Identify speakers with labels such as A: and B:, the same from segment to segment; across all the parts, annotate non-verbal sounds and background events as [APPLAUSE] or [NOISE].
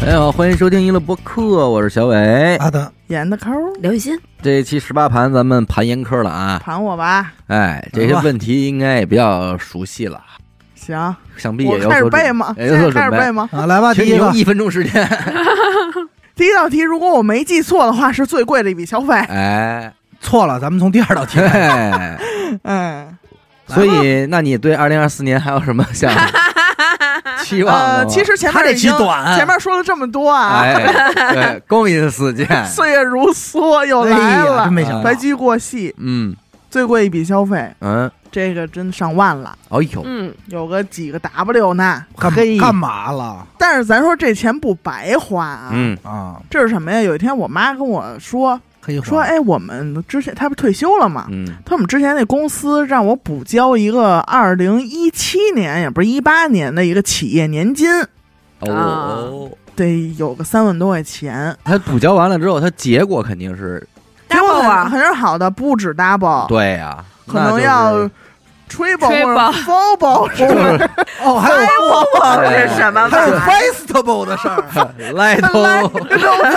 A: 大哎家好，欢迎收听娱乐播客，我是小伟。
B: 阿德，
C: 演的抠儿
D: 刘雨欣，
A: 这一期十八盘咱们盘严科了啊，
C: 盘我吧，
A: 哎，这些问题应该也比较熟悉了，
C: 行，
A: 想必
C: 我
A: 也有
C: 开始
A: 所
C: 背
A: 准
C: 嘛，
A: 也
C: 现
A: 有所
C: 在开
A: 准
C: 始
A: 备
C: 背。吗？
B: 啊，来吧，第
A: 请你
B: 一
A: 用
B: 个，
A: 一分钟时间，
C: [LAUGHS] 第一道题，如果我没记错的话，是最贵的一笔消费。
A: 哎，
B: 错了，咱们从第二道题来。
A: 对，
C: 嗯，
A: 所以那你对二零二四年还有什么
C: [LAUGHS]
A: 想期望的吗
C: 呃，其实前
B: 他
C: 面
B: 这
C: 已
B: 期
C: 经
B: 短，
C: 前面说了这么多啊，
A: 哎，对，光阴似
C: [LAUGHS]
A: 箭，
C: 岁月如梭又
B: 哎
C: 来
B: 呀，
C: 了
B: 真，没想到
C: 白，驹过隙，
A: 嗯
C: 最贵一笔消费，
A: 嗯，
C: 这个真上万了，
A: 哎呦，
D: 嗯，
C: 有个几个 W 呢。
B: 干
A: 嘿
B: 干嘛了
C: 但是咱说这钱不白花啊，
A: 嗯
B: 啊？
C: 这是什么呀？有一天我妈跟我说
B: 可以
C: 说，哎，我们之前她不退休了嘛，
A: 嗯
C: 他们之前那公司让我补交一个二零一七年，也不是一八年的一个企业年金，
A: 哦，
C: 得有个三万多块钱。
A: 他补交完了之后，他结果肯定是
C: 结果
D: double 啊
C: 很很是好的，不止 double，
A: 对呀，
C: 哦可
A: 那就
C: 能
A: 是
C: 要 triple 或者
D: triple
A: [LAUGHS]
C: four
A: 就是
B: 哦，还有
C: 我
A: 我
D: 这是什么
B: 还有
D: 玩意
B: festival 的事儿，
A: 来头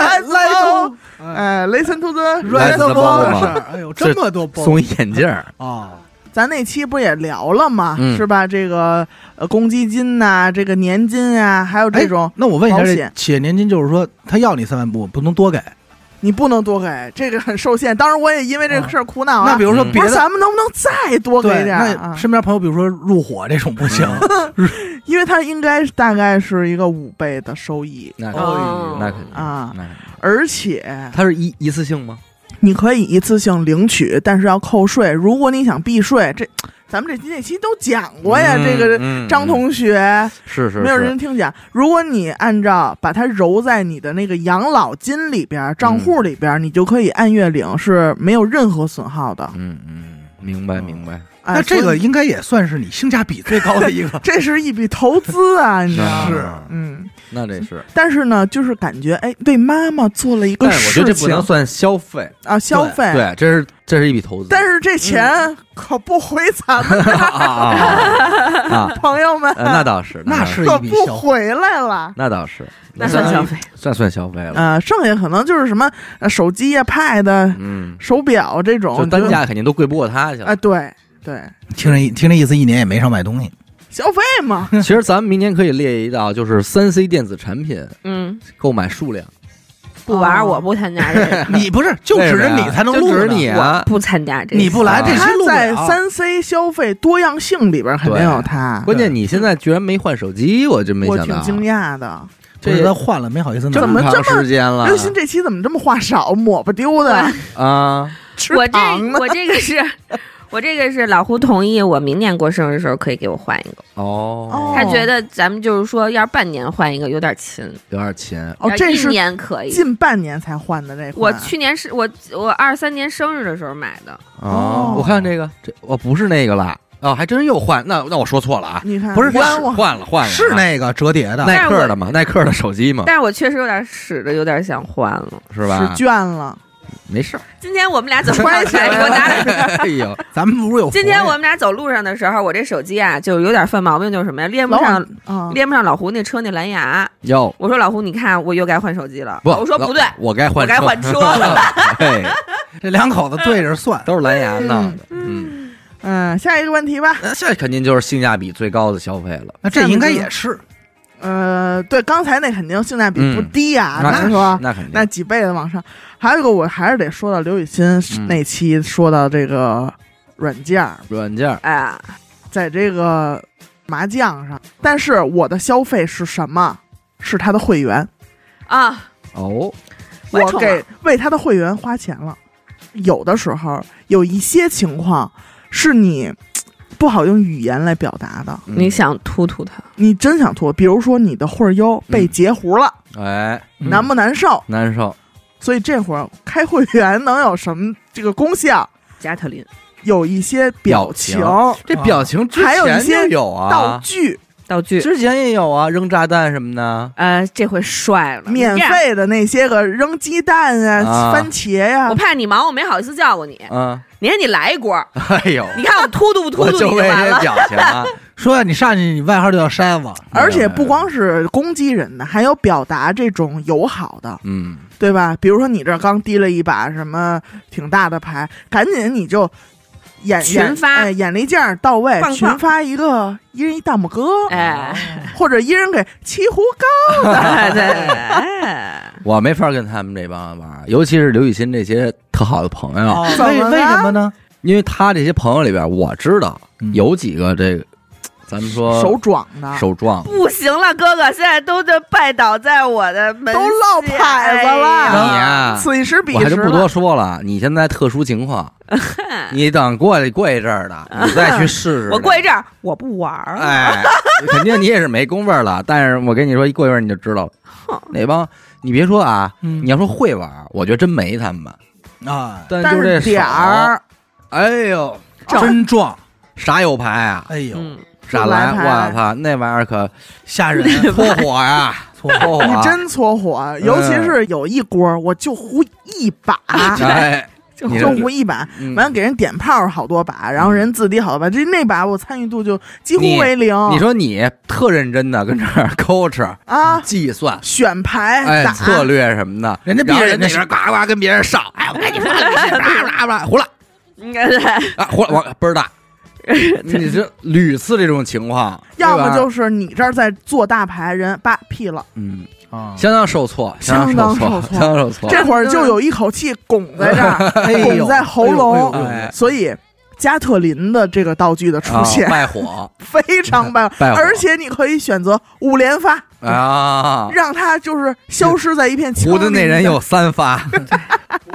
C: double，
B: 哎
C: 哎，listen to the，
A: Rise
B: ，festival
A: above
B: 的事儿，哎呦，这么多包
A: 松一眼镜儿，
B: 啊！
C: 咱那期不也聊了吗？
A: 嗯
C: 是吧？这个呃公积金呐、这个年金啊，还有
A: 哎
C: 这种
B: 那我问一下，
C: 保
B: 这
C: 险
B: 企业年金就是说，他要你三万不不能多给？
C: 你不能多给，这个很受限。当然，我也因为这个事儿苦恼啊。
B: 那比如说别
C: 不是，
B: 的，
C: 咱们能不能再多给
B: 对，
C: 点儿啊
B: 那？身边朋友，比如说入伙这种不行，
C: 因为它应该大概是一个五倍的收益，
A: 那
D: 哦
A: 那肯定
B: 嗯
C: 啊
A: 那肯定
C: 而且
A: 它是一一次性吗？
C: 你可以一次性领取，但是要扣税。如果你想避税，这咱们这这期都讲过呀，
A: 嗯
C: 这个
A: 嗯
C: 张
A: 嗯
C: 同学、
A: 是是
C: 没有
A: 是
C: 人听讲。如果你按照把它揉在你的那个养老金里边、账户里边，你就可以按月领，是没有任何损耗的。
A: 嗯嗯，明白明白，
C: 哎
B: 那这
C: 所
B: 个
C: 以。
B: 应该也算是你性价比最高的一个
C: 这是一笔投资啊，你知道吗？
B: 是
C: 嗯，
A: 那这是，
C: 但是呢，就是感觉哎，对妈妈做了一个
A: 但是我觉
C: 事
A: 得这不
C: 情
A: 能算消费，
C: 啊，消
B: 对
C: 费
A: 对，这是这是一笔投资，
C: 但是这钱可不回咱
A: [LAUGHS]
C: 们，
A: 啊啊啊啊，
C: 朋友们，
A: 呃 [LAUGHS] 那倒是，
B: 那
A: 倒
B: 是
C: 可
B: 一笔
C: 不
B: 消费，
C: 回来了。
A: 那倒是，
D: 那算消
A: 相当于
D: 费，
A: 算算消费了，
C: 呃，剩下可能就是什么呃手机呀、Pad、啊
A: 嗯，
C: 手表这
A: 就
C: 种
A: 单
C: 啊
A: 价肯定都贵不过它去、了。
C: 对对，
B: 听这听这意思，一年也没少买东西。
C: 消费嘛，
A: 其实咱们明年可以列一道，就是三 C 电子产品
D: 嗯，
A: 购买数量，
D: 不玩儿，
C: 哦
D: 我不参加这
B: [LAUGHS]
D: 个，
B: 你不是就指着你才能录
A: 就指
B: 呢
A: 着你啊，
D: 不参加这个，
B: 你不来
A: 啊
B: 这期
C: 它
B: 录不
C: 在
B: 了。
C: 三 C 消费多样性里边肯定有它，
A: 关键你现在居然没换手机，我真没
C: 我
A: 想
C: 挺
A: 到，啊
C: 惊讶的。
B: 不
A: 这
B: 是他换了，没好意思拿。
A: 这
C: 么
A: 长时间了
C: 刘鑫这期怎么这么话少，抹不丢
D: [LAUGHS]
C: 的，
A: 啊？
C: 吃
D: 我这
C: 糖呢？
D: 我这个是。我这个是老胡同意，我明年过生日的时候可以给我换一个。
A: 哦，
D: 他觉得咱们就是说，要是半年换一个有点勤，
A: 有点钱，
C: 哦
D: 要，
C: 这
D: 一
C: 是
D: 年可以。
C: 近半年才换的这款，
D: 我去年是我我二三年生日的时候买的，
C: 哦
A: 我看这个，这哦不是那个啦，哦还真又换，那那我说错了啊，
C: 你看
B: 不是
C: 冤
B: 是
C: 枉，
A: 换了换了啊，
B: 是那个折叠的，
A: 耐克的嘛，耐克的手机嘛，
D: 但是我确实有点使着，有点想换了。
A: 是吧
C: 是？倦了。
A: 没事儿， [LAUGHS]
D: 今天我们俩走路上
C: 关起
D: 来，
C: 来
D: 我拿
A: 哎呦，
B: 咱们不是有
D: 今天
B: 活
D: 我
B: 呀
D: 们俩走路上的时候，我这手机啊，就有点犯毛病，就是什么呀，连不
C: 老
D: 上，
C: 啊，
D: 连不上老胡那车那蓝牙。
A: 哟，
D: 我说老胡，你看我又该换手机了。
A: 不，
D: 我说不对，
A: 我该换，
D: 我该换车
A: [LAUGHS]
D: 了。
A: 对，
B: 这两口子对着算，
A: 都是蓝牙闹的，嗯。
C: 嗯，下一个问题吧。
A: 那这肯定就是性价比最高的消费了。
B: 那这应该也是
C: 呃，对，刚才那肯定性价比不
A: 嗯
C: 低啊，咱
A: 是
C: 说
A: 那肯定，
C: 那几倍的往上。还有一个，我还是得说到刘雨欣
A: 嗯
C: 那期说到这个软件儿，
A: 软件儿
D: 哎，
C: 在这个麻将上，但是我的消费是什么？是他的会员，
D: 啊，
A: 哦，
D: 我也
C: 我
D: 充
C: 给
D: 了
C: 为他的会员花钱了。有的时候有一些情况是你不好用语言来表达的，
A: 嗯
D: 你想突突他？
C: 你真想吐。比如说你的会儿优被
A: 嗯
C: 截胡了，
A: 哎，
B: 嗯
C: 难不难受？
A: 难受，
C: 所以这会儿开会员能有什么这个功效？
D: 加特林
C: 有一些表情、
A: 这表情之
C: 还有一
A: 前
C: 些
A: 就有
C: 道
A: 啊，
C: 具、
D: 道具，
A: 之前也有啊，扔炸弹什么的。
D: 呃，这回帅了，
C: 免
D: 呀。
C: 费的那些个扔鸡蛋呀、
A: 啊
C: 番茄呀、
D: 我怕你忙，我没好意思叫过你。
A: 嗯，
D: 你看你来一锅，
A: 哎呦，
D: 你看我突突不突
A: 我
D: 突
A: 就
D: 你
A: 为
D: 完
A: 这 [LAUGHS]
D: 了。
A: 表情啊，
B: 说你上去，你外号就叫筛子，
C: 而且不光是攻击人的，还有表达这种友好的，
A: 嗯，
C: 对吧？比如说你这刚滴了一把什么挺大的牌，赶紧你就眼
D: 群
C: 眼
D: 发
C: 哎眼力劲儿到位，
D: 棒棒
C: 群发一个一人一大拇哥，
D: 哎，
C: 或者一人给七壶高。
D: 对，
A: 我没法跟他们这帮玩，尤其是刘雨欣这些特好的朋友，
B: 哦
C: 怎么
B: 为
C: 了
B: 为什么呢？
A: 因为他这些朋友里边，我知道
B: 嗯
A: 有几个这个，咱们说
C: 手壮的，
A: 手壮，
D: 不行了，哥哥，现在都这拜倒在我的门
C: 都落
D: 下
C: 牌子了
A: 你啊
D: 哎呀
A: 呀
C: 此一时彼
A: 我
C: 一
A: 还
C: 时
A: 真不
C: 了
A: 多说了。你现在特殊情
C: [LAUGHS]
A: 况，你等过来过一阵儿的，你再
C: 嗯
A: 去试试。
D: 我过一阵儿我不玩儿了，
A: 哎，肯定你也是没工夫了。但是我跟你说，一过一阵儿你就知道了。那帮你别说啊，
B: 嗯
A: 你要说会玩儿，我觉得真没他们。
B: 啊，
A: 但
C: 但
A: 就是这
C: 点
A: 手，
C: 儿
A: 哎呦，
B: 真壮！
A: 啥有牌啊？
B: 哎呦，
D: 嗯，
A: 啥
C: 来牌
A: 我操，那玩意儿可
B: 吓人！
A: 搓火呀，搓火啊！
C: 你真搓火，尤其是有一锅，我就胡一
A: [LAUGHS]
C: 把， [LAUGHS]
A: 哎，
D: 就
A: 你
C: 就
A: 这
C: 胡一把，
A: 嗯
C: 完了给人点炮好多把，然后人自己好多把，这那把我参与度就几乎为零。
A: 你说你特认真的跟这儿 [LAUGHS] 抠哧
C: 啊，
A: 计算，
C: 选牌、
A: 哎，
C: 打
A: 策略什么的，
B: 人家
A: 然后
B: 别
A: 人
B: 人
A: 那
B: 家
A: 边呱呱跟别人上，哎，我跟你
B: [LAUGHS]
A: 说，叭叭叭，胡了
D: 应该是
A: [LAUGHS] 啊，胡了，我倍儿
C: [LAUGHS]
A: 大。你这屡次这种情况，
C: 要么
A: 对吧
C: 就是你这儿在做大牌，人叭劈了，
A: 嗯，
B: 啊，
A: 相当受挫，
C: 相
A: 当
C: 当
A: 受
C: 受挫
A: 相当受挫。
C: 这会儿就有一口气拱在这
A: [LAUGHS]
C: 儿，
B: 哎呦
C: 拱在喉咙
B: 哎呦哎呦
A: 哎
C: 所以。加特林的这个道具的出
A: 啊
C: 现、
A: 败火
C: [LAUGHS] 非常
A: [LAUGHS]
C: 棒，
A: 败火
C: 而且你可以选择五连发，
A: 啊！
C: 让他就是消失在一片
A: 胡
C: 枪
A: 的
C: 林
A: 那人
C: 里
A: 有三发，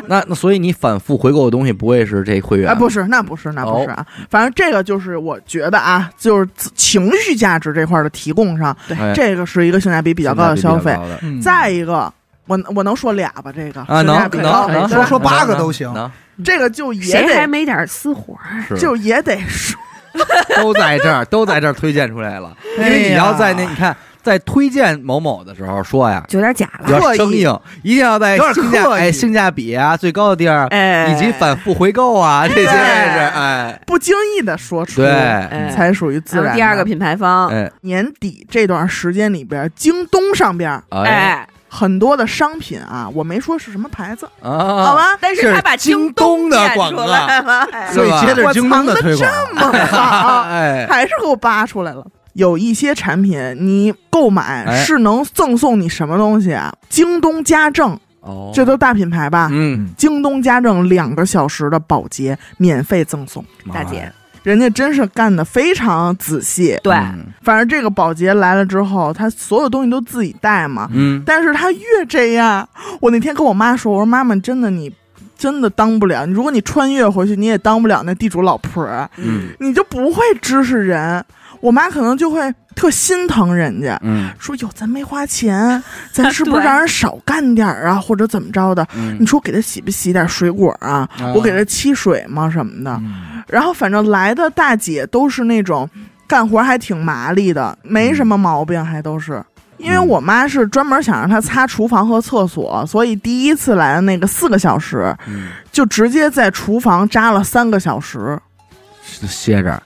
A: 那那所以你反复回购的东西不会是这会员
C: 啊，不是，那不是，那不是啊，
A: 哦
C: 反正这个就是我觉得啊，就是自情绪价值这块儿的提供上，
A: 哎
C: 这个是一个性价比比较高的消费。
A: 性价比比较高的
B: 嗯
C: 再一个，我我能说俩吧？这个
A: 啊，
C: 性价
A: 能
C: 比
A: 能
C: 高
A: 能
C: 对
B: 说
C: 吧
B: 说八个
A: 能
B: 都行
A: 能
C: 这个就也
D: 谁还
C: 得
D: 没点私活儿？啊
A: 是
C: 就也得说，
A: [LAUGHS] 都在这儿，都在这儿推荐出来了。因为你要在那，你看，在推荐某某的时候说呀，
D: 就有点假
A: 比
D: 了，
A: 较生硬，一定要在
B: 有点
A: 性价
B: 刻意
A: 哎性价比啊最高的地儿，
D: 哎，
A: 以及反复回购啊这些位置，哎，
C: 不经意的说出，
A: 对，
D: 哎
C: 才属于自
D: 然
C: 然的。
D: 后第二个品牌方，
A: 哎
C: 年底这段时间里边，京东上边
A: 哎
D: 哎，
C: 很多的商品啊，我没说是什么牌子，好
A: 啊，
C: 吧？
D: 但是他把
A: 京
D: 东
A: 东的
D: 念
A: 广
D: 出
A: 告
D: 来了， [LAUGHS] 哎
B: 所以接着
C: 我
B: 京东
C: 藏
B: 的
C: 得
B: 推广，
C: 这么好。
B: [LAUGHS]
A: 哎，
C: 还是给我扒出来了。有一些产品你购买
A: 哎
C: 是能赠送你什么东西啊？京东家政，
A: 哦
C: 这都大品牌吧？
A: 嗯，
C: 京东家政两个小时的保洁免费赠送，
D: 大姐，
C: 人家真是干的非常仔细。
D: 对，
A: 嗯
C: 反正这个保洁来了之后，他所有东西都自己带嘛。
A: 嗯，
C: 但是他越这样，我那天跟我妈说，我说妈妈，真的你真的当不了，如果你穿越回去，你也当不了那地主老婆儿。
A: 嗯
C: 你就不会支持人。我妈可能就会特心疼人家，
A: 嗯
C: 说哟，咱没花钱，咱是不是
D: 对
C: 让人少干点儿啊，或者怎么着的？
A: 嗯
C: 你说给他洗不洗点水果啊？
A: 啊
C: 我给他沏水吗？什么的。
B: 嗯
C: 然后反正来的大姐都是那种干活还挺麻利的，没什么毛病，还都是。因为
A: 嗯
C: 我妈是专门想让她擦厨房和厕所，所以第一次来的那个四个小时，
A: 嗯
C: 就直接在厨房扎了三个小时。
A: 歇着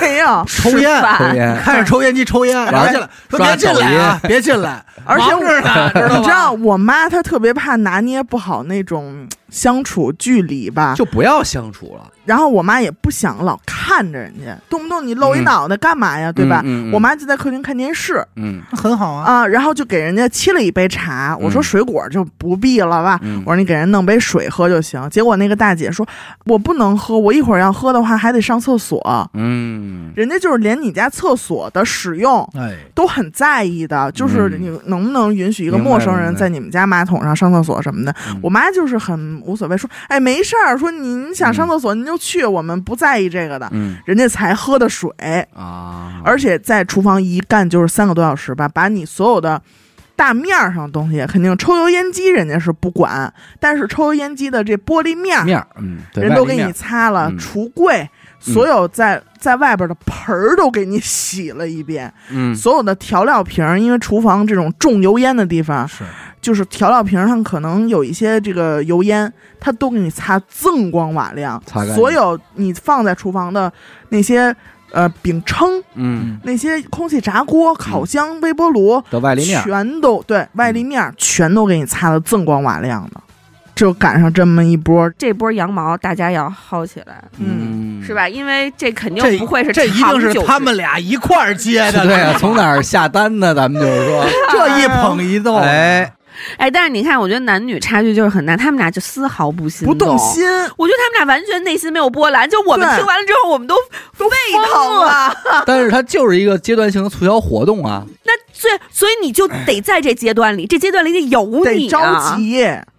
C: 哎呀，
B: 抽烟，
D: 吧
A: 抽烟，
B: 看着抽烟机抽烟，
A: 然后
B: 来进来，说别进来啊，别进 [LAUGHS] 来，
C: 而且
B: 忙着
C: [LAUGHS]
B: 呢，知道
C: 你知道
B: 吗？
C: 我妈她特别怕拿捏不好那种相处距离吧，
A: 就不要相处了，
C: 然后我妈也不想老看着人家，动不动你露一
A: 嗯
C: 脑袋干嘛呀，对吧？
A: 嗯？嗯
C: 我，妈就在客厅看电视
A: 嗯
B: 那很好啊，
C: 啊、然后就给人家沏了一杯茶。我说
A: 嗯
C: 水果就不必了吧，
A: 嗯
C: 我，说你给人弄杯水喝就行。结果那个大姐说，我不能喝，我一会儿要喝的话还得上厕所。
A: 嗯，
C: 人家就是连你家厕所的使用
B: 哎，
C: 都很在意的，就是
A: 嗯
C: 你能不能允许一个
A: 明白
C: 陌生
A: 明
C: 人
A: 白
C: 在你们家马桶上上厕所什么的
A: 嗯？
C: 我妈就是很无所谓，说哎没事儿，说您想上厕所您就去，我们不在意这个的。
A: 嗯
C: 人家才喝的水，
A: 啊，
C: 而且在厨房一干就是三个多小时吧，把你所有的。大面儿上的东西肯定抽油烟机人家是不管，但是抽油烟机的这玻璃面儿
A: 面儿，嗯，对
C: 人
A: 外
C: 都
A: 立
C: 给
A: 面
C: 你
A: 儿
C: 擦了，
A: 嗯
C: 橱柜所有在在外边的盆儿都给你洗了一遍，
A: 嗯
C: 所有的调料瓶儿，因为厨房这种重油烟的地方，
B: 是
C: 就是调料瓶上可能有一些这个油烟，它都给你擦锃光瓦亮
A: 擦干。净
C: 所有你放在厨房的那些呃饼铛、
A: 嗯，
C: 那些空气炸锅、烤箱、微波炉，
A: 的外立面儿，嗯
C: 全都对外立面儿全都给你擦的锃光瓦亮的，就赶上这么一波，
D: 这波羊毛大家要薅起来，
A: 嗯
D: 是？吧？因为这肯定
B: 这
D: 不会是
B: 这一定是
D: 长久之
B: 他们俩一块儿接的，
A: [LAUGHS] 对啊，从哪儿下单呢？咱们就是说，
B: [LAUGHS] 这一捧一逗，
A: 哎，
D: 哎，但是你看，我觉得男女差距就是很大，他们俩就丝毫不心
C: 不动。心，
D: 我觉得他们俩完全内心没有波澜，就我们
C: 对
D: 听完了之后，我们都
C: 都
D: 沸
B: 啊
D: 腾
C: 了。
D: 了。
A: 哦但是它就是一个阶段性的促销活动啊，
D: 那所以所以你就得在这阶段里，这阶段里得有你、
C: 得
D: 啊、
C: 着急，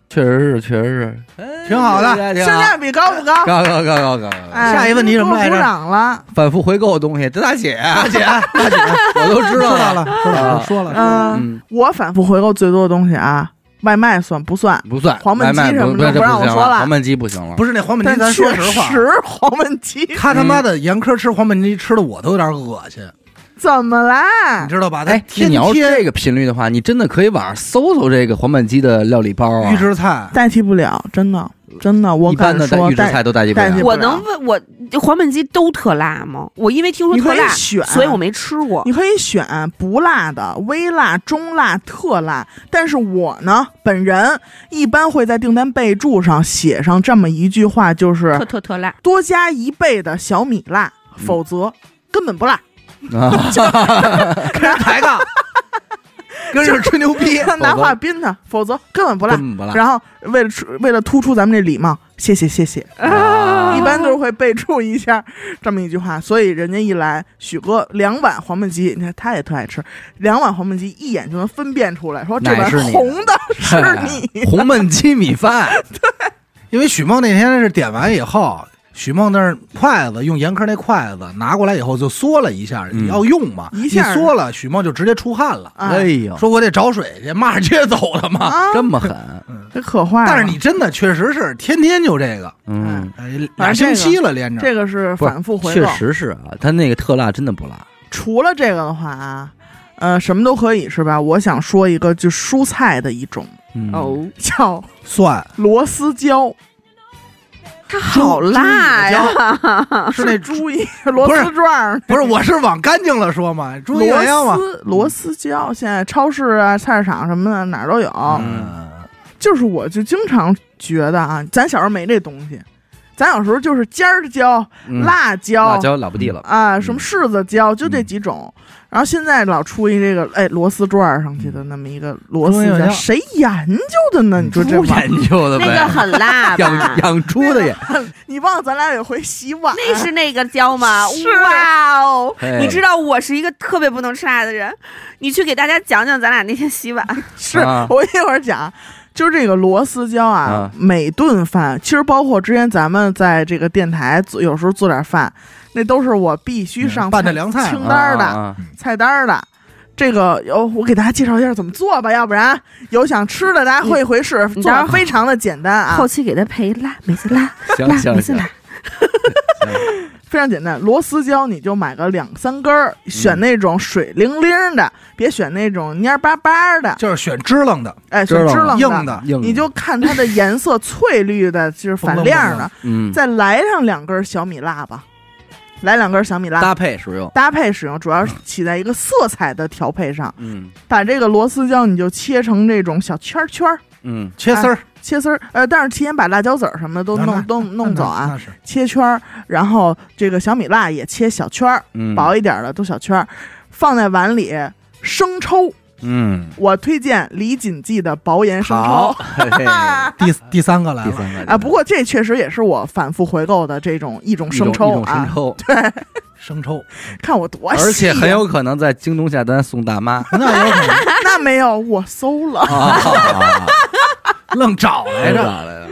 A: 确实是，确实是，
B: 挺好的
A: 嗯挺
C: 性
A: 好
C: 价比高不高？
A: 高高高高高高，
C: 哎，
B: 下一个问题是什么来着
C: 鼓掌了，
A: 反复回购的东西，这大姐，啊
B: 大姐，大姐，
A: [LAUGHS] 我都知
B: 知
A: 道
B: 道了，知道了，
A: 啊
B: 说了，
C: 嗯，
A: 嗯，
C: 我反复回购最多的东西啊，外卖算不算？
A: 不算，
C: 黄焖鸡
A: 外卖
C: 什么的
A: 对这
C: 不让我
A: 行
C: 说了
A: 黄焖鸡不行了，
B: 不是那黄焖
C: 但
B: 鸡，咱说
C: 确
B: 实话，
C: 实黄焖
B: [LAUGHS]
C: 鸡
B: 他他妈的严苛吃黄焖鸡吃的我都有点恶心，
C: 嗯怎么
B: 你
C: 啦？
B: 知道吧？他
A: 哎，那
B: 天
A: 你要是
B: 天
A: 这个频率的话，你真的可以网上搜搜这个黄焖鸡的料理包啊
B: 预，制菜，
C: 代替不了，真的，真的，我
A: 一般
C: 敢
A: 的
C: 说
A: 预制
C: 代
A: 菜都代替不
C: 代替
A: 了。
D: 我能问我黄焖鸡都特辣吗？我因为听说
C: 你
D: 特
C: 可以
D: 辣，
C: 选
D: 所以我没吃过。
C: 你可以选不辣的、微辣、中辣、特辣，但是我呢，本人一般会在订单备注上写上这么一句话，就是
D: 特特特辣，
C: 多加一倍的小米辣，否则根本不辣。
A: [LAUGHS] 啊，
B: 跟人抬杠，跟人吹牛
A: [LAUGHS] 哎
B: 逼，
C: [LAUGHS] 拿话宾他，否则根本不辣。
A: 根本不辣
C: 然后为了出为了突出咱们这礼貌，谢谢谢谢，
A: 啊
C: [LAUGHS] 一般都是会备注一下这么一句话。所以人家一来，许哥两碗黄焖鸡，你看他也特爱吃，两碗黄焖鸡一眼就能分辨出来，说这
A: 哪
C: 碗
A: 是你的
C: 红
A: [LAUGHS]
C: 的是你。
A: 红焖鸡米饭，
B: 因为许梦那天是点完以后，许梦那儿筷子用严苛那筷子拿过来以后就缩了一下，
A: 嗯
B: 你要用嘛，
C: 一下
B: 缩了，许梦就直接出汗了，
C: [LAUGHS]
A: [LAUGHS]
C: 啊
A: 哎呦，
B: 说我得找水去，骂着街走了嘛。
C: 啊，
A: 这么狠，
C: 这可坏了。
B: 但是你真的确实是天天就这个，
A: 嗯，
C: 啊
B: 哎，俩星期了连着，
C: 这个是
A: 不是
C: 反复回
A: 确
C: 购。
A: 实是啊，它那个特辣真的不辣，
C: 除了这个的话啊，呃，什么都可以是吧？我想说一个，就蔬菜的一种
A: 嗯，
D: 哦，
C: 叫
B: 蒜
C: 螺丝椒，
D: 它好辣呀！
C: [LAUGHS]
B: 是那
C: 注意螺丝转儿。
B: 不是，我是往干净了说嘛，猪一羊腰
C: 螺
B: 嘛，
C: 丝螺丝椒，现在超市啊、菜市场什么的哪儿都有。
B: 啊
A: 嗯
C: 就是我就经常觉得啊，咱小时候没这东西，咱小时候就是尖儿椒、
A: 嗯
C: 辣椒嗯
A: 辣椒老不地了，
C: 啊，什么柿子椒，就这几种。然后现在老出一这个哎螺丝转儿上去的那么一个螺丝
B: 中药
C: 椒，
B: 药
C: 谁研究的呢？你说这
A: 猪
C: 玩意儿，
A: 研究的
D: 那个
A: 呗，
D: 很
C: [LAUGHS]
D: 辣吧
A: 养？养猪的也，
C: 你忘了咱俩有回洗碗，
D: 那是那个椒吗？
C: 是
D: 哇哦！
A: 哎
D: 你知道我是一个特别不能吃辣的人，你去给大家讲讲咱俩那天洗碗。
C: [LAUGHS] 是
A: 啊
C: 我一会儿讲。就是这个螺丝椒啊
A: 啊，
C: 每顿饭，其实包括之前咱们在这个电台做有时候做点饭，那都是我必须
B: 嗯
C: 上
B: 拌
C: 菜
B: 着凉菜
C: 清单儿的。
A: 啊啊
C: 菜单儿的。这个有我给大家介绍一下怎么做吧，要不然有想吃的大家会回试，
D: 你
C: 做法非常的简单啊
D: 后，期给他配辣，每次辣
A: 啊行
D: 辣，
A: 行
D: 每次
A: 行
D: 辣，
C: 非常简单。螺丝椒你就买个两三根儿，选那种水灵灵的，别选那种蔫巴巴的，
B: 就是选支棱的、
C: 哎，
A: 知
C: 选
A: 道
C: 支棱
B: 硬
C: 的，
B: 的，
A: 硬的
C: 你就看它的颜色翠绿的，就是反亮
B: 嘣
C: 的
B: 嘣，
A: 嗯
C: 再来上两根小米辣吧，来两根小米辣。
A: 搭配使用，
C: 搭配使用主要是起在一个色彩的调配上，
A: 嗯
C: 把这个螺丝椒你就切成这种小圈儿圈儿，
A: 嗯
B: 切丝儿
C: 切丝儿，呃，但是提前把辣椒籽儿什么的都
B: 那
C: 弄
B: 那
C: 都弄走啊，
B: 嗯那是
C: 切圈儿，然后这个小米辣也切小圈儿，
A: 嗯，
C: 薄一点儿的都小圈儿，放在碗里生抽，
A: 嗯
C: 我推荐李锦记的薄盐生
A: 好，
C: [LAUGHS] 抽
A: 嘿嘿第
B: 第第三个来了，
A: 三个
C: 啊，不过这确实也是我反复回购的这种一种
A: 一种
C: 生
A: 一
C: 抽
A: 种生
C: 啊，
A: 抽，
B: 生抽，
C: 看我多
A: 而且
C: 细
A: 很
C: 呀
A: 有可能在京东下单送大妈
B: 那有可能
C: 那没有我搜了，
A: [LAUGHS] [LAUGHS] 啊，
B: 愣找
A: 来
B: 来
A: 着 [LAUGHS]
B: 着，
A: 来着，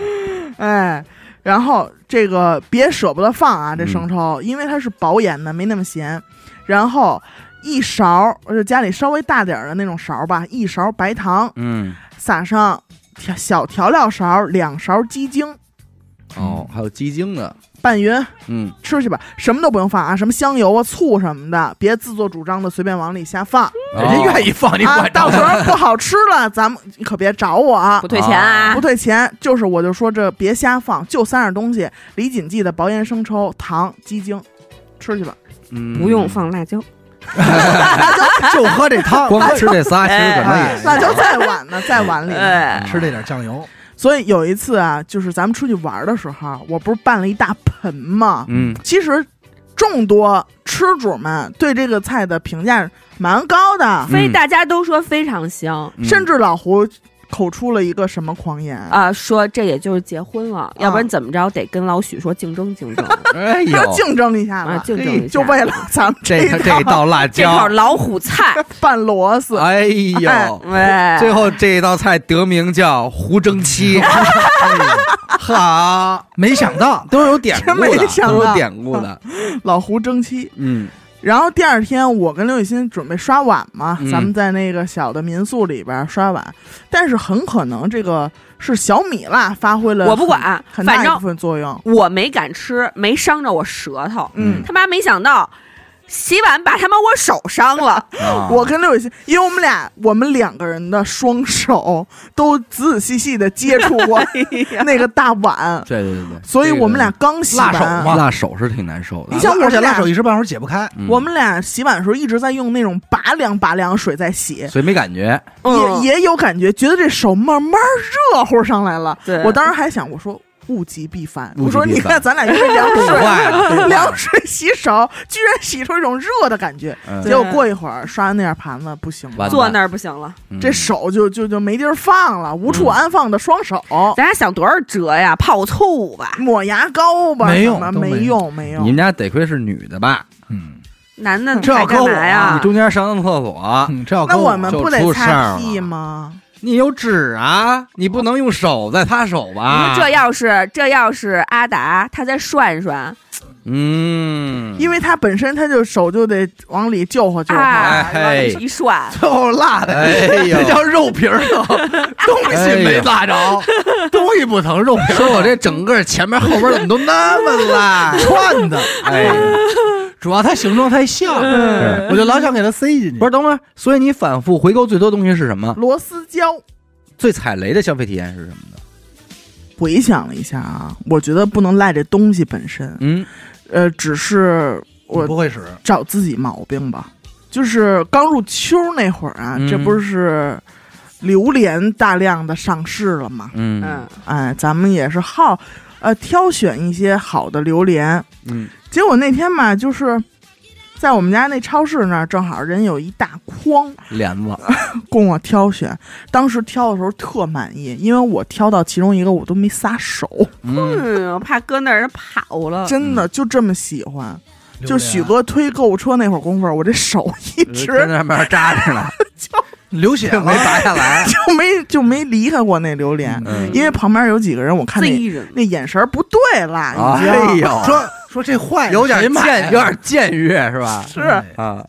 C: 哎，然后这个别舍不得放啊，这
A: 嗯
C: 生抽，因为它是薄盐的，没那么咸。然后一勺，就家里稍微大点儿的那种勺吧，一勺白糖，
A: 嗯，
C: 撒上调小调料勺，两勺鸡精，
A: 哦，还有鸡精的，
C: 拌匀
A: 嗯，
C: 吃去吧，什么都不用放啊，什么香油啊、醋什么的，别自作主张的随便往里瞎放
B: 人
A: 哦
B: 家愿意放你
C: 啊。
B: 管
C: 到时
D: [LAUGHS]
C: 候不好吃了，咱们你可别找我啊
D: 不。退钱啊
C: 不！退钱，就是我就说这别瞎放，就三样东西：李锦记的薄盐生抽、糖、鸡精，吃去吧。
A: 嗯
D: 不用放辣椒，
B: 就喝这汤，
A: 光吃这仨，其实可能
B: 哎
A: 也
C: 辣椒啊再晚
D: [LAUGHS]
C: 呢，再晚里呢。
D: 哎，
B: 吃这点酱油，
C: 所以有一次啊，就是咱们出去玩的时候，我不是办了一大盆吗？
A: 嗯
C: 其实众多吃主们对这个菜的评价蛮高的，
D: 非大家都说非常香
A: 嗯
C: 甚至老胡口出了一个什么狂言
D: 啊，说这也就是结婚了，要不然怎么着得跟老许说竞争竞争
A: 哎
C: 要
A: 呦，
C: 竞争一下
D: 啊，
C: 吧，
D: 竞争一下
C: 就为了咱们
A: 这
C: 一
A: 这道辣
D: 这口
A: 椒，
D: 老虎菜，
C: [LAUGHS]
D: 哎
C: 拌螺丝。
A: 哎呦，
D: 喂，
A: 最后这道菜得名叫胡蒸 [LAUGHS] 七，好，
B: 没想到
A: 哎都有典故
C: 真
A: 的
C: 没，想到
A: 都有典故的，
C: 老胡蒸汽。
A: [LAUGHS] 嗯
C: 然后第二天，我跟刘雨欣准备刷碗嘛，
A: 嗯
C: 咱们在那个小的民宿里边刷碗，但是很可能这个是小米辣发挥了
D: 我不管
C: 很很大
D: 反
C: 一
D: 正
C: 部分作用。
D: 我没敢吃，没伤着我舌头，
A: 嗯
D: 他妈没想到洗碗把他妈我手
A: [LAUGHS]
D: 伤了，
A: 啊
C: 我跟刘雨欣，因为我们俩我们两个人的双手都仔仔细细的接触过 [LAUGHS] 那个大碗，
A: 对对对对，
C: 所以我们俩
A: 这
C: 刚洗
B: 辣手嘛
C: 完，
A: 个辣手嗯是挺难受的
C: 你，像我
B: 而且
C: 们俩
B: 辣手一时半会儿解不开，
A: 嗯
C: 我们俩洗碗的时候一直在用那种拔凉拔凉水在洗，
A: 所以没感觉，
D: 嗯
C: 也也有感觉，觉得这手慢慢热乎上来了。
D: 对
C: 我当时还想，我说物极必反，
A: 物极
C: 我说
A: 必
C: 你
A: 反
C: 看咱俩用这凉
A: 冻坏了，
C: 水， [LAUGHS] 凉
A: 凉，
C: 水洗手，居然洗出一种热的感觉。
A: 嗯
C: 结果过一会儿刷完那点盘子不行
A: 完
C: 了，
A: 了
D: 坐那儿不行了，
A: 嗯
C: 这手就就就没地儿放了，无处安放的双手，
A: 嗯
D: 咱俩想多少折呀，泡醋吧，
C: 抹牙膏吧，
B: 没
C: 什
B: 用
C: 么
B: 都没
C: 没用没
A: 你们
C: 用。
A: 家得亏是女的吧？
B: 嗯，
D: 男的
B: 这要
D: 还
B: 搁
D: 干
B: 我
D: 嘛
A: 你
D: 呀？
A: 中间上趟厕所，
B: [LAUGHS] 嗯这要
C: 那
B: 跟
C: 我们
A: 就
C: 不得
A: 出事儿
C: 擦
A: 了嗯
C: 屁吗？
A: 你有纸啊，你不能用手在擦手吧
D: 你？说这要是这要是阿达，他再涮涮，
A: 嗯，
C: 因为他本身他就手就得往里救活救活，
D: 啊，
A: 哎
D: 一涮，
B: 最后辣的，
A: 哎呦
B: [LAUGHS]
A: 哎
B: 这叫肉皮儿疼，东西没辣着，东西不疼，肉皮儿？
A: 说我这整个前面后边怎么都那么辣
B: 串的，
A: [LAUGHS] 哎，
B: 主要它形状太像，
A: 嗯
B: 我就老想给它塞进去。
A: 不是，等会儿，所以你反复回购最多东西是什么？
C: 螺丝胶。
A: 最踩雷的消费体验是什么呢？
C: 回想了一下啊，我觉得不能赖这东西本身，
A: 嗯，
C: 呃，只是
B: 我
C: 我
B: 不会使，
C: 找自己毛病吧。就是刚入秋那会儿啊，
A: 嗯
C: 这不是榴莲大量的上市了嘛？
A: 嗯
D: 嗯，
C: 哎，咱们也是好，呃，挑选一些好的榴莲。
A: 嗯
C: 结果那天嘛，就是在我们家那超市那儿，正好人有一大筐
A: 帘子，
C: 供我挑选。当时挑的时候特满意，因为我挑到其中一个我都没撒手，
A: 嗯，
D: 嗯，我怕搁那儿跑了。
C: 真的就这么喜欢。
B: 榴
C: 就
A: 啊
B: 莲
C: 许哥推购物车那会儿功夫儿，我这手一直
A: 呃跟那上面扎着呢，
B: 流啊血
A: 没
B: 了，
A: 拔下来。
C: 就没就没离开过那榴莲，
A: 嗯，
C: 因为旁边有几个人，我看
D: 自
C: 那
D: 己人，
C: 那眼神儿不对啦，已经、
A: 哎呦，
B: 说说这坏了
A: 有点
B: 谁买
A: 僭，
B: 啊
A: 有点僭越是吧？
C: 是
A: 啊，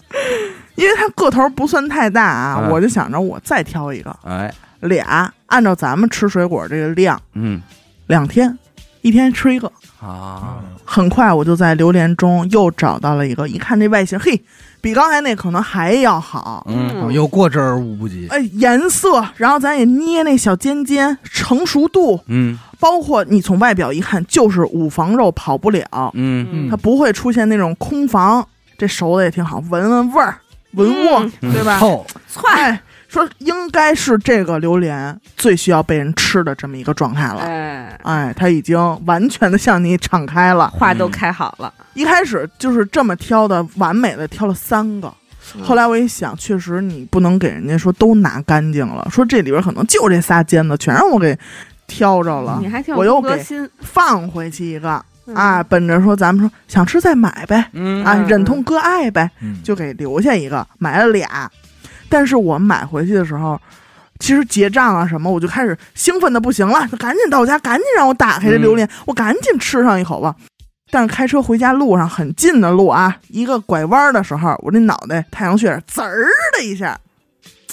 C: 因为他个头不算太大啊，
A: 嗯
C: 我就想着我再挑一个
A: 哎，
C: 俩，按照咱们吃水果这个量，
A: 嗯
C: 两天，一天吃一个。
A: 啊，
C: 很快我就在榴莲中又找到了一个，一看这外形，嘿，比刚才那可能还要好。
A: 嗯
B: 哦又过之而无不及。
C: 哎，颜色，然后咱也捏那小尖尖，成熟度，
A: 嗯
C: 包括你从外表一看，就是五房肉跑不了，
A: 嗯
D: 嗯
C: 它不会出现那种空房。这熟的也挺好，闻闻味儿，闻过、
A: 嗯
C: 对吧？
B: 臭，
D: 窜，
C: 哎，说应该是这个榴莲最需要被人吃的这么一个状态了。
D: 哎，
C: 哎，它已经完全的向你敞开了。
D: 话都开好了，
C: 一开始就是这么挑的，完美的挑了三个。后来我一想，确实你不能给人家说都拿干净了，说这里边可能就这仨尖子全让我给挑着了。
D: 你还挺
C: 我又
D: 有革
C: 给
D: 新
C: 放回去一个、
D: 嗯
C: 啊，本着说咱们说想吃再买呗，
A: 嗯
C: 啊，
D: 嗯
C: 忍痛割爱呗，
B: 嗯
C: 就给留下一个，买了俩。但是我买回去的时候，其实结账啊什么，我就开始兴奋的不行了，就赶紧到我家，赶紧让我打开这榴
D: 嗯
C: 莲，我赶紧吃上一口吧。但是开车回家路上很近的路啊，一个拐弯的时候，我这脑袋太阳穴滋儿的一下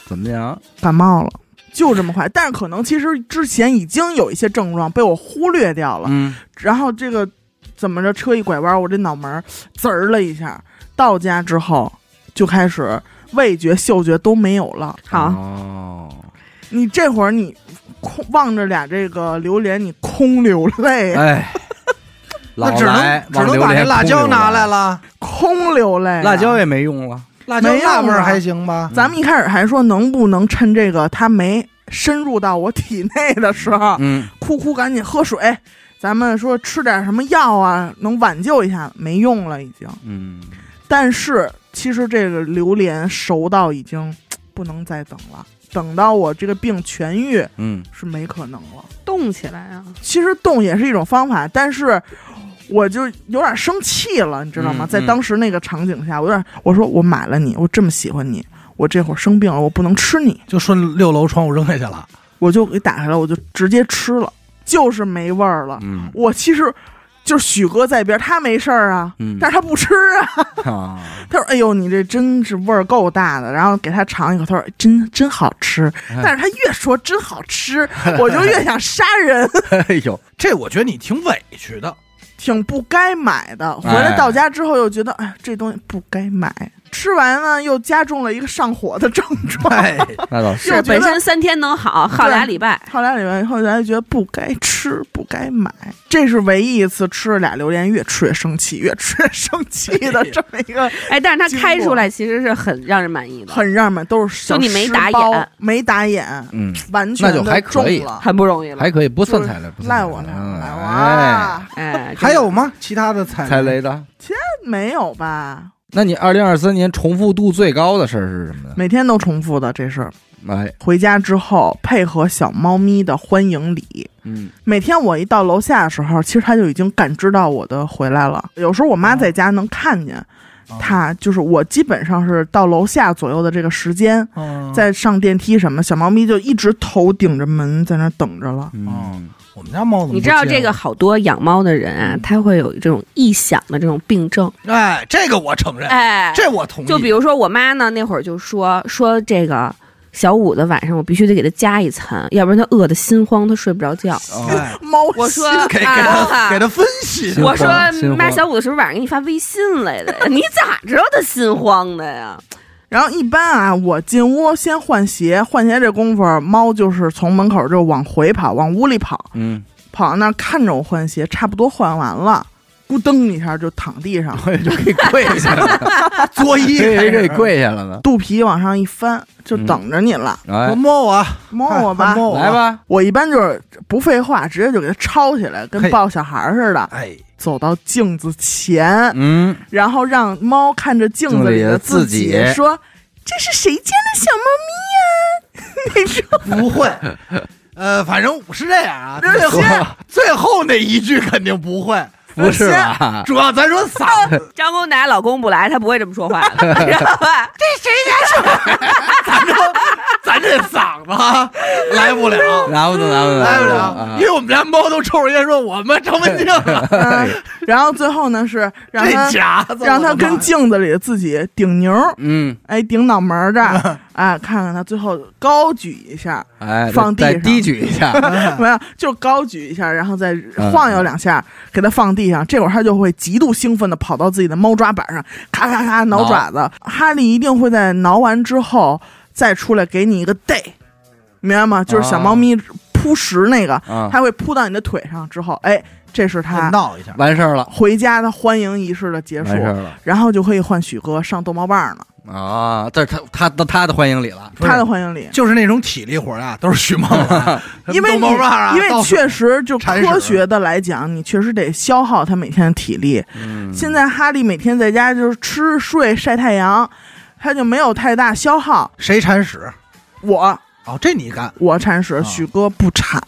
A: 怎么样？
C: 感冒了，就这么快。但是可能其实之前已经有一些症状被我忽略掉了，
A: 嗯
C: 然后这个怎么着，车一拐弯，我这脑门儿滋儿了一下。到家之后就开始味觉、嗅觉都没有了。
D: 好，
A: 哦，
C: 你这会儿你空望着俩这个榴莲，你空流泪，
A: [LAUGHS] 哎，老
B: 那只能
A: 来
B: 只能把这辣椒拿来，了，
C: 空空流泪啊、
A: 辣椒也没用了，
B: 辣椒
C: 没用
B: 辣味儿
C: 了
B: 还行吧？
C: 咱们一开始还说能不能趁这个它没深入到我体内的时候，
A: 嗯，
C: 哭哭赶紧喝水。咱们说吃点什么药啊，能挽救一下，没用了已经。
A: 嗯，
C: 但是其实这个榴莲熟到已经不能再等了，等到我这个病痊愈
A: 嗯，
C: 是没可能了。
D: 动起来啊！
C: 其实冻也是一种方法，但是我就有点生气了，你知道吗？
A: 嗯
C: 在当时那个场景下，我有点我说我买了你，我这么喜欢你，我这会儿生病了，我不能吃你，
B: 就顺六楼窗户扔下去了。
C: 我就给打开了，我就直接吃了，就是没味儿了。
A: 嗯，
C: 我其实就是许哥在边，他没事儿啊，
A: 嗯
C: 但是他不吃啊。
A: 啊， [LAUGHS]
C: 他说：“哎呦，你这真是味儿够大的。”然后给他尝一口，他说：“真真好吃。”
A: 哎
C: 但是他越说真好吃，我就越想杀人， [LAUGHS]
A: 哎呦，
B: 这我觉得你挺委屈的，
C: 挺不该买的。回
A: 哎
C: 来到家之后又觉得，哎，这东西不该买。吃完呢，又加重了一个上火的症
B: [LAUGHS]
C: 状。[LAUGHS]
B: 哎，
A: 那倒
C: 又
D: 是
C: 觉得
D: 本身三天能好，耗俩礼拜。
C: 后来里面以后，咱就觉得不该吃，不该买。这是唯一一次吃了俩榴莲，越吃越生气，越吃越生气的这么一个，
D: [LAUGHS] 哎，但是它
C: 经
D: 开
C: 过
D: 出来其实是很让人满意的，
C: 很让人都是小
D: 就你没
C: 石
D: 打
C: 包
D: 眼，
C: 没打眼，
A: 嗯，
C: 完全
A: 那就
C: 的
A: 还可以
C: 中了。
D: 很不容易了。
A: 还可以，不算
C: 就是
A: 踩雷，不算
C: 赖
A: 踩
C: 我
A: 雷
C: 呢，
A: 嗯
C: 赖我
A: 哎，
C: 啊！
D: 哎，
B: 还有吗？其他的菜
A: 踩雷的。
C: 没有吧？
A: 那你二零二三年重复度最高的事儿是什么呢？
C: 每天都重复的这事儿。
A: 哎，
C: 回家之后，配合小猫咪的欢迎礼。
A: 嗯
C: 每天我一到楼下的时候，其实它就已经感知到我的回来了。有时候我
A: 哦
C: 妈在家能看见
B: 啊
C: 它，就是我基本上是到楼下左右的这个时间，
B: 嗯
C: 在上电梯什么，小猫咪就一直头顶着门在那儿等着了。
A: 嗯，
B: 我们家猫怎么
D: 你
B: 不
D: 知道
B: 接
D: 这个
B: 我？
D: 好多养猫的人啊，他会有这种臆想的这种病症。
B: 哎，这个我承认，
D: 哎，
B: 这我同意。
D: 就比如说我妈呢，那会儿就说说这个小五的晚上我必须得给他加一餐，要不然他饿得心慌，他睡不着觉。
C: 哦
B: 哎，
C: 猫
D: 我说
C: 心
B: 给给
D: 啊
B: 他给他分析
A: 心，
D: 我
B: [LAUGHS]
D: 说
A: 慌心
D: 妈，
A: 慌
D: 小五的时候晚上给你发微信来的，你咋知道他心慌的呀？
C: 然后一般啊，我进屋先换鞋，换鞋这功夫，猫就是从门口就往回跑，往屋里跑，
A: 嗯，
C: 跑到那儿看着我换鞋，差不多换完了，咕噔一下就躺地上， [LAUGHS]
A: 我也哎就给跪下了，
B: 作揖
A: 给
B: 开
A: 给
B: 始
A: 跪下了呢。
C: 肚皮往上一翻，就等着你了，
A: 哎
B: 我，摸我，
C: 摸我
B: 快。
C: 吧
B: 摸我
A: 来。吧，
C: 我一般就是不废话，直接就给它抄起来，跟
B: 嘿
C: 抱小孩似的，
B: [LAUGHS] 哎，
C: 走到镜子前，
A: 嗯，
C: 然后让猫看着镜子里的自
A: 镜子里的自己
C: 说：“这是谁家的小猫咪呀、那 [LAUGHS] 种。
B: 不会。呃，反正 [LAUGHS] 是啊这样啊，
C: 这
B: 最后
A: 说
B: 最后那一句肯定不会，
A: 不是吧？
B: 主要咱说
D: [LAUGHS]
B: 嗓子，
D: 张公奶老公不来，他不会这么说话的，知道吧？
B: 咱这嗓子 [LAUGHS] 啊来不了，
A: 拿不动，拿不动，
B: 来不
A: 啊
B: 了，因为我们家猫都抽着烟说我们张文静 [LAUGHS] 了，
C: 嗯，然后最后呢是让它
B: 这夹子，
C: 让它
B: 我的妈
C: 跟镜子里的自己顶牛，
A: 嗯，
C: 哎，顶脑门儿这儿，哎，看看它最后高举一下，
A: 哎，
C: 放地
A: 再
C: 上
A: 低举一下，
C: [LAUGHS] 没有，就高举一下，然后再晃悠两下，给它放地上。这会儿它就会极度兴奋的跑到自己的猫抓板上，咔咔咔挠爪子。哈利一定会在挠完之后再出来给你一个 day，明白吗？就是小
A: 啊
C: 猫咪扑食那个，
A: 啊，
C: 它会扑到你的腿上之后，哎，这是它
B: 闹一下，
A: 完事儿了，
C: 回家的欢迎仪式的结束
A: 完。事儿了
C: 然后就可以换许哥上逗猫棒了，
A: 啊！这是他他的他的欢迎礼了，
B: 不是
C: 他的欢迎礼，
B: 就是那种体力活啊，都是许梦啊，
C: [LAUGHS] 因为
B: 逗
C: 你
B: 猫棒啊，
C: 因为
B: 到处
C: 确实就
B: 铲屎
C: 科学的来讲，你确实得消耗他每天的体力。
A: 嗯，
C: 现在哈利每天在家就是吃睡晒太阳，他就没有太大消耗。
B: 谁铲屎？
C: 我
B: 哦，这你干？
C: 我铲
A: 啊
C: 屎，许哥不铲，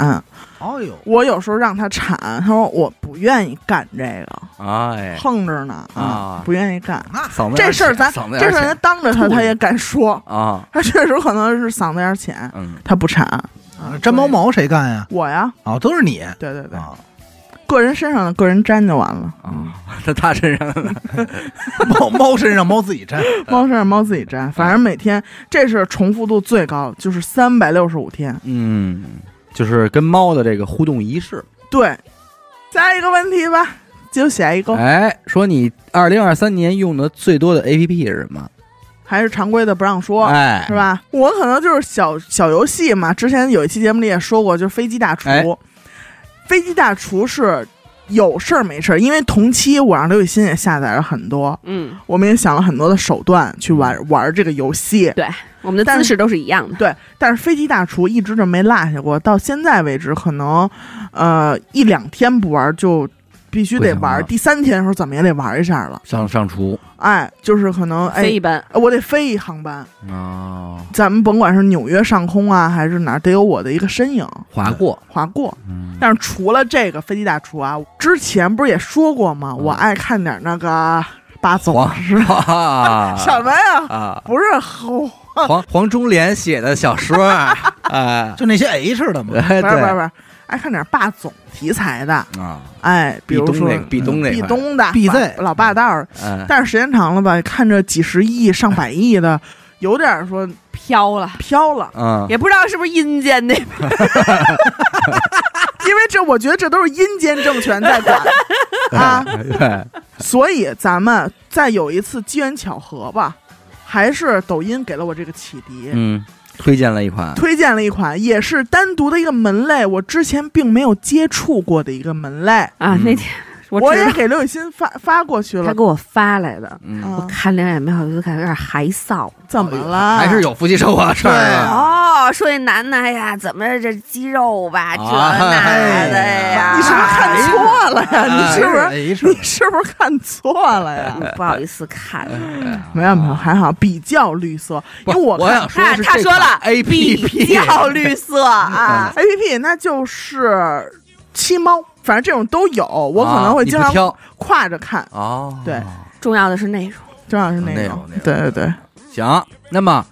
B: 哦呦，
C: 我有时候让他铲，他说我不愿意干这个，
A: 哎，
C: 横着呢
A: 啊
C: 不愿意干。
B: 那
A: 嗓子有点
C: 这事儿咱
A: 浅嗓子有
C: 这
A: 点
C: 事儿咱
A: 浅
C: 当着他
A: 吐
C: 他也敢说，
A: 啊，
C: 他确实可能是嗓子有点浅，
A: 嗯，
C: 他不铲。啊
B: 粘毛，毛谁干呀？
C: 对我呀，
B: 哦，都是你 [LAUGHS]
C: 对对对，
B: 啊，
C: 个人身上的个人粘就完了。
A: 啊，在他身上呢，
B: 猫猫身上猫自己粘，
C: 猫是让猫自己粘，反正每天这是重复度最高，就是三百六十五天。
A: 嗯，就是跟猫的这个互动仪式。
C: 对，下一个问题吧，就下一个，
A: 哎，说你二零二三年用的最多的 A P P 是什么？
C: 还是常规的不让说。
A: 哎，
C: 是？吧？我可能就是小小游戏嘛。之前有一期节目里也说过，就是飞机大厨。
A: 哎
C: 飞机大厨是有事儿没事儿，因为同期我让刘雨欣也下载了很多，
D: 嗯，
C: 我们也想了很多的手段去玩玩这个游戏。
D: 对，我们的
C: 但
D: 姿
C: 是
D: 势都是一样的。
C: 对，但是飞机大厨一直就没落下过，到现在为止，可能呃一两天不玩就必须得
A: 不行
C: 玩
A: 了，
C: 第三天的时候怎么也得玩一下了。
A: 上上厨
C: 哎，就是可能
D: 非
C: 哎
D: 一，般，
C: 我得飞一航班，
A: 啊，
C: 咱们甭管是纽约上空啊，还是哪儿，得有我的一个身影
A: 划过，
C: 划过。
A: 嗯，
C: 但是除了这个飞机大厨啊，之前不是也说过吗？
A: 嗯
C: 我爱看点那个八
A: [LAUGHS]
C: 总
A: 黄
C: 是吧？ [LAUGHS]
A: 啊
C: 什么呀？ [LAUGHS]
A: 啊，
C: 不是哦吼，
A: 黄黄忠廉写的小说
C: [LAUGHS]
A: 啊，哎，
B: 就那些 H 的嘛，
C: 不是不是
A: 对
C: 不是，爱看点霸总题材的，
A: 啊，
C: [LAUGHS] 哎，比
A: 壁
C: 如
A: 咚
C: 说
A: 那个壁咚那
C: 壁
A: 块，
C: 咚的、
B: 壁
C: 霸
B: 贼
C: 老霸道儿。
A: 嗯，
C: 但是时间长了吧，看着几十亿、上百亿
A: [LAUGHS]
C: 的，有点儿说
D: 飘了，
C: 飘了。
A: 嗯，
D: 也不知道是不是阴间那
C: 因为这，我觉得这都是阴间政权在
A: [LAUGHS]
C: 管啊，
A: 对，
C: 所以咱们再有一次机缘巧合吧，还是抖音给了我这个启迪，
A: 嗯，推荐了一款，
C: 推荐了一款也是单独的一个门类，我之前并没有接触过的一个门类，
D: 啊，
A: 嗯
D: 那天 [LAUGHS] 我
C: 我
D: 知
C: 也
D: 道
C: 给刘雨欣发发过去
D: 他
C: 了
D: 给。我发来的，
A: 嗯，
C: 啊，
D: 看两眼没好意思看，有点害臊。
C: 怎么了？
A: 还是有夫妻生活的事儿啊，
D: 哦，说那男的，哎呀，怎么这肌肉吧，这
A: 啊哎
D: 那的呀，
C: 你是不是看错了呀？啊
B: 哎
C: 你是不是？
B: H？
C: 你是不是看错了
D: [LAUGHS]
C: 呀？
D: 不好意思看。
C: 没有没有，还好比较绿色，
A: 不
C: 因为
A: 是
C: 我
A: 我
C: 看
A: 想哎说的是
D: 他
A: 这
D: 说了
A: 款 A P
D: 比
A: P 嗯
D: 较绿色啊，
C: A P P 那就是七猫，反正这种都有，啊我可能会经常
A: 啊挑
C: 跨着看，
A: 哦，
C: 对
D: 重要的是内容。
C: 正好是
A: 内
C: 种
A: 容内容。
C: 对对对，
A: 行，那么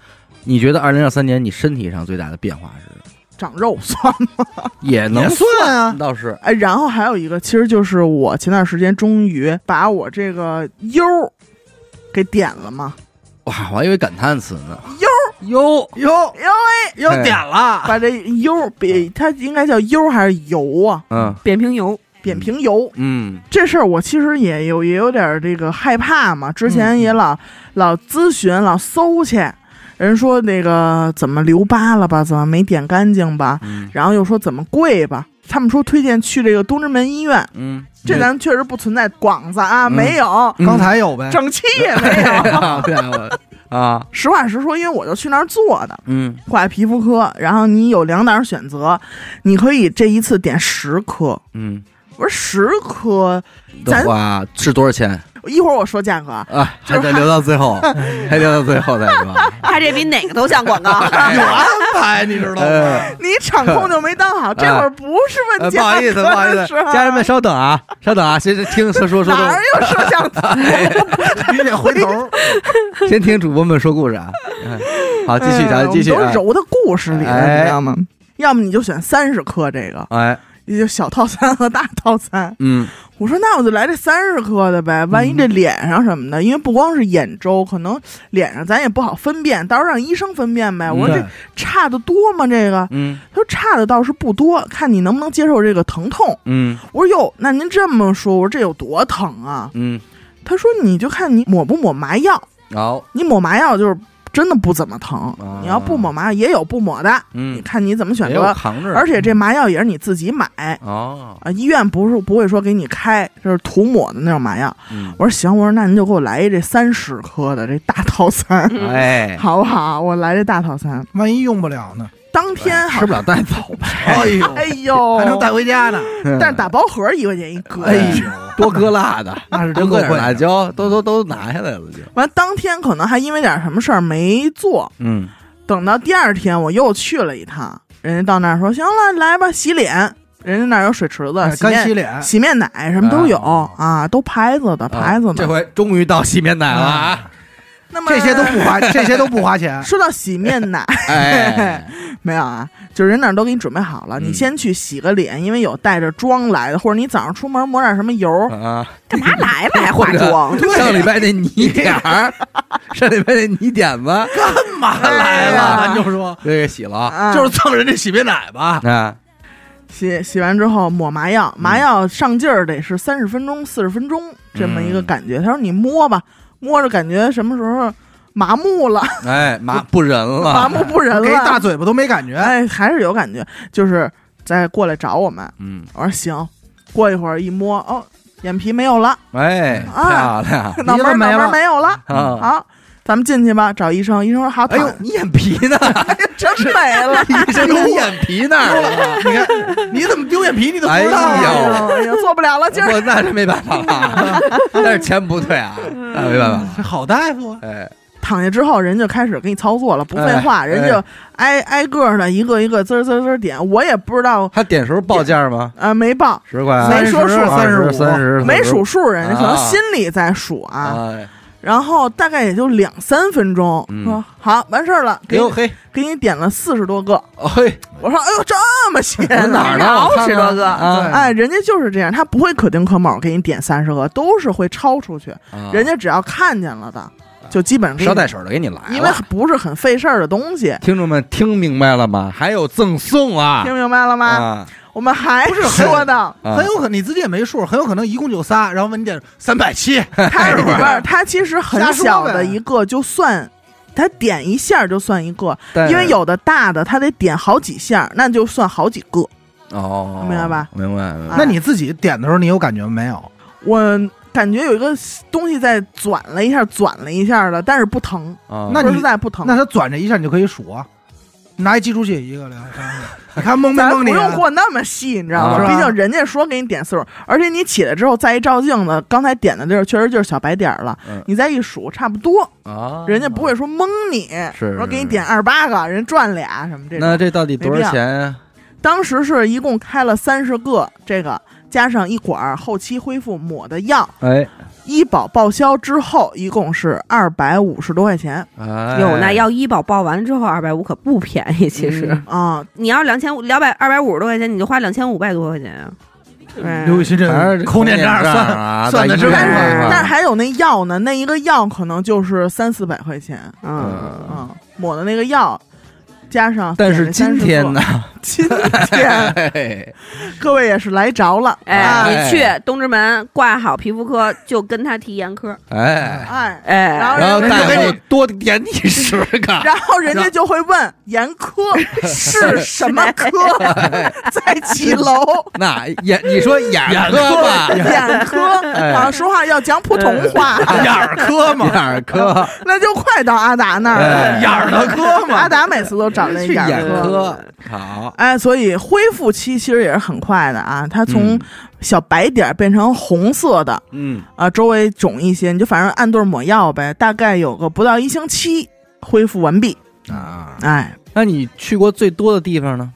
A: 你觉得二零二三年你身体上最大的变化是什么？
C: 长肉算吗？
A: 也能
B: 也算啊
A: 倒是
C: 哎，然后还有一个，其实就是我前段时间终于把我这个优儿给点了嘛，
A: 哇，我还以为感叹词呢。哟哟，
B: 哟
C: 哟哎，
B: 又点了，
C: 把这优儿比它应该叫优儿还是油啊？
A: 嗯
D: 扁平疣，
C: 扁平油，
A: 嗯
C: 这事儿我其实也有也有点儿这个害怕嘛，之前
A: 嗯
C: 也老、老咨询、老搜去，人说那个怎么留疤了吧，怎么没点干净吧，
A: 嗯
C: 然后又说怎么贵吧，他们说推荐去这个东直门医院，
A: 嗯，
C: 这咱们确实不存在广子啊，
A: 嗯
C: 没有，
A: 嗯
B: 刚才有呗，
C: 整期也
A: [LAUGHS]
C: 没有。
A: 啊对啊我啊
C: 实话实说，因为我就去那儿做的，
A: 嗯
C: 挂皮肤科，然后你有两档选择，你可以这一次点十颗，
A: 嗯，
C: 我说十颗，
A: 的话是多少钱
C: 一会儿我说价格啊，
A: 啊？还得留到最
C: [LAUGHS]
A: 后，还留到最后再说。
D: 他这比哪个都像广
A: [LAUGHS]
D: 告。
B: 哎有安排，你知道吗
A: 哎？
C: 你场控就没当
A: [LAUGHS]
C: 好，这会儿不是
A: 呃
C: 问
A: 不
C: 价格、
A: 好意思，不好意思，家人们，稍等啊，稍等啊，先先听说说说
C: 哪儿有摄像头？啊
B: [LAUGHS] 必须得回头。
A: 先听主播们说故事啊。嗯好，继续，
C: 哎
A: 咱
C: 呀
A: 继续
C: 我
A: [LAUGHS]
C: 们
A: 啊
C: 都。揉到故事里了，
A: 哎
C: 你知道吗？要么你就选三十克这个，
A: 哎，
C: 也就小套餐和大套餐。 [LAUGHS]
A: 嗯
C: 我说那我就来这三十克的呗，万一这脸上什么的，因为不光是眼周，可能脸上咱也不好分辨，到时候让医生分辨呗。我说
A: 嗯对
C: 这差的多吗？这个
A: 嗯
C: 他说差的倒是不多，看你能不能接受这个疼痛。
A: 嗯
C: 我说哟，那您这么说，我说这有多疼啊？
A: 嗯，
C: 他说你就看你抹不抹麻药，
A: 好，
C: 你抹麻药就是真的不怎么疼，
A: 啊
C: 你要不抹麻药也有不抹的，你
A: 嗯，
C: 看你怎么选
A: 也有啊
C: 择。
A: 扛着，
C: 而且这麻药也是你自己买
A: 哦，
C: 啊，医院不是不会说给你开，就是涂抹的那种麻药。
A: 嗯，
C: 我说行，我说那您就给我来一这三十颗的这大
A: [LAUGHS]
C: 套餐，
A: 哎，
C: 好不好？我来这大套餐，
B: 万一用不了呢？
C: 当天好
A: 哎吃不。了带走呗，
B: 哎呦，
C: 哎呦
B: 还，能带回家呢。
C: [LAUGHS] 但是打包盒一块钱一个。
A: 哎呦，多搁辣的，
B: 那是
A: 多
B: 真
A: 搁
B: 够
A: 点
B: 贵
A: 辣
B: 的。
A: 椒，都都都拿下来了就，
C: 完当天可能还因为点什么事儿没做，
A: 嗯
C: 等到第二天我又去了一趟，人家到那儿说行了，来吧，洗脸。人家那儿有水池子，
B: 哎
C: 洗面
B: 干洗脸，
C: 洗面奶什么都有啊，都牌子的牌子
A: 啊
C: 的。
A: 这回终于到洗面奶了啊，
C: 那么
B: 这些都不花，这些都不花钱。
C: 说到洗面奶 [LAUGHS]
A: 哎，
C: 没有啊，就是人那儿都给你准备好了，
A: 嗯
C: 你先去洗个脸，因为有带着妆来的，或者你早上出门抹点什么油，
A: 啊，
D: [LAUGHS] 干嘛来吧
A: [LAUGHS]
D: 还
A: 或
D: 化
A: 者
D: 妆？
A: 上礼拜那泥点儿，上礼拜那泥点子，
B: 干嘛
C: 来了
B: 咱就说，
A: 这给洗了啊，
C: 啊
B: 就是蹭人家洗面奶吧。
A: 啊，
C: 洗洗完之后抹麻药，
B: 嗯
C: 麻药上劲儿得是三十分钟、四十分钟这么一个感觉。他说你摸吧，摸着感觉什么时候麻木了，
A: 哎，麻不仁
C: 麻
A: 了，
C: 木不仁
B: 啊给一大
C: 了，哎
B: 嘴巴都没感觉，
C: 哎，还是有感觉，就是再过来找我们。
A: 嗯
C: 我说行，过一会儿一摸，哦，眼皮没有了，
A: 哎，漂
C: 啊
A: 亮
C: 脑门儿
B: 没
C: 脑门
B: 了
C: 儿没有了。
A: 啊！
C: 好，咱们进去吧，找医生。医生说好，
A: 哎
C: 躺
A: 呦，你眼皮呢？ [LAUGHS]
C: 真没 [LAUGHS] 了。
A: 医生你眼皮那儿了？啊
B: 你看，你怎么丢眼皮？你怎么不知道
A: 哎
B: 啊？
A: 呦
C: 哎呦，做不了了，今儿
A: 我那是没办法了，啊但是钱不退啊，那没办法。
B: 这好大夫啊，
A: 哎，
C: 躺下之后，人就开始给你操作了，不废话，
A: 哎
C: 人就挨挨个儿的一个一个滋儿滋儿滋儿点。我也不知道，
A: 他点时候报价吗？
C: 呃，没报，
A: 十块啊，
C: 没说数
A: 三
B: 35
A: 三十，
C: 没数数，人家可能
A: 啊
C: 心里在数啊。
A: 啊。哎
C: 然后大概也就两三分钟，
A: 嗯
C: 说好完事儿了，给
A: 呦
C: 你
A: 嘿，
C: 给你点了四十多个。
A: 嘿，
C: 我说，哎呦，这么些
A: 我
C: 呢
A: 哎哪儿呢？
D: 哪
A: 我看
D: 50
A: 看
D: 多个
A: 啊！
C: 哎，人家就是这样，他不会可丁可卯给你点三十个，都是会超出去。
A: 啊
C: 人家只要看见了的，就基本上给
A: 捎带
C: 你，
A: 手的给你来了。
C: 因为不是很费事儿的东西。
A: 听众们听明白了吗？还有赠送啊！
C: 听明白了吗？哎
A: 啊，
C: 我们还
B: 不是很
C: 说到
A: 啊
B: 很有可能你自己也没数，很有可能一共就仨，然后问你点三百七，
C: 它里边
B: 哎
C: 儿，它其实很
B: 瞎说
C: 小
B: 呗
C: 的一个，就算它点一下就算一个，
A: 但
C: 因为有的大的它得点好几下，那就算好几个。
A: 哦，
C: 明白吧？
A: 明白，明白
C: 啊
B: 那你自己点的时候，你有感觉没有？
C: 我感觉有一个东西在转了一下，转了一下的，但是不疼，
A: 啊
B: 那
C: 说
B: 你
C: 实在不疼。
B: 那他转这一下，你就可以数啊，拿一计数器，一个两个三个，你看蒙没
C: 咱
B: 蒙
C: 不
B: 你啊？
C: 用过那么细，你知道
A: 啊
C: 吗？
B: 是吧
C: 毕竟人家说给你点数，而且你起来之后再一照镜子，刚才点的地儿确实就是小白点儿了
A: 嗯。
C: 你再一数，差不多，
B: 嗯
A: 啊
C: 人家不会说蒙你，
A: 是
C: 说给你点二十八个，人赚俩什么这
A: 那
C: 种。
A: 这到底多
C: 没必
A: 少
C: 要
A: 钱啊呀？
C: 当时是一共开了三十个，这个加上一管儿后期恢复抹的药，
A: 哎，
C: 医保报销之后一共是二百五十多块钱
A: 哎
D: 有那要医保报完之后，二百五可不便宜。其实、
A: 嗯
C: 啊。
D: 你要两千五、两百、二百五十多块钱，你就花两千五百多块钱啊。
C: 嗯
D: 对
B: 刘雨欣
A: 还是
B: 这抠
A: 念
B: 念账算，
A: 啊，
B: 算
A: 在
B: 得
A: 医
B: 真
A: 院啊这
B: 是
C: 但
A: 块
C: 是
A: 儿
C: 但是还有那药呢，那一个药可能就是三四百块钱。
D: 嗯，
A: 嗯
C: 嗯，抹的那个药，加上
A: 但是今天呢，
C: 点的三 [LAUGHS] 十克，今
A: [LAUGHS]
C: 天
A: 哎
C: 各位也是来着了，
D: 哎，
C: 啊
A: 哎
D: 你去东直门挂好皮肤科，就跟他提眼科。
A: 哎，
C: 哎，然
D: 哎，
C: 后
A: 然后
C: 人
A: 大
C: 家就
A: 夫
C: 会，
A: 多点你十个，
C: [LAUGHS] 然后人家就会问眼科是什么科， [LAUGHS] 在几楼？
A: 那眼你说眼
B: 眼
A: 科
B: 科
A: 吧，
C: 眼科
A: 哎
C: 啊，说话要讲普通话， [LAUGHS]
B: 眼儿科嘛，
A: 眼科，
C: 那就快到阿达那儿
A: 哎
C: 了。
B: 眼儿的科嘛
C: 阿，达每次都找那
A: 去眼
C: 科。
A: 科，好，
C: 哎，所以恢复期其实也是很快的啊，它从
A: 嗯
C: 小白点儿变成红色的，
A: 嗯，
C: 啊，周围肿一些，你就反正按对儿抹药呗，大概有个不到一星期恢复完毕。
B: 啊，
C: 哎，
A: 那你去过最多的地方呢？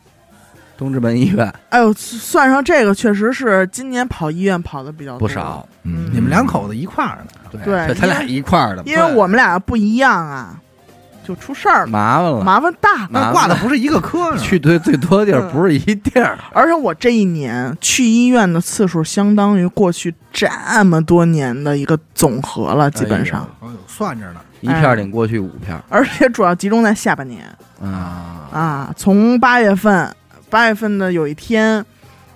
A: 东直门医院
C: 哎呦，算上这个，确实是今年跑医院跑的比较多
A: 不少，，
B: 嗯
C: 嗯
B: 你们两口子一块儿的，
C: 对
A: 这他俩一块儿的嘛，
C: 因为我们俩不一样啊，就出事儿了，
A: 麻烦了，
C: 麻烦大了。
A: 麻
B: 那
A: 烦
B: 挂的不是一个科，
A: 去的最多的地儿
C: 嗯
A: 不是一地儿，
C: 而且我这一年去医院的次数，相当于过去这么多年的一个总和了，基本上，嗯
B: 哎呦算着呢，
A: 一片儿顶过去五片儿
C: 而且主要集中在下半年
A: 啊，
C: 啊。从八月份，八月份的有一天，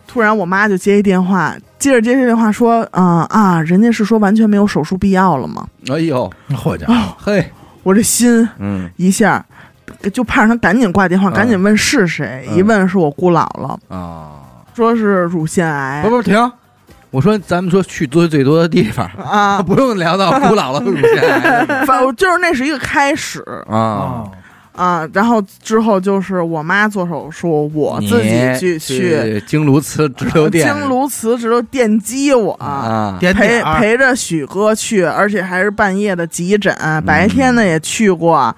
C: 突然我妈就接一电话，接着接这电话说，啊、啊，人家是说完全没有手术必要了吗？
A: 哎呦，
B: 好家伙，
C: 啊，
A: 嘿，
C: 我这心
A: 嗯
C: 一下就盼着她赶紧挂电话，
A: 嗯
C: 赶紧问是谁，
A: 嗯
C: 一问是我姑姥姥，
A: 啊，
C: 说是乳腺癌
A: 不不停，我说咱们说去最最多的地方，
C: 啊，
A: 不用聊到古老的乳腺
C: [LAUGHS]
A: 癌
C: 反正就是那是一个开始，
A: 啊，
B: 哦
C: 啊，然后之后就是我妈做手术，我自己去哦
A: 你
C: 去
A: 去经颅磁直流电
C: 经颅磁直流电击我，
A: 啊，
B: 点
C: 陪
B: 点儿
C: 陪着许哥去，而且还是半夜的急诊，
A: 嗯
C: 白天呢也去过，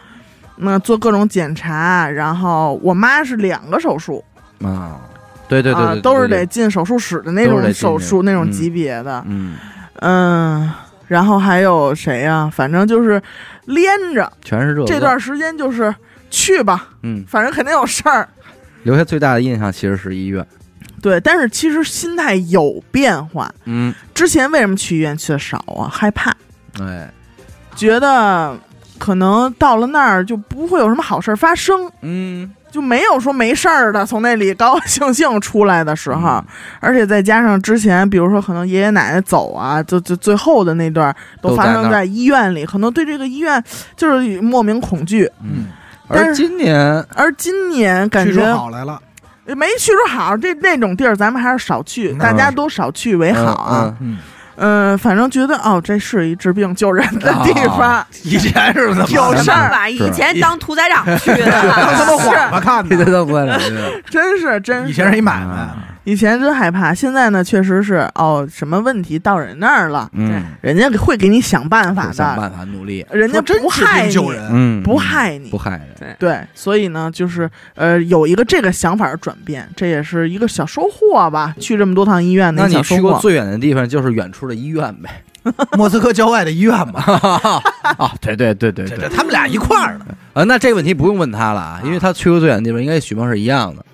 C: 那、做各种检查。然后我妈是两个手术
A: 啊，对对对
C: 啊
A: 对，，
C: 都是
A: 对
C: 得，进手术室的那
A: 都是得
C: 种
A: 进
C: 手术
A: 那
C: 那
A: 种
C: 种级别的，
A: 嗯，
C: 嗯。然后还有谁呀、反正就是连着
A: 全是这个
C: 这段时间，就是去吧，
A: 嗯，
C: 反正肯定有事儿。
A: 留下最大的印象其实是医院，
C: 对，但是其实心态有变化。
A: 嗯，
C: 之前为什么去医院去的少啊？害怕，
A: 哎，
C: 觉得可能到了那儿就不会有什么好事儿发生，
A: 嗯，
C: 就没有说没事儿的从那里高高兴兴出来的时候。
A: 嗯
C: 而且再加上之前，比如说可能爷爷奶奶走啊，就就最后的那段儿
A: 都
C: 都
A: 在
C: 发
A: 那
C: 生
A: 儿
C: 在医院里，可能对这个医院就是莫名恐惧。
A: 嗯，
C: 但
A: 而
C: 是
A: 今年
C: 而今年感
B: 据说
C: 觉
B: 好来了，
C: 没去说好，这那种地儿咱们还是少去，大家都少去为好啊。
A: [LAUGHS] 嗯，
C: [LAUGHS]
B: 嗯，
C: 嗯，反正觉得哦，这是一治病救人的地方， [LAUGHS]
B: 以前是怎么
C: 有
A: [LAUGHS]
C: 事儿
D: 吧？以前
B: 是
D: 当屠宰场 [LAUGHS] 去的，
B: 当他妈
C: 是啊
B: 幌子看
A: 这
B: 的，
A: 都都过来了，
C: 真是真是。
B: 以前是一买
C: 嗯
B: 卖，啊
C: 以前真害怕，现在呢，确实是哦，什么问题到人那儿了，
A: 嗯，
C: 人家会给你想办法
A: 想
C: 的，
A: 办法努力，
C: 人家
B: 说真
C: 不
B: 治
C: 害
B: 病
C: 你，
B: 救人，
A: 嗯，
C: 不害你
A: 不害人，
C: 对，所以呢，就是呃，有一个这个想法的转变，这也是一个小收获吧。去这么多趟医院的
A: 那
C: 一
A: 你
C: 小收
A: 去过
C: 获，
A: 最远的地方就是远处的医院呗？
B: 莫斯科郊外的医院 [LAUGHS] 嘛，
A: 啊，对对对对
B: 这
A: 对
B: 这，他们俩一块儿的，
A: 啊，那这个问题不用问他了啊，因为他去过最远的地方，应该许梦是一样的。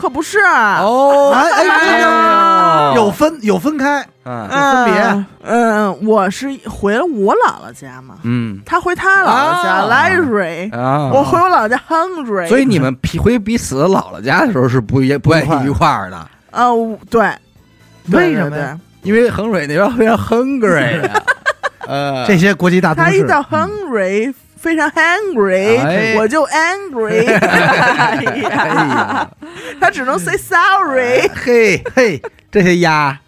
C: 可不是啊，
A: 哦
B: 哎哎哎
A: 哎
B: 有分有分开，
A: 嗯
C: 哦嗯
B: 有分
C: 嗯，我是回了我姥姥家嘛，
A: 嗯
C: 他回他姥姥家
A: 啊
C: Larry，
A: 啊，
C: 我回我姥姥家 Hungry，
A: 所以你们彼回彼此姥姥家的时候是不一不愿意一块儿的，
C: 呃，我对，
B: 为什么
C: 对？对
B: 呀
C: 对
A: 因为衡水那边非常 hungry 啊。呃，
B: [LAUGHS] 这些国际大都
C: 他一
B: 市，
C: 到 hungry，非常 hungry，、
A: 哎
C: 我就 angry，哎
A: 哎
C: 呀
A: 呀，哎
C: 他只能 say sorry。
A: 嘿嘿，这些鸭，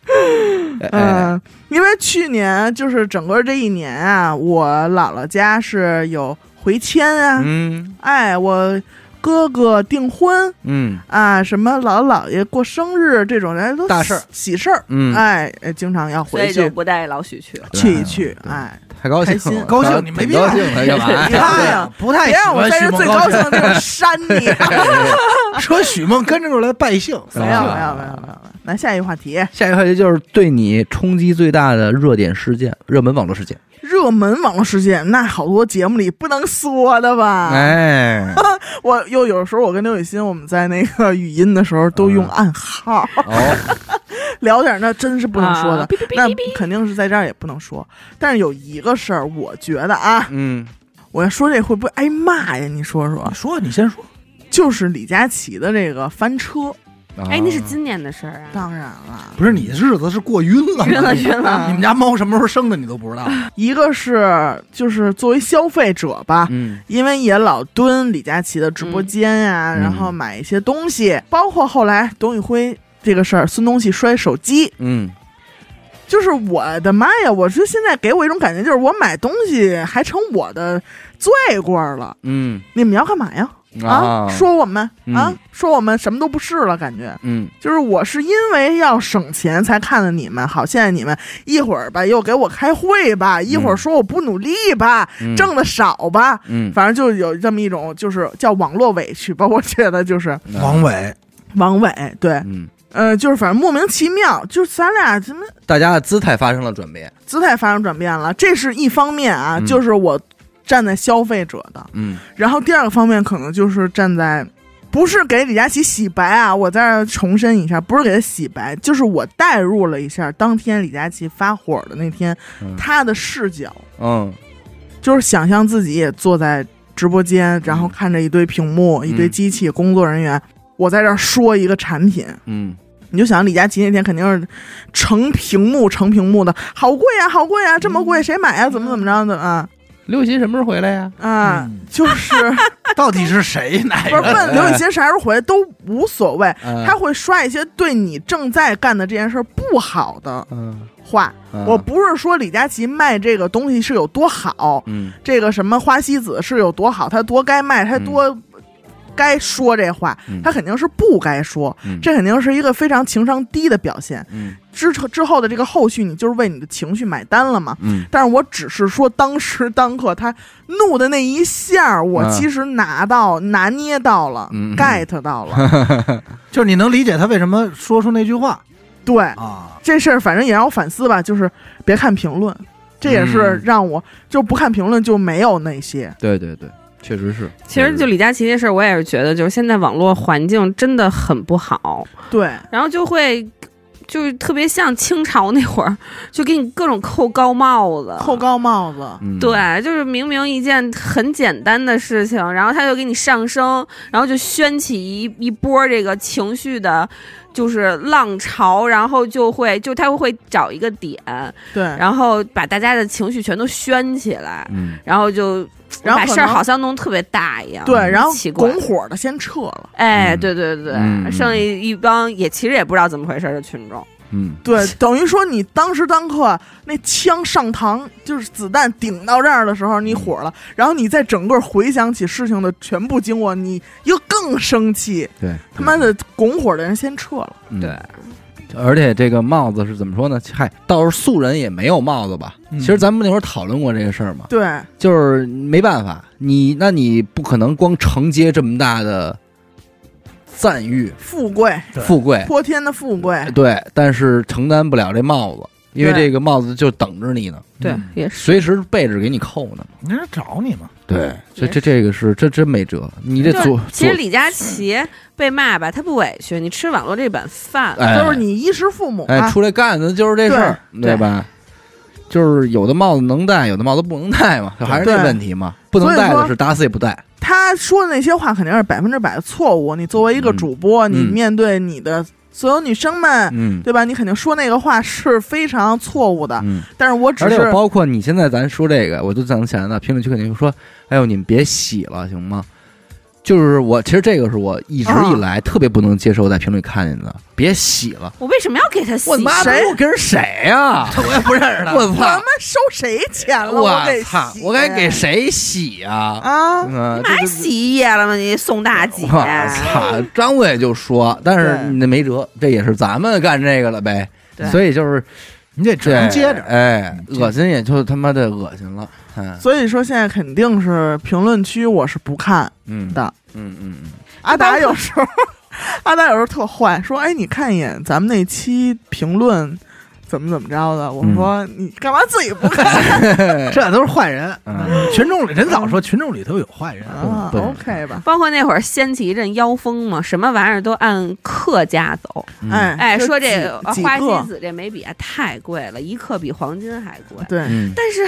A: 哎哎
C: 嗯，因为去年就是整个这一年啊，我姥姥家是有回迁啊，
A: 嗯
C: 哎，我哥哥订婚
A: 嗯
C: 啊，什么姥姥姥爷过生日这种人都
A: 大事儿
C: 喜事儿，
A: 嗯，
C: 哎，哎经常要
D: 所
C: 回
D: 以就
C: 去
D: 不带老许去了。
C: 去一去，
A: 对
C: 哎，
A: 太高
C: 开
A: 兴
C: 心
A: 了，
B: 高兴你没必
A: 挺
B: 要
A: 高兴的干嘛
C: 对
B: [LAUGHS]
A: 呀？
B: 他呀不太
C: 别
B: 喜
C: 让我
B: 欢
C: 在
B: 许
C: 这
B: 梦
C: 最
B: 高
C: 高
B: 兴
C: 兴，的地方扇你。
B: 说许梦跟着过来拜
C: [LAUGHS]
B: 兴，
C: 没有没有没有没有，来下一个话题，
A: 下一个话题就是对你冲击最大的热点事件、热门网络事件。
C: 热门网络事件，那好多节目里不能说的吧？
A: 哎，
C: 我又有时候我跟刘雨欣我们在那个语音的时候都用暗号、
A: 哦，
C: 聊点，那真是不能说的。
D: 啊哔哔哔
C: 那
D: 哔哔
C: 肯定是在这儿也不能说，但是有一个事儿，我觉得啊，
A: 嗯，
C: 我要说这会不会挨骂呀？你说说
B: 你，说你先说，
C: 就是李佳琦的这个翻车，
D: 哎，那是
A: 哦
D: 今年的事儿啊，
C: 当然了，
B: 不是你日子是过晕了吗，
D: 晕了晕了
B: 你们家猫什么时候生的你都不知道，
C: 一个是就是作为消费者吧，
A: 嗯
C: 因为也老蹲李佳琦的直播间呀、
A: 嗯
C: 然后买一些东西，包括后来董宇辉这个事儿，孙东旭摔手机，
A: 嗯
C: 就是我的妈呀！我是现在给我一种感觉，就是我买东西还成我的罪过了。
A: 嗯
C: 你们要干嘛呀？啊，说我们、啊
A: 嗯，
C: 说我们什么都不是了，感觉
A: 嗯
C: 就是我是因为要省钱才看了你们。好，现在你们一会儿吧又给我开会吧，一会儿说我不努力吧，
A: 嗯
C: 挣的少吧，
A: 嗯
C: 反正就有这么一种，就是叫网络委屈吧。我 [LAUGHS] 觉得就是
B: 王伟
C: 王伟，对，
A: 嗯，
C: 呃，就是反正莫名其妙，就是咱俩怎么
A: 大家的姿态发生了转变。
C: 姿态发生转变了，这是一方面啊，
A: 嗯
C: 就是我站在消费者的，
A: 嗯
C: 然后第二个方面可能就是站在。不是给李佳琦洗白啊！我再重申一下，不是给他洗白，就是我代入了一下当天李佳琦发火的那天，
A: 嗯
C: 他的视角，
A: 嗯
C: 就是想象自己也坐在直播间，然后看着一堆屏幕、一堆机器、工作人员，我在这儿说一个产品，
A: 嗯
C: 你就想李佳琦那天肯定是成屏幕、成屏幕的，好贵啊，好贵啊，这么贵谁买啊？怎么怎么着的啊
A: 刘雨欣什么时候回来呀？
C: 啊
B: 嗯，
C: 就是
B: 到底是谁？哪
C: 啊不是
B: 个？
C: 问刘雨欣啥时候回来都无所谓，他
B: 嗯
A: 他
C: 会刷一些对你正在干的这件事儿不好的
A: 嗯，
C: 话。我不是说李佳琦卖这个东西是有多好，
A: 嗯
C: 这个什么花西子是有多好，他多该卖，他多该说这话，
A: 嗯
C: 他肯定是不该说，
A: 嗯
C: 这肯定是一个非常情商低的表现。
A: 嗯
C: 之之后的这个后续，你就是为你的情绪买单了嘛？
A: 嗯
C: 但是我只是说当时当刻他怒的那一下儿，我
A: 嗯
C: 其实拿到、拿捏到了、
A: 嗯
C: get
A: [LAUGHS]
C: 到了，
B: 就是你能理解他为什么说出那句话
C: 对。
A: 嗯
B: 啊？
C: 这事儿反正也让我反思吧，就是别看评论，这也是
A: 嗯
C: 让我、就不看评论就没有那些。
A: 对对对，确实是。
D: 其实就李佳琦这事儿，我也是觉得，就是现在网络环境真的很不好，
C: 对，
D: 然后就会就是特别像清朝那会儿， [LAUGHS] 就给你各种扣高帽子，
C: 扣。高帽子，
A: 嗯
D: 对，就是明明一件很简单的事情，然后他就给你上升，然后就掀起一一波这个情绪的就是浪潮，然后就会就他会找一个点，
C: 对，
D: 然后把大家的情绪全都宣起来，
A: 嗯，
D: 然后就
C: 然后
D: 把
C: 可
D: 事儿
C: 能
D: 好像弄特别大一样。
C: 对，然后
D: 奇怪
C: 拱火的先撤了。
D: 哎，
A: 嗯
D: 对对对，
A: 嗯
D: 剩下一帮也其实也不知道怎么回事儿的群众，
A: 嗯，
C: [LAUGHS] 对， [LAUGHS] 等于说你当时当刻那枪上膛，就是子弹顶到这儿的时候，你火了，然后你再整个回想起事情的全部经过，你又更生气。
A: 嗯对，
C: 他妈的，拱火的人先撤了。
A: 嗯
D: 对。
A: 而且这个帽子是怎么说呢？嗨，倒是素人也没有帽子吧？
B: 嗯
A: 其实咱们那会儿讨论过这个事儿嘛，
C: 对，
A: 就是没办法，你那你不可能光承接这么大的赞誉、
C: 富贵，
B: 对
A: 富贵，
C: 泼天的富贵， [LAUGHS]
A: 对，但是承担不了这帽子，因为
C: 对
A: 这个帽子就等着你呢，
D: 对
B: 嗯，
D: 也是。
A: 随时备着给你扣呢。
B: 人家找你嘛，
A: 对，这
D: 也
A: 这这个是这真没辙，你这
D: 就是
A: 左
D: 其实
A: 左
D: 李佳琦被骂吧，他不委屈，你吃网络这碗饭，
A: 哎，
C: 啊就是你啊衣食父母
A: 哎
C: 嘛。
A: 出来干的就是这事儿，对
D: 对
A: 吧？就是有的帽子能戴，有的帽子不能戴嘛，还是这
C: 对
A: 问题嘛。不能
C: 所以
A: 戴的
C: 说
A: 是打死也不戴。
C: 他说的那些话肯定是百分之百的错误。你作为一个
A: 嗯
C: 主播，你
A: 嗯
C: 面对你的所有女生们，
A: 嗯
C: 哎对吧？你肯定说那个话是非常错误的。
A: 嗯，
C: 但是我只
A: 而且
C: 是
A: 包括你现在咱说这个，我就想起来了，评论区肯定就说：“哎呦，你们别洗了，行吗？”就是我，其实这个是我一直以来特别不能接受在评论里看见的，别洗了。
D: 我为什么要给他洗？
A: 我妈的
C: 谁，
A: 我跟人谁呀、
B: 我也不认识
A: [LAUGHS] 我
C: 我他
A: 操
C: 妈！收谁钱了？
A: 我
C: 给
A: 操！
C: 洗
A: 我该给谁洗呀、
C: 啊！
A: 嗯，
D: 你妈还洗一夜了吗？你宋大姐，啊
A: 我操！张伟就说，但是
C: 对
A: 那没辙，这也是咱们干这个了呗
D: 对。
A: 所以就是
B: 你得只
A: 这
B: 能接着。
A: 哎，
B: 嗯
A: 恶心也就他妈的恶心了。嗯
C: 所以说现在肯定是评论区我是不看。
A: 嗯
C: 的
A: 嗯嗯嗯，
C: 阿达有时候， [LAUGHS] 阿达有时候特坏，说：“哎，你看一眼咱们那期评论。”怎么怎么着的？
A: 嗯
C: 我说你干嘛自己不看
B: 这都是坏人
A: 哎嗯，
B: 群众里人早说群众里头有坏人，
C: 啊
A: [LAUGHS] 对
C: ？OK 吧？
D: 包括那会儿掀起一阵妖风嘛，什么玩意儿都按克价走。
A: 嗯
C: 哎
D: 哎，
C: 就
D: 说这
C: 几
D: 个
C: 几
D: 花
C: 个
D: 西子这眉笔啊太贵了，一克比黄金还贵。
C: 对
A: 嗯
D: 但是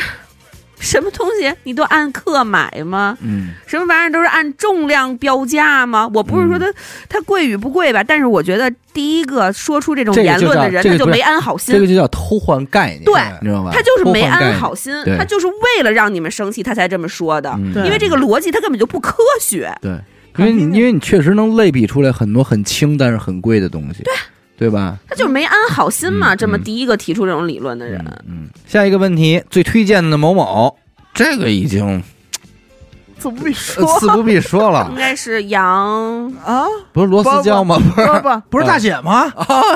D: 什么东西你都按克买吗？
A: 嗯
D: 什么玩意儿都是按重量标价吗？我不是说它、
A: 嗯
D: 它贵与不贵吧，但是我觉得第一个说出这种
A: 这个
D: 言
A: 就
D: 论的
A: 叫
D: 人，
A: 这个
D: 他
A: 就
D: 就没
A: 叫
D: 安好心。
A: 这个就叫偷换概念，
D: 对
A: 你知道吧？
D: 他就是没
A: 偷换概
D: 安
A: 念
D: 好心
A: 对，
D: 他就是为了让你们生气，他才这么说的。
A: 嗯
C: 对
D: 因为这个逻辑，他根本就不科学。
A: 对，因为你因为你确实能类比出来很多很轻但是很贵的东西，对对吧？
D: 他就是没安好心嘛，
A: 嗯
D: 这么
A: 嗯
D: 第一个提出这种理论的人，
A: 嗯，嗯下一个问题，最推荐的某某，这个已经
C: 自不必
A: 呃
C: 说
A: 自不必说了
D: 应，该是杨呃
C: 啊？
A: 不是螺丝胶吗？呃 [LAUGHS] 不是，
C: 不
B: 不是大姐吗？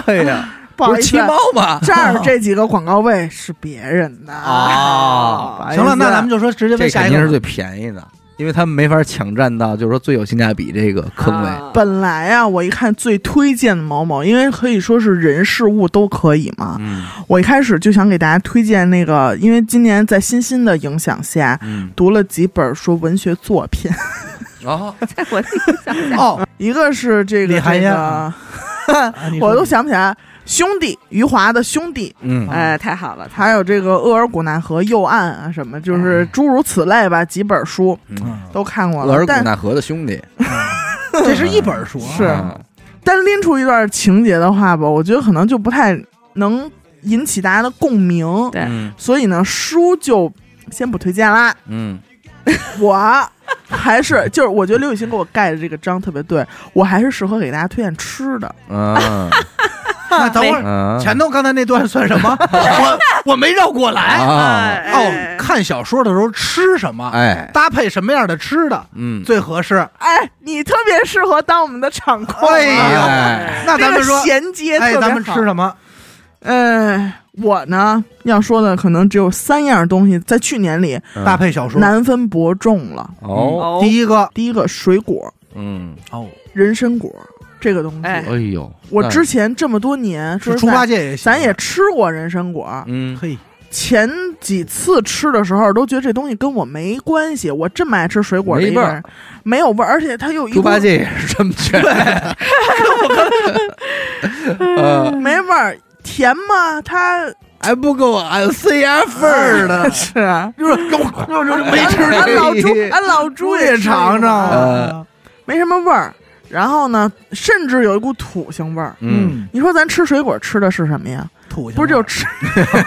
A: 哎呀，
C: 不，不好意思啊
A: 骑，猫吗？
C: 这儿这几个广告位是别人的
A: 哦
C: [LAUGHS] 不好意思
B: 行了，那咱们就说直接
A: 这
B: 问下
A: 肯
B: 一
A: 定
B: 个
A: 是
B: 吧。
A: 最便宜的，因为他们没法抢占到，就是说最有性价比这个坑位。
D: 啊
C: 本来啊，我一看最推荐的某某，因为可以说是人事物都可以嘛，
A: 嗯
C: 我一开始就想给大家推荐那个，因为今年在欣欣的影响下，
A: 嗯，
C: 读了几本说文学作品，
A: 哦，
D: [LAUGHS] 在我自己想想，
B: 哦，
C: [LAUGHS] 一个是这个
B: 李寒
C: 这
B: 烟
C: 个
B: 啊，啊你说
C: 我都想不起来，兄弟余华的兄弟。
A: 嗯 [LAUGHS]
D: 哎，太好了，他
C: 还有这个《额尔古纳河右岸》啊，什么就是诸如此类吧，几本书
A: 嗯，
B: 嗯
C: 都看过
A: 额尔
C: 了。
A: 古
C: 但
A: 纳河的兄弟嗯
B: 这是一本书啊，
C: 是
A: 啊
C: 单拎出一段情节的话吧，我觉得可能就不太能引起大家的共鸣，
D: 对
A: 嗯
C: 所以呢，书就先不推荐啦。
A: 嗯
C: 我还是就是，我觉得刘雨欣给我盖的这个章特别对，我还是适合给大家推荐吃的。
A: [LAUGHS] 啊
B: 那等会儿
A: 啊
B: 前头刚才那段算什么？
A: 哎
B: 我我没绕过来。
A: 啊，
B: 哦，
D: 哎
B: 看小说的时候吃什么，
A: 哎，
B: 搭配什么样的吃的
A: 嗯，
B: 最合适？
C: 哎，你特别适合当我们的场控、啊，
B: 哎呀
A: 哎
B: 那咱们说
C: 这个，衔接特
B: 哎，
C: 别好。
B: 咱们吃什么？
C: 哎，我呢要说的可能只有三样东西，在去年里
A: 嗯
B: 搭配小说。
C: 难分伯仲了。
A: 哦，
D: 哦
B: 第一个
C: 第一个水果，
A: 嗯，
B: 哦，
C: 人参果这个东西，
D: 哎
A: 哎呦，
C: 我
A: 那
C: 之前这么多年说
B: 是
C: 实
B: 猪
C: 在
B: 八戒也行，
C: 咱也吃过人参果，啊
A: 嗯
B: 嘿，
C: 前几次吃的时候都觉得这东西跟我没关系，我这么爱吃水果的一个人，没有味儿，而且它又一股
A: 猪八戒也是这么觉得， [LAUGHS] 呃，
C: 没味儿，甜吗？它
A: 还不够俺塞牙缝儿
B: [LAUGHS]
A: 的，
C: 是啊，
B: 就是我没吃
A: 这
C: 俺
A: 个
B: [LAUGHS]
C: 老猪，俺老猪也
B: 也尝尝
C: 吃过
A: 啊
B: 啊，
C: 没什么味儿。然后呢，甚至有一股土腥味儿。
A: 嗯，
C: 你说咱吃水果吃的是什么呀？
B: 土腥味儿，
C: 不是就吃 [LAUGHS]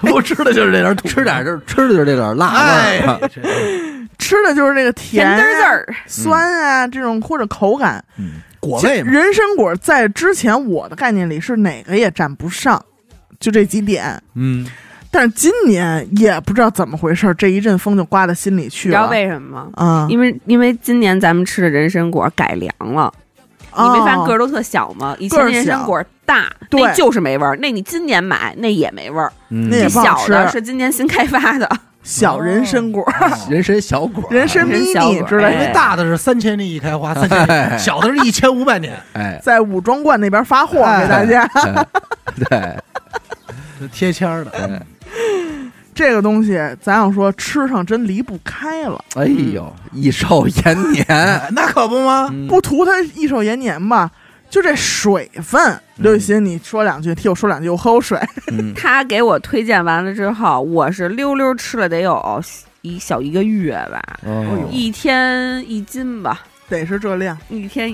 B: 不吃的就是这点土，
A: 吃点儿这吃的就是这点儿辣啊味儿
B: [LAUGHS] 哎，
A: [LAUGHS]
C: 吃的就是这个甜
D: 甜
C: 啊、
D: 滋儿滋儿，
C: 酸啊这种或者口感。
B: 嗯果味嘛，
C: 人参果在之前我的概念里是哪个也沾不上，就这几点。
A: 嗯，
C: 但是今年也不知道怎么回事儿，这一阵风就刮到心里去
D: 你知道
C: 了。
D: 为什么吗？
C: 啊，
D: 因为因为今年咱们吃的人参果改良了，你没
C: 啊
D: 发现个儿都特小吗？以前
C: 哦个儿
D: 人参
C: 小
D: 果大，
C: 对
D: 那就是没味儿。那你今年买那也没味儿，
A: 嗯
C: 那也
D: 这
C: 不好
D: 小的
C: 吃
D: 是今年新开发的。 [LAUGHS]
C: 小人参果、
A: 人参小果，
C: 人参迷你
D: 人参哦小果
C: 之
B: 因
C: 类
D: 哎
C: 的，
B: 为大的是三千年一开花，三千
A: 哎
B: 年，小的是一千五百年，
A: 哎，
C: 在武装观那边发货
B: 哎
C: 给大家。
A: 哎对，
B: 就贴签儿的。
A: 哎
C: 这个东西，咱要说吃上真离不开了，
A: 哎呦，益寿延年，
B: 哎那可不吗？
A: 嗯
C: 不图它益寿延年吧。就这水分，刘雨欣，你说两句，替我说两句，我喝口水。 [LAUGHS]
A: 嗯，
D: 他给我推荐完了之后，我是溜溜吃了得有一小一个月吧，
C: 哎
A: 哦
D: 一天一斤吧。
C: 得是这量，
D: 一天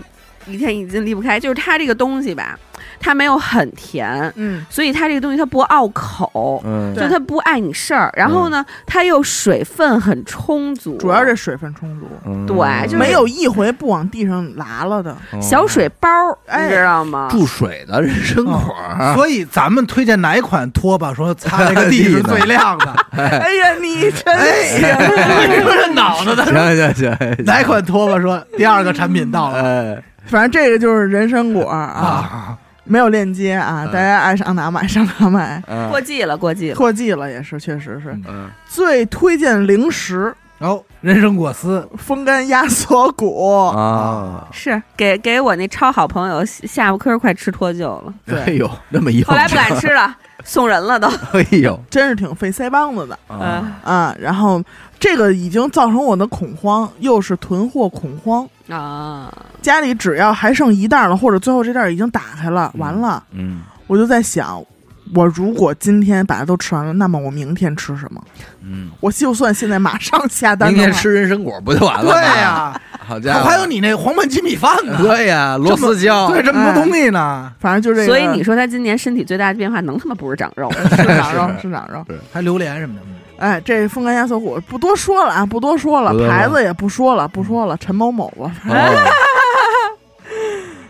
D: 一天已经离不开，就是它这个东西吧，它没有很甜，
C: 嗯，
D: 所以它这个东西它不拗口，
A: 嗯，
D: 就它不碍你事儿。然后
B: 嗯
D: 呢，它又水分很充足，
C: 主
B: 哦
C: 要这水分充足，
A: 嗯
D: 对就是
C: 没有一回不往地上拉了的。
D: 小水包儿，
C: 哎
D: 你知道吗？
A: 注水的人参果儿，啊
B: 所以咱们推荐哪一款拖把说擦这个地是最亮的？
C: 哎呀，你真行！ [LAUGHS]
B: 你说这脑子的
A: 行行行，行
B: 哪款拖把说第二个产品到了
A: 哎，
C: 反正这个就是人参果啊，
B: 啊？
C: 没有链接啊，
A: 嗯
C: 大家爱上哪买上
A: [LAUGHS]
C: 哪买。
A: 嗯
D: 过季了，过季了。
C: 过季了也是，确实是
B: 嗯
A: 嗯
C: 最推荐零食
B: 然后人参果丝
C: 风干鸭锁骨。
A: 啊，
D: 是给给我那超好朋友下巴颏儿快吃脱臼了，
A: 哎
C: 对，
A: 呦，那么硬，
D: 后来不敢吃
B: [LAUGHS]
D: 了，送人了都。
A: [LAUGHS] 哎呦，
C: 真是挺费腮帮子的
B: 哦
D: 嗯
A: 啊
C: 啊。然后这个已经造成我的恐慌，又是囤货恐慌。
D: 嗯啊，
C: 家里只要还剩一袋了，或者最后这袋已经打开了，
A: 嗯
C: 完了，
A: 嗯
C: 我就在想，我如果今天把它都吃完了，那么我明天吃什么？
A: 嗯，
C: 我就算现在马上下单
A: 明
C: 的话，
A: 天吃人参果不就完了？
B: 对，呀，
A: 好家伙，
B: 还有你那黄焖鸡米饭 [LAUGHS] 呢，
A: 对呀，螺丝椒，
B: 对这么多东西呢，
C: 反正就这个。
D: 所以你说他今年身体最大的变化，能他妈不是长
B: [LAUGHS]
D: 肉？
B: 哎
A: [LAUGHS]
C: 是长肉，是长肉。
B: 还榴莲什么的。
C: 哎，这风干鸭锁骨不多说了啊，不多说了
A: 不多，说了嗯
C: 牌子也不说了，不说了，陈某某了。
A: 哦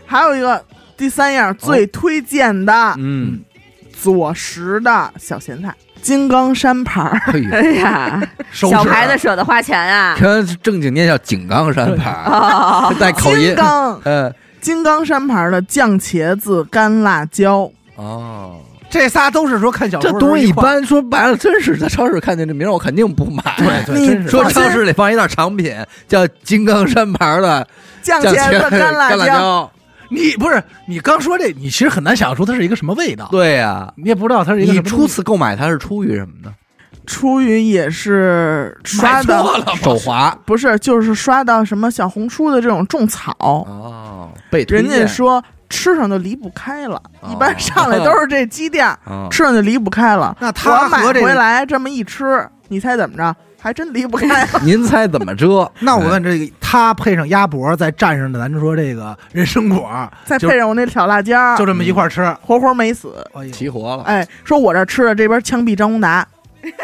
C: 还有一个第三样最推荐的
A: 嗯，
C: 佐食的小咸菜，金刚山牌儿，
A: 哎呦，
D: 哎呀，
B: 手指
D: 小牌子舍得花钱啊！
A: 全正经念叫井冈山牌儿，带口音
C: 金，刚
A: 嗯，
C: 金刚山牌儿的酱茄子干辣椒，
A: 哦。
B: 这仨都是说看小
A: 这
B: 说
A: 东西一
B: 块儿，
A: 般，说白了，真是在超市看见这名儿，我肯定不买。
B: 对对，
C: 你
B: 真是
A: 说
C: 放心
A: 超市里放一袋产品叫金刚山牌儿的
C: 酱
A: 酱
C: 茄
A: 茄
C: 子干
A: 辣
C: 辣椒，
A: 椒，
B: 你不是你刚说这，你其实很难想象出它是一个什么味道，
A: 对呀。
B: 你也不知道它是一个
A: 你
B: 什么
A: 初
B: 东西。
A: 次购买它是出于什么呢？
C: 出于也是 [LAUGHS]
B: 买
C: 刷
B: 错
C: 的，
B: 了
A: 手滑
C: 不是就是刷到什么小红书的这种种草，
A: 哦，被推
C: 人
A: 荐
C: 家说吃上就离不开了，
A: 哦
C: 一般上来都是这鸡店儿，
A: 哦
C: 吃上就离不开了。
B: 那他
C: 我买
B: 和这
C: 回
B: 个，
C: 来这么一吃，你猜怎么着？还真离不开了
A: [LAUGHS] 您猜怎么
C: [LAUGHS]
A: 哎着？
B: 那我问这个，他配上鸭脖，再蘸上的，咱就说这个人参果，
C: 再
B: 就
C: 配上我那挑辣椒，
B: 就这么一块儿吃。
C: 活活没死。
B: 哎呦
A: 哎，齐活了，
C: 哎，说我这吃了，这边枪毙张宏达，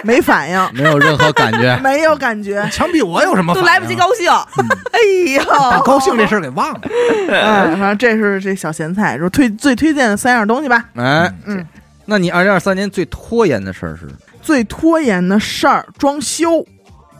C: 没
B: [LAUGHS]
C: 反应，。
A: 没有任何感觉
C: [LAUGHS] 没有感觉，
B: 枪毙我有什么
D: 都
B: 反应？啊
D: 来不及高兴。哎呦，
B: 把高兴这事儿给忘了。 [LAUGHS]
C: 哎，反正这是这小咸菜，说推最推荐的三样东西吧。
A: 哎，
C: 嗯，
A: 那你二零二三年最拖延的事儿是
C: 最拖延的事儿，装修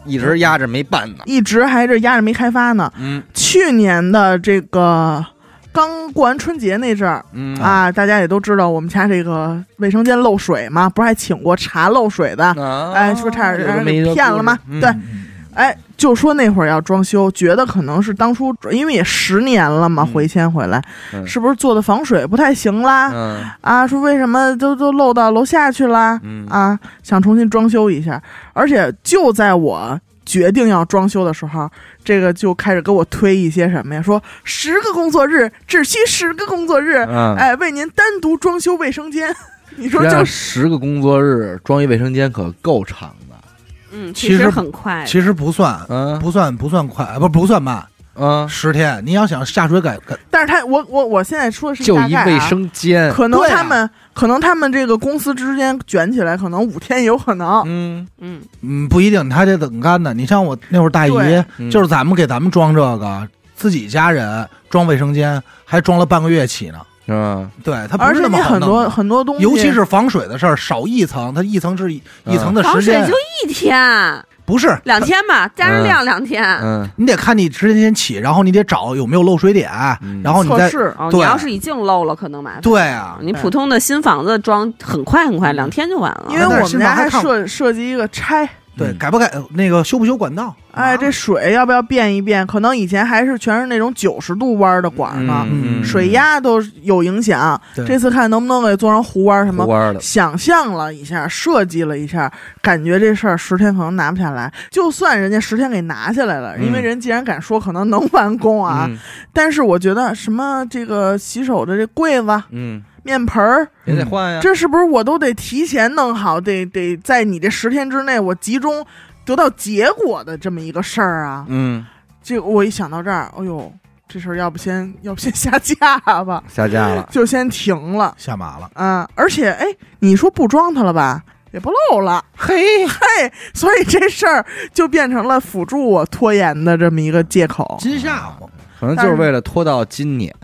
A: 一直压着没办呢？
C: 一直还是压着没开发呢。
A: 嗯
C: 去年的这个刚过完春节那阵儿
A: 嗯，
C: 啊，大家也都知道我们家这个卫生间漏水嘛，不是还请过查漏水的？
A: 啊
C: 哎，说差点
A: 有这
C: 让人
A: 么一
C: 给
A: 个
C: 骗了吗
A: 故事？
C: 对，，
B: 嗯
C: 哎，就说那会儿要装修，觉得可能是当初因为也十年了嘛，
A: 嗯
C: 回迁回来，
A: 嗯
C: 是不是做的防水不太行啦？
A: 嗯
C: 啊，说为什么都都漏到楼下去啦？
A: 嗯
C: 啊，想重新装修一下，而且就在我决定要装修的时候，这个就开始给我推一些什么呀？说十个工作日，只需十个工作日，
A: 嗯，
C: 哎，为您单独装修卫生间。 [LAUGHS] 你
A: 实
C: 说
A: 际
C: 就
A: 上
C: 是
A: 十个工作日装一卫生间可够长的。
D: 嗯，
B: 其
D: 其
B: 实
D: 很快的，
B: 其实不算，啊
A: 嗯
C: 啊
B: 不算，不算快，不不算慢。
A: 嗯，
B: 十天，你要想下水改改，
C: 但是他我我我现在说的是
A: 就
C: 大
A: 一
C: 概啊
A: 卫生间，
C: 可能
B: 对啊
C: 他们、可能他们这个公司之间卷起来，可能五天有可能。
A: 嗯，
D: 嗯，
B: 嗯，不一定，你还得等干呢。你像我那会儿大姨，
C: 对
A: 嗯
B: 就是咱们给咱们装这个，自己家人装卫生间，还装了半个月起呢。
A: 是
C: 啊
A: 吧？
B: 对，它啊不
C: 而
B: 是
C: 且
B: 那
C: 你
B: 么好
C: 很
B: 弄
C: 多
B: 的。
C: 很多东西，
B: 尤其是防水的事儿，少一层，它一层是一
A: 嗯
B: 一层的
D: 防
B: 时
D: 水
B: 间
D: 就，一天
B: 不是
D: 两天吧，加
A: 嗯
D: 上量两天。
C: 啊
A: 嗯，
B: 你得看你时间起，然后你得找有没有漏水点
A: 嗯，
B: 然后你啊
C: 测
B: 再
C: 试，
D: 哦，
B: 对
D: 你要是已经漏了，可能麻烦。
B: 对啊，
C: 嗯
D: 你普通的新房子装很快很快，两天就完了。
C: 因为
B: 但是
C: 我们
B: 新房
C: 家
B: 还
C: 还
B: 看啊
C: 设设计一个拆，
B: 对
A: 嗯
B: 改不改那个修不修管道？
C: 哎，
B: 啊
C: 这水要不要变一变？可能以前还是全是那种九十度弯的管儿呢，
A: 嗯
C: 啊水压都有影响。
B: 对
C: 这次看能不能给做成弧弯儿什么
A: 胡。弯的，
C: 想象了一下，设计了一下，感觉这事儿十天可能拿不下来。就算人家十天给拿下来了，因为
A: 嗯
C: 人既然敢说可能能完工啊，
A: 嗯
C: 但是我觉得什么这个洗手的这柜子、
A: 嗯，
C: 面盆儿，
A: 也得换呀，
C: 这是不是我都得提前弄好？得得在你这十天之内，我集中得到结果的这么一个事儿啊！
A: 嗯，
C: 这个我一想到这儿，哎呦，这事儿要不先要不先下架吧，
A: 下架了，
C: 就先停了
B: 下马了，
C: 啊！而且哎，你说不装它了吧，也不漏了，
B: 嘿，
C: 嘿，所以这事儿就变成了辅助我拖延的这么一个借口。
B: 金吓唬，
A: 可能就是为了拖到今年，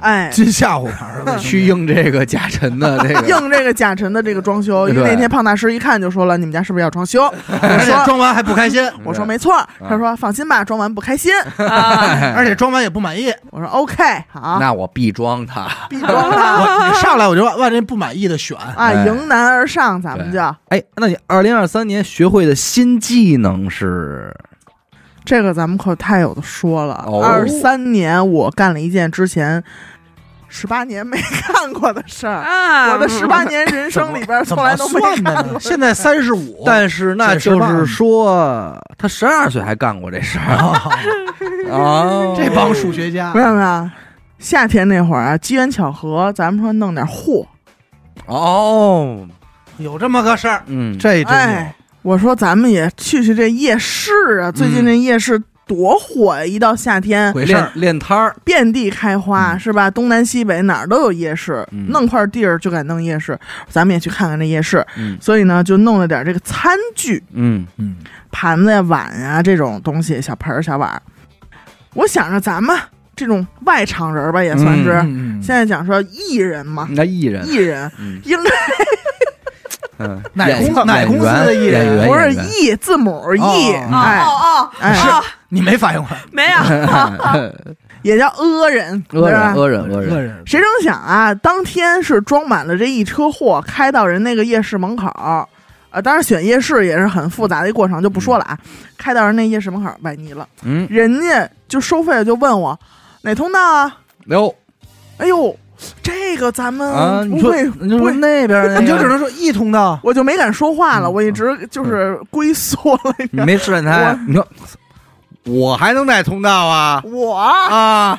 C: 哎，
B: 金吓唬牌儿了，
A: 去应这个贾晨 [LAUGHS] 的这个，
C: 应这个贾晨的这个装修，因为
A: 对
C: 那天胖大师一看就说了，你们家是不是要装修？
B: [LAUGHS] 而且装完还不开心，
C: 我说没错
A: 啊
C: 儿，他说放心吧，装完不
A: [LAUGHS]
C: 开心。
B: 而且装完也不满意。
C: 我说 OK，好，
A: 那我必装他。
C: 必
A: [LAUGHS]
C: 装了
B: 我你上来我就往这不满意的选，
C: 啊，
A: 哎
C: 迎难而上，咱们
A: 对
C: 就
A: 哎，那你二零二三年学会的新技能是？
C: 这个咱们可太有的说了。
A: 哦
C: 二三年我干了一件之前十八年没 [LAUGHS] 干过的事儿，
D: 啊，
C: 我的十八年人生里边
B: 怎
C: 从
B: 么
C: 来都没
B: 算的
C: 干过
B: 呢？。现在三十五，
A: 但是那
B: 这是
A: 就
B: 吧
A: 是说，他十二岁还干过这事 [LAUGHS] 儿
B: 哦
A: 啊！
B: 这帮数学家
C: 没有没有，夏天那会儿啊，机缘巧合，咱们说弄点货，
A: 哦，
B: [LAUGHS] 有这么个事儿，
A: 嗯，
B: 这真有
C: 哎。我说咱们也去去这夜市
B: 嗯
C: 啊，最近这夜市多火呀！一到夏天，
B: 鬼事
A: 练
B: 儿。
A: 练摊儿，
C: 遍地开花，
A: 嗯
C: 是吧？东南西北哪儿都有夜市，
A: 嗯
C: 弄块地儿就敢弄夜市。咱们也去看看这夜市，
A: 嗯
C: 所以呢，就弄了点这个餐具，
A: 嗯
B: 嗯，
C: 盘子呀、碗呀这种东西，小盆儿、小碗儿。我想着咱们这种外场人儿吧，也算是、
B: 嗯嗯
C: 现在讲说艺人嘛，
A: 那艺人，
C: 艺人
A: 嗯
C: 应该
A: 嗯，
B: 哪
A: 演
B: 公哪
A: 演
B: 公司的
A: 员
B: 艺人
A: 演员
C: 不是
A: 演员
C: 艺字母艺，
B: 哦
D: 哦
C: 哎，
D: 哦哦，
C: 哎
D: 哦，
B: 你没反应过来，
D: 没有，
C: 也叫阿人，对
A: [LAUGHS] 恶人
C: 吧？
A: 恶人恶人，
B: 人
C: 谁成想啊，当天是装满了这一车货，开到人那个夜市门口儿。呃，当然选夜市也是很复杂的一过程，就不说了啊。开到人那夜市门口儿，崴泥了，
A: 嗯，
C: 人家就收费了，就问我哪通道啊？
A: 哟
C: 哎呦，这个咱们
A: 啊，你
C: 嗯不
A: 说
C: 会，
A: 你就
C: 不
A: 说
C: 会
A: 那边儿那
C: 哎
A: 个，
B: [LAUGHS] 你就只能说一通道，
C: 我就没敢说话了，
B: 嗯
C: 我一直就是龟缩了一
A: 你
C: 点。
A: 没试探他呀，你说我还能在通道啊
C: 我
A: 啊，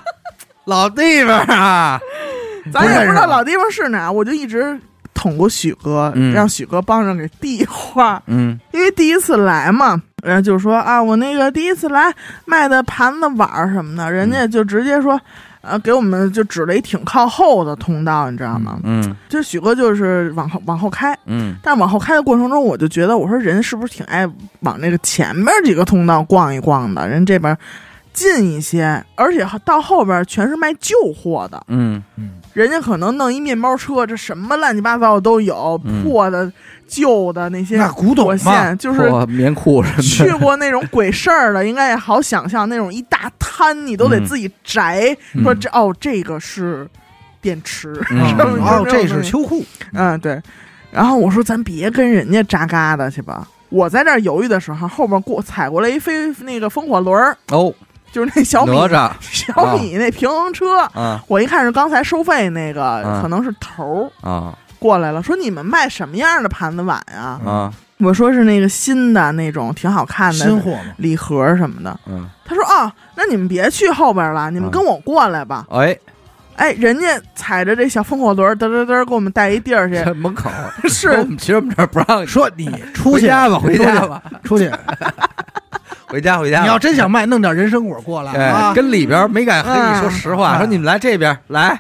A: 老地方啊，
C: [LAUGHS] 咱也不知
B: 不认识
C: 道
B: 了
C: 老地方是哪，我就一直捅过许哥，
A: 嗯
C: 让许哥帮着给递话。
A: 嗯
C: 因为第一次来嘛，然后就说啊，我那个第一次来卖的盘子碗儿什么的，人家就直接说，呃，给我们就指了一挺靠后的通道，你知道吗？
A: 嗯
C: 就许哥就是往后往后开，
A: 嗯
C: 但往后开的过程中，我就觉得我说人是不是挺爱往那个前面几个通道逛一逛的？人这边近一些，而且到后边全是卖旧货的，
A: 嗯
B: 嗯，
C: 人家可能弄一面包车，这什么乱七八糟的都有，
A: 嗯
C: 破的、旧的那些
B: 那古董
C: 火
B: 嘛，
C: 线，嗯就是
A: 破棉裤什么
C: 去
A: 的，
C: 过那种鬼事儿的，应该也好想象那种一大摊，你都得自己摘。
A: 嗯
C: 说这哦，这个是电池，
A: 嗯
C: [LAUGHS] 是不是
B: 哦，这
C: 种东
B: 是
C: 西
B: 秋裤，
C: 嗯对。然后我说咱别跟人家扎嘎的去吧。我在这儿犹豫的时候，后边过踩过来一飞那个风火轮儿，
A: 哦，
C: 就是那小
A: 哪
C: 米
A: 吒
C: 小米那平衡车。
A: 啊
C: 我一看是刚才收费那个，
B: 嗯
A: 啊
C: 可能是头儿
A: 啊
C: 过来了，说你们卖什么样的盘子碗
B: 嗯
C: 呀、
A: 啊
C: 我说是那个新的那种，挺好看
B: 新
C: 的
B: 货嘛，
C: 礼盒儿什么的。
A: 嗯，
C: 他说：“啊，那你们别去后边了，你们
A: 嗯
C: 跟我过来吧。
A: 哎，
C: 哎，人家踩着这小风火轮，嘚嘚嘚给我们带一地
B: [LAUGHS]
C: 儿去，
A: 这门口
C: 是
A: 我们其实我们这儿不让你
B: 说你出
A: 回
B: 去
A: 家吧，回家
B: 吧，出去，
E: 回家回家吧。
B: 你要真想卖，弄点人参果过来
E: 哎，
B: 啊！
E: 跟里边没敢跟你说实话，
B: 嗯
E: 说你们来这边来，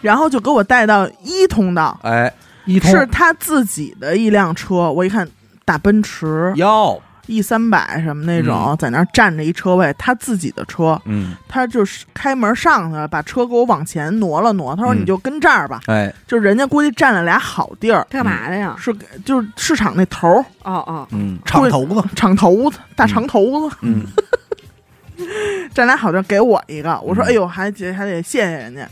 C: 然后就给我带到一通道，
E: 哎，
B: 一通
C: 是他自己的一辆车，我一看大奔驰
E: 哟，
C: E 三百什么那种，
B: 嗯
C: 在那儿占着一车位，他自己的车，
E: 嗯，
C: 他就是开门上去了，把车给我往前挪了挪，他说
E: 嗯
C: 你就跟这儿吧，
E: 哎，
C: 就人家估计占了俩好地儿，
D: 他干嘛的呀？
C: 是就是市场那头儿
D: 哦哦，
E: 嗯
B: 敞头子，
C: 场头子大长头子，
E: 嗯，
B: 嗯
C: 占俩好地儿给我一个，我说
E: 嗯
C: 哎呦还得还得谢谢人家，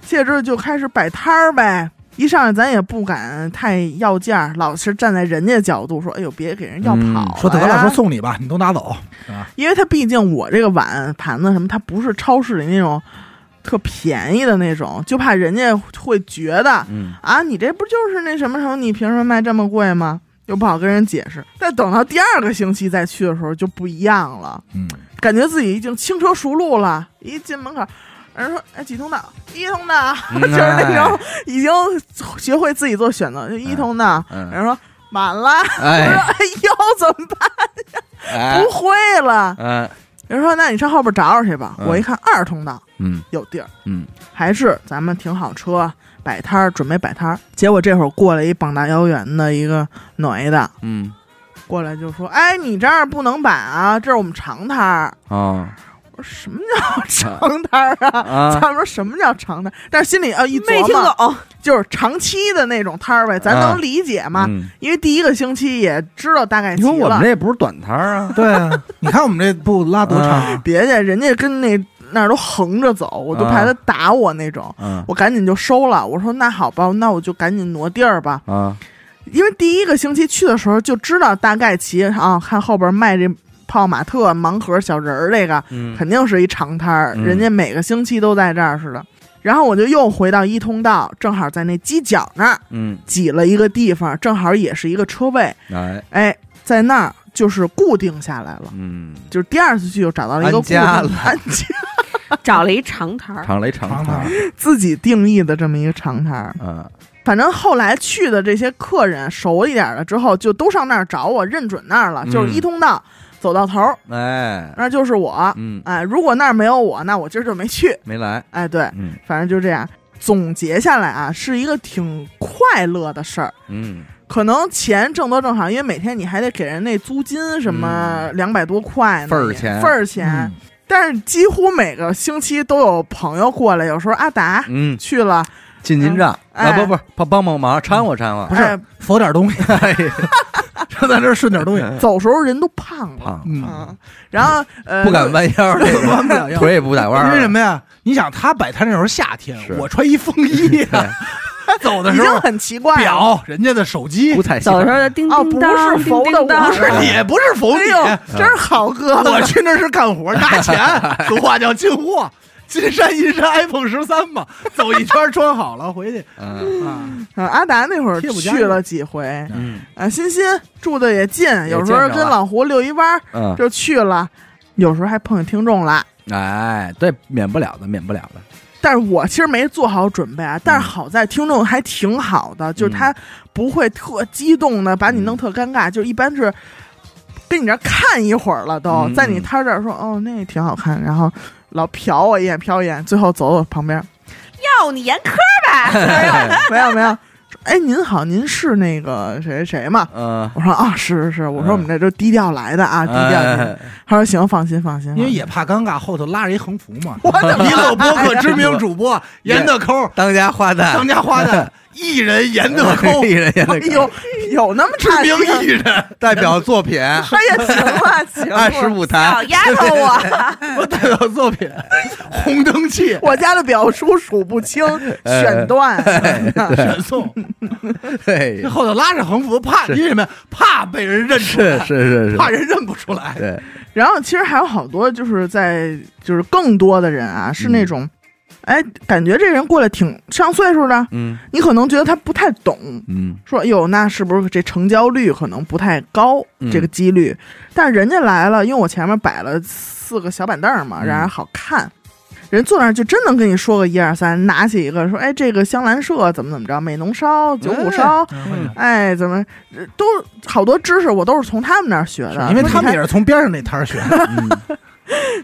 C: 谢谢之后就开始摆摊儿呗。一上来咱也不敢太要价，老是站在人家角度说：“哎呦，别给人要跑
E: 嗯
C: 了呀、
B: 说得了，说送你吧，你都拿走。
C: 因为它毕竟我这个碗盘子什么，它不是超市里那种特便宜的那种，就怕人家会觉得
E: 嗯，
C: 啊，你这不就是那什么什么，你凭什么卖这么贵吗？又不好跟人解释。但等到第二个星期再去的时候就不一样了，
B: 嗯，
C: 感觉自己已经轻车熟路了。一进门口，人说哎几通道，一通道，
E: 嗯
C: [LAUGHS] 就是那种已经学会自己做选择，就一通道。
E: 嗯，
C: [LAUGHS] 人说满了，我说
E: 哎，
C: [LAUGHS] 哎呦怎么办？
E: 哎
C: 不，会了。
E: 嗯
C: 人说：“那你上后边找找去吧。
E: 嗯
C: 我一看二通道
E: 嗯
C: 有地儿，
E: 嗯，
C: 还是咱们停好车，摆摊儿，准备摆摊儿。结果这会儿过来一膀大腰圆的一个女的，
E: 嗯，
C: 过来就说：“哎，你这儿不能摆啊，这是我们长摊儿。
E: 哦，”
C: 我说：“什么叫长摊儿啊？”
E: 啊，
C: 他们说什么叫长摊儿？但是心里啊一
D: 没
C: 琢
D: 听
C: 磨，
D: 懂， [LAUGHS]
C: 就是长期的那种摊儿呗，咱
E: 啊
C: 能理解吗？
E: 嗯
C: 因为第一个星期也知道大概
E: 你
C: 齐
E: 说我们
C: 了。
E: 这也不是短摊儿啊，
B: 对啊，你看我们这布拉多长，
C: 别介，人家跟那那儿都横着走，我都怕他打我那种。
E: 嗯
C: 我赶紧就收了。我说那好吧，那我就赶紧挪地儿吧。
E: 啊，
C: 因为第一个星期去的时候就知道大概齐啊，看后边卖这泡玛特、盲盒、小人儿这个，
E: 嗯
C: 肯定是一长摊儿，
E: 嗯
C: 人家每个星期都在这儿似的。然后我就又回到一通道，正好在那犄角那儿
E: 嗯，
C: 挤了一个地方，正好也是一个车位，
E: 哎，
C: 哎，在那儿就是固定下来了。
E: 嗯，
C: 就是第二次去就找到了一个
E: 安
C: 固定
E: 家
C: 安
E: 了
C: 家
D: 找了一长摊儿，
E: 长雷长
B: 长
E: 摊
B: 摊
E: 儿，
C: 自己定义的这么一个长摊儿，
E: 嗯
C: 反正后来去的这些客人熟一点了之后，就都上那儿找我，认准那儿了，
E: 嗯
C: 就是一通道走到头儿，
E: 哎，
C: 那就是我。
E: 嗯，
C: 哎，如果那儿没有我，那我今儿就没去。
E: 没来，
C: 哎，对，
E: 嗯
C: 反正就这样。总结下来啊，是一个挺快乐的事儿。
E: 嗯
C: 可能钱挣多挣少，因为每天你还得给人那租金什么两百多块
E: 嗯
C: 呢
E: 份儿钱
C: 份儿钱。
B: 嗯
C: 但是几乎每个星期都有朋友过来，有时候阿达
E: 嗯，
C: 去了，
E: 进进账
C: 哎
E: 啊，不不，帮帮帮忙，掺和掺和
B: 不，是
C: 哎
B: 否
E: [LAUGHS]
B: 点东西， [LAUGHS] 就在这儿顺点东西，
E: 哎
C: 走时候人都胖了。
E: 胖，
B: 嗯，
C: 嗯，然后呃，
E: 不敢弯腰儿，这
B: 弯不了腰
E: 腿也不打弯
B: 因为
E: 儿啊
B: 什，么呀？你想他摆摊那时候夏天
E: 是，哎
B: 我穿一风衣啊， [LAUGHS] 走的
C: 已
B: 时
C: 经
B: 候
C: 很奇怪了。
B: 表，人家的手机
E: 五，彩戏
D: 走的时候叮
C: 哦
D: 叮当，
C: 不是浮的
D: 叮叮当
C: 我
B: 不是你，不是否
C: 哎呦
B: 你，，
C: 真是好哥
B: 我
C: 们，
B: 去那是干
E: [LAUGHS]
B: 活拿
E: 哎
B: 钱，俗话叫进货。金山银山 iPhone 十三嘛，走一圈穿好了回去
E: 嗯
B: 啊，
C: 嗯阿达那会儿
B: 贴补家
C: 去了几回，
E: 嗯
C: 啊，欣欣住的也近，有时
E: 见
C: 候
E: 着
C: 跟
E: 了
C: 老胡遛一弯儿
E: 嗯，
C: 就去了，有时候还碰见听众了。
E: 哎，对，免不了的，免不了的，
C: 但是我其实没做好准备啊，
E: 嗯
C: 但是好在听众还挺好的，就是他不会特激动的把你
E: 嗯
C: 弄特尴尬，就一般是跟你这儿看一会儿了都，
E: 嗯
C: 在你摊儿这儿说哦那也挺好看，然后老瞟我一眼瞟我一眼，最后走我旁边，
D: 要你严苛
C: [LAUGHS]
D: 呗，
C: 哎没有没有。说哎，您好，您是那个谁谁谁吗？
E: 嗯，
C: 我说啊，是是是，我说
E: 嗯
C: 我们这都低调来的啊，低调低调。
E: 哎，
C: 他说行，放心放心。
B: 因为
C: 放心
B: 也怕尴尬，后头拉着一横幅
E: [LAUGHS]
B: 嘛。
C: 我的妈
B: 娱乐
C: 哎呀
B: 播客知名主
E: 哎
B: 播严德抠，
E: 当家花旦，，
B: 当家花旦，艺人 [LAUGHS] 严德抠
E: 艺人也得
C: 哎呦，有那么
B: 知
C: 差劲？啊
B: 名艺人，
E: 代表作品
C: 哎呀，行了行啊了，
E: 二十五
D: 小
E: 台，
D: 丫头啊
C: [LAUGHS]
D: 我，
B: 我 [LAUGHS] 代表作品《红灯记》
C: 我家的表叔数不清，
E: 哎
C: 选段。
B: 选送，
E: 对，
B: 这后头拉着横幅，怕因为什么呀？怕被人认出
E: 是
B: 来，
E: 是是
B: [LAUGHS]
E: 是，
B: 怕人认不出来。
E: 对，
C: 然后其实还有好多就是在就是更多的人
E: 嗯
C: 啊，是那种，哎，感觉这人过来挺上岁数的，
E: 嗯
C: 你可能觉得他不太懂，
E: 嗯
C: 说哟，那是不是这成交率可能不太高，
E: 嗯
C: 这个几率？但是人家来了，因为我前面摆了四个小板凳嘛，
E: 嗯
C: 让人好看。人坐那儿就真能跟你说个一二三，拿起一个说，哎，这个香兰社怎么怎么着，美浓
B: 哎
C: 烧、九股烧，
B: 嗯
C: 哎，怎么呃都好多知识，我都是从他们那儿学的，
B: 因为他
C: 说
B: 们
C: 你看
B: 也是从边上那摊儿学 [LAUGHS] 的，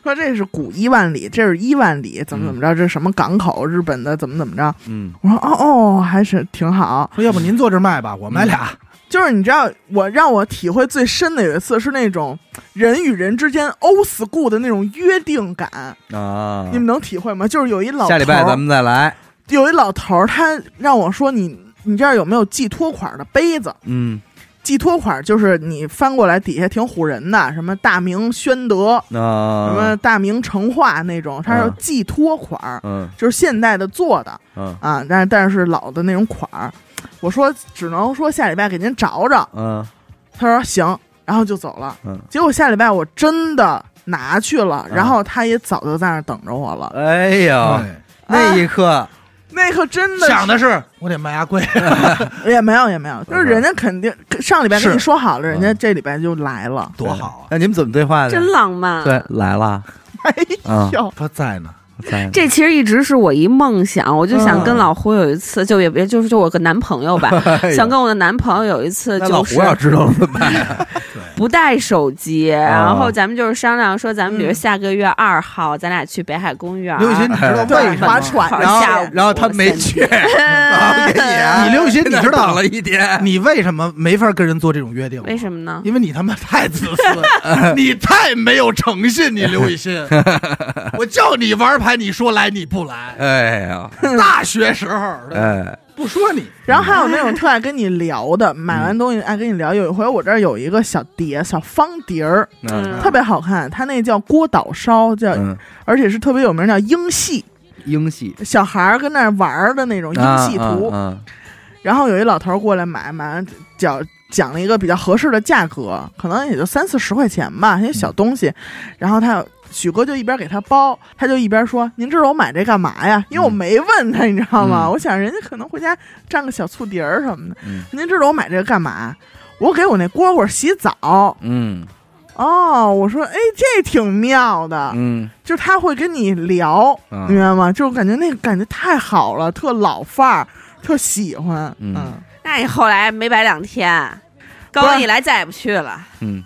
C: 说这是古伊万里，这是伊万里，怎么怎么着，这是什么港口，日本的怎么怎么着。
E: 嗯，
C: 我说哦哦，还是挺好。
B: 说要不您坐这儿卖吧，我买俩。
C: 就是你知道，我让我体会最深的有一次是那种人与人之间 old school 的那种约定感，
E: 啊
C: 你们能体会吗？就是有一老头
E: 下
C: 儿
E: 礼拜咱们再来，
C: 有一老头儿，他让我说你你这儿有没有寄托款的杯子？
E: 嗯
C: 寄托款就是你翻过来底下挺唬人的，什么大明宣德，什么
E: 啊，
C: 大明成化那种，它是
E: 嗯
C: 寄托款儿。
E: 嗯
C: 就是现代的做的
E: 嗯
C: 啊，但是但是老的那种款儿。我说只能说下礼拜给您找找，
E: 嗯
C: 他说行，然后就走了。
E: 嗯
C: 结果下礼拜我真的拿去了，
E: 嗯
C: 然后他也早就在那儿等着我了。
E: 哎呦，
B: 哎
E: 那一刻
C: 那刻真的
B: 想的是我得卖牙 [LAUGHS] 贵，
C: 也没有也没有，就是人家肯定上礼拜跟你
B: 是嗯
C: 说好了，人家这礼拜就来了。
B: 多好 [LAUGHS] 啊！
E: 哎那你们怎么对话的？
D: 真浪漫。
E: 对，来了，嗯，
C: 哟，
B: 他在呢，
E: 在呢
D: 这其实一直是我一梦想，我就想跟
E: 嗯
D: 老胡有一次，就也别就是就我个男朋
C: [LAUGHS]
D: 友吧，
E: 哎呦
D: 想跟我的男朋友有一次
E: 那
D: 就
E: 老
D: 是
E: 胡要知道怎么办？啊
D: 不带手机，然后咱们就是商量说，咱们比如下个月二号，咱俩去北海公园，
B: 刘雨欣，你知道
C: 哎对
B: 为什么
C: 划
B: 吗？
C: 船
D: 好
E: 然
D: 下午
E: 后然后他没去，
D: 呃
E: 然后
A: 哎
E: 给你，啊
B: 你刘雨欣，你
E: [LAUGHS]
B: 知道
E: 了一天，
B: 你为什么没法跟人做这种约定吗？啊
D: 为什么呢？
B: 因为你他妈太自私了， [LAUGHS] 你太没有诚信，你刘雨 [LAUGHS] 欣。我叫你玩牌，你说来你不 [LAUGHS] 来。
E: 哎呀，
B: 大学时候
E: 哎，
B: 不说你，
C: 然后还有那种特爱跟你聊的，买
B: 嗯
C: 完东西爱跟你聊。有一回我这儿有一个小碟，小方碟儿，
E: 嗯
D: 嗯
C: 特别好看，它那叫锅岛烧，叫、
E: 嗯，
C: 而且是特别有名，叫英系
E: 英系
C: 小孩儿跟那儿玩儿的那种英系图。
E: 啊
C: 然后有一老头儿过来买，买完讲讲了一个比较合适的价格，可能也就三四十块钱吧，那些小东西。然后他许哥就一边给他包，他就一边说：“您知道我买这干嘛呀？因为我没问他，你知道吗？
E: 嗯
C: 我想人家可能回家蘸个小醋碟儿什么的。
E: 嗯
C: 您知道我买这个干嘛？我给我那蝈蝈洗澡。
E: 嗯
C: 哦，我说，哎，这挺妙的。
E: 嗯
C: 就是他会跟你聊，
E: 嗯
C: 明白吗？就是感觉那个感觉太好了，特老范儿，特喜欢。
E: 嗯
D: 那你后来没摆两天，高
C: 不
D: 高
C: 是
D: 一来再也不去了，
C: 嗯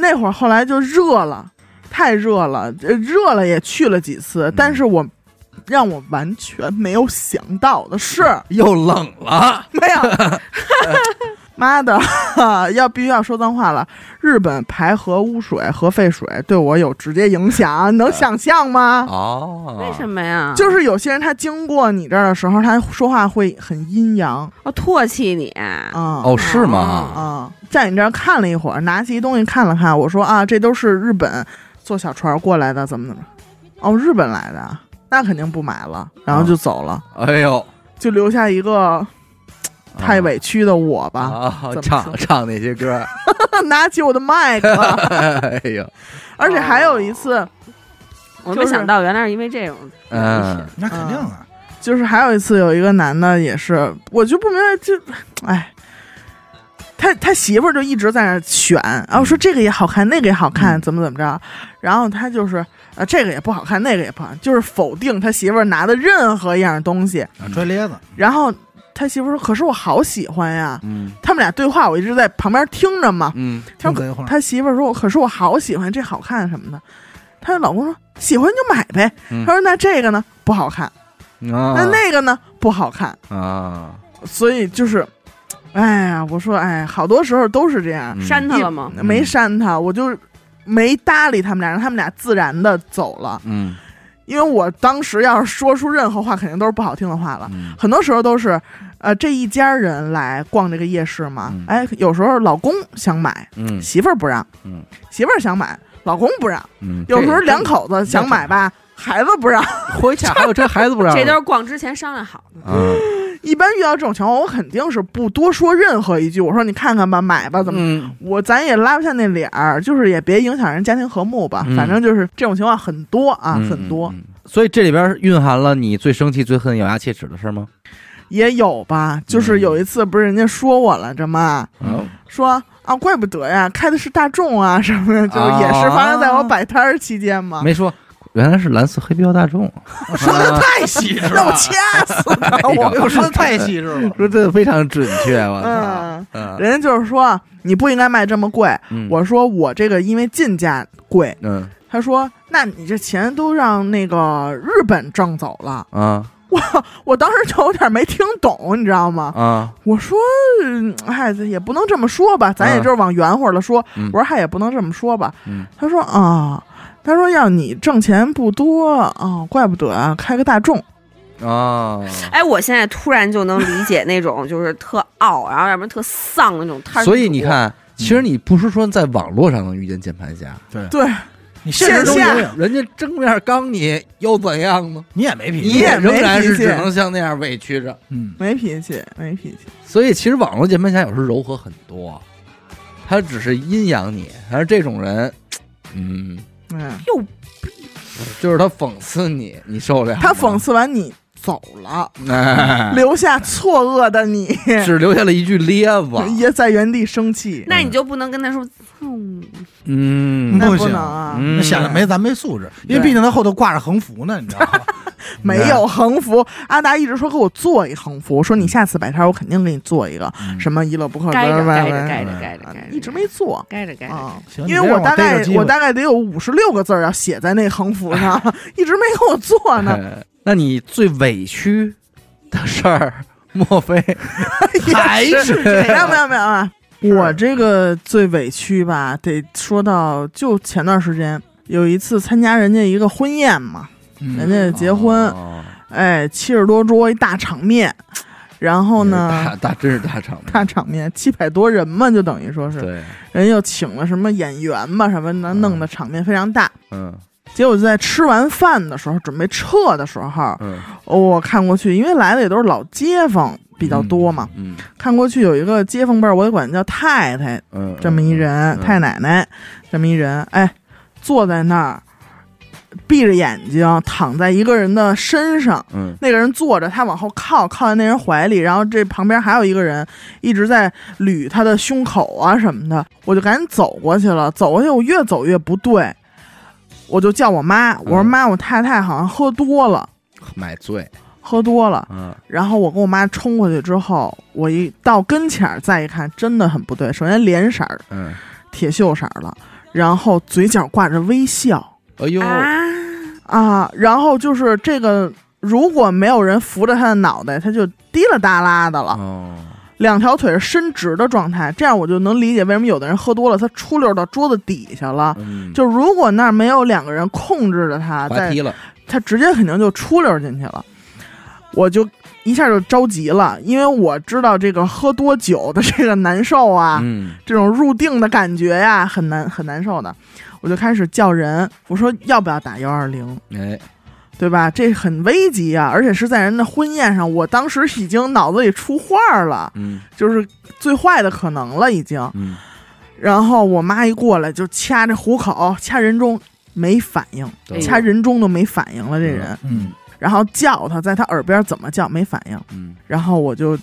C: 那会儿后来就热了，太热了，呃热了也去了几次，但是我。让我完全没有想到的是，
E: 又冷了，
C: 没有，妈的， [LAUGHS] 要必须要说脏话了。日本排核污水、核废水对我有直接影响，能想象吗？
E: 哦
D: 为什么呀？
C: 就是有些人他经过你这儿的时候，他说话会很阴阳
D: 我哦唾弃你，
C: 啊
E: 哦，是吗？
C: 啊，在你这儿看了一会儿，拿起一东西看了看，我说啊，这都是日本坐小船过来的，怎么怎么着，哦，日本来的啊，那肯定不买了，然后就走了，
E: 哎呦，
C: 就留下一个
A: 啊
C: 太委屈的我吧，
E: 啊
C: 怎么，
E: 唱
C: 说
E: 唱那些歌，
C: [LAUGHS] 拿起我的麦克，
E: 哎
C: [LAUGHS]
E: 呦，
C: 而且还有一次，
D: 我
C: 就
D: 没
C: 是
D: 想到原来是因为这种。
E: 嗯，
B: 那肯定啊，
C: 就是还有一次有一个男的也是，我就不明白这，哎。他他媳妇儿就一直在那儿选，然后说这个也好看，那个也好看，怎么怎么着，然后他就是呃这个也不好看，那个也不好看，就是否定他媳妇儿拿的任何一样东西。
B: 啊拽咧子，
C: 然后他媳妇儿说：“可是我好喜欢呀。
E: 嗯”
C: 他们俩对话，我一直在旁边听着嘛。
E: 嗯，
C: 他
B: 听贼话。
C: 他媳妇儿说：“可是我好喜欢，这好看什么的。”她老公说：“喜欢就买呗。
E: 嗯
C: 他说：“那这个呢不好看，那
A: 啊
E: 那
C: 那个呢不好看。”
E: 啊，
C: 所以就是，哎呀，我说，哎，好多时候都是这样，
D: 删他了吗？
E: 嗯
C: 没删他，我就没搭理他们俩，让他们俩自然的走了。
E: 嗯
C: 因为我当时要是说出任何话，肯定都是不好听的话了。
E: 嗯
C: 很多时候都是，呃，这一家人来逛这个夜市嘛，
E: 嗯
C: 哎，有时候老公想买，
E: 嗯
C: 媳妇儿不让，
E: 嗯
C: 媳妇儿想买，老公不让；
E: 嗯，
C: 有时候两口子想买吧，孩子不让。
E: 回啊家还有这孩子不让，
D: 这都是逛之前商量好的。
E: 嗯
C: [LAUGHS] 一般遇到这种情况，我肯定是不多说任何一句，我说你看看吧，买吧，怎么
E: 嗯
C: 我咱也拉不下那脸儿，就是也别影响人家庭和睦吧。
E: 嗯
C: 反正就是这种情况很多啊，
E: 嗯
C: 很多
E: 嗯嗯所以这里边蕴含了你最生气、最恨咬牙切齿的事儿吗？
C: 也有吧。就是有一次不是人家说我来着吗？
E: 嗯
C: 说啊，怪 [LAUGHS] 不得呀，开的是大众啊什么的，就是也是
E: 啊
C: 发生在我摆摊儿期间嘛。
E: 没说，
A: 原来是蓝色黑标大众，
C: 嗯
B: 说的太细致
E: 啊
C: 让我
B: 了，
C: 掐死他！
E: 哎
B: 我
C: 我
B: 又说的太细致了。
A: 说这非常准确，我操，
C: 嗯，
A: 嗯
C: 人家就是说你不应该卖这么贵。
A: 嗯
C: 我说我这个因为进价贵，
A: 嗯
C: 他说那你这钱都让那个日本挣走了。
A: 啊
C: 我当时就有点没听懂，你知道吗？
A: 啊，
C: 我说，嗯嗨，也不能这么说吧，咱也
A: 嗯
C: 就是往圆乎了说。
A: 嗯
C: 我说，嗨，也不能这么说吧。
A: 嗯
C: 他说啊，他说要你挣钱不多啊，怪不得啊，开个大众。
A: 啊，
D: 哎，我现在突然就能理解那种就是特傲，然后要不然特丧那种摊儿主。
A: 所以你看，其实你不是说在网络上能遇见键盘侠，
C: 对，
B: 你现实中
C: 线下
B: 有影，
A: 人家正面刚你又怎样呢？
B: 你也没脾
A: 你
B: 气。
A: 也
C: 也没
A: 仍然是
C: 脾气
A: 只能像那样委屈着。
B: 嗯，
C: 没脾气，没脾气。
A: 所以其实网络键盘侠有时候柔和很多，他只是阴阳你，而这种人，嗯，
C: 嗯，
A: 就是他讽刺你，你受得了吗？
C: 他讽刺完你走了，
A: 哎，
C: 留下错愕的你，
A: 只留下了一句咧
C: [LAUGHS]
A: 子。
C: 也在原地生气。
D: 那你就不能跟他说，嗯，
A: 嗯
C: 那
B: 不
C: 不
B: 行
C: 能啊，
A: 嗯
B: 那显得没咱没素质，因为
C: 对
B: 毕竟他后头挂着横幅呢，你知道吗？
C: 没有横幅。阿达一直说给我做一横幅，说你下次摆摊儿我肯定给你做一个
A: 嗯
C: 什么一乐不可
D: 该着
C: 分
D: 该
C: 外
D: 着
C: 外
D: 该着该着该着，
C: 啊一直没做
D: 该着该着。
C: 啊。
B: 行，
C: 因
B: 你
C: 为
B: 别让逮
C: 大概
B: 着机会
C: 我大概得有五十六个字儿要写在那横幅上，
B: [LAUGHS]
C: 一直没给我 [LAUGHS] 做呢，
A: 哎 [LAUGHS] 那你最委屈的事儿， [LAUGHS] 莫
C: [LAUGHS]
A: 非
B: 还是这 [LAUGHS]
C: 没有没有没有啊！我这个最委屈吧，得说到就前段时间有一次参加人家一个婚宴嘛，
B: 嗯
C: 人家结婚，
A: 哦
C: 哎，七十多桌一大场面，然后呢
A: 大，大真是大场面，
C: 大场面七百多人嘛，就等于说是
A: 对，
C: 人又请了什么演员嘛什么的，
A: 嗯
C: 弄的场面非常大。
A: 嗯
C: 结果就在吃完饭的时候，准备撤的时候，
A: 嗯
C: 哦我看过去，因为来的也都是老街坊比较多嘛，
A: 嗯
C: 看过去有一个街坊辈儿，我得管叫太太，
A: 嗯，
C: 这么一人，
A: 嗯
C: 太奶奶，这么一人，哎，坐在那儿，闭着眼睛躺在一个人的身上，
A: 嗯，
C: 那个人坐着，他往后靠，靠在那人怀里，然后这旁边还有一个人一直在捋他的胸口啊什么的，我就赶紧走过去了，走过去我越走越不对，我就叫我妈，我说
A: 嗯
C: 妈，我太太好像喝多了，
A: 买醉，
C: 喝多了。
A: 嗯
B: 啊
C: 然后我跟我妈冲过去之后，我一到跟前儿再一看，真的很不对。首先脸色儿
A: 嗯，
C: 铁锈色儿了，然后嘴角挂着微笑
A: 哎呦，
D: 啊，
C: 啊，然后就是这个，如果没有人扶着他的脑袋，他就滴了耷拉的了，
A: 哦，
C: 两条腿是伸直的状态。这样我就能理解为什么有的人喝多了，他出溜到桌子底下了。
A: 嗯，
C: 啊就如果那儿没有两个人控制着他，
A: 滑
C: 在
A: 梯了，
C: 他直接肯定就出溜进去了，我就一下就着急了，因为我知道这个喝多酒的这个难受啊，
A: 嗯
C: 这种入定的感觉呀、很难很难受的，我就开始叫人，我说要不要打幺二零，
A: 哎，
C: 对吧？这很危急啊，而且是在人的婚宴上，我当时已经脑子里出画了，
A: 嗯
C: 就是最坏的可能了已经。
A: 嗯，
C: 然后我妈一过来就掐着虎口，掐人中，没反应，
A: 对
C: 掐人中都没反应了，这人。
B: 嗯，
C: 然后叫他，在他耳边怎么叫没反应，
A: 嗯
C: 然后我就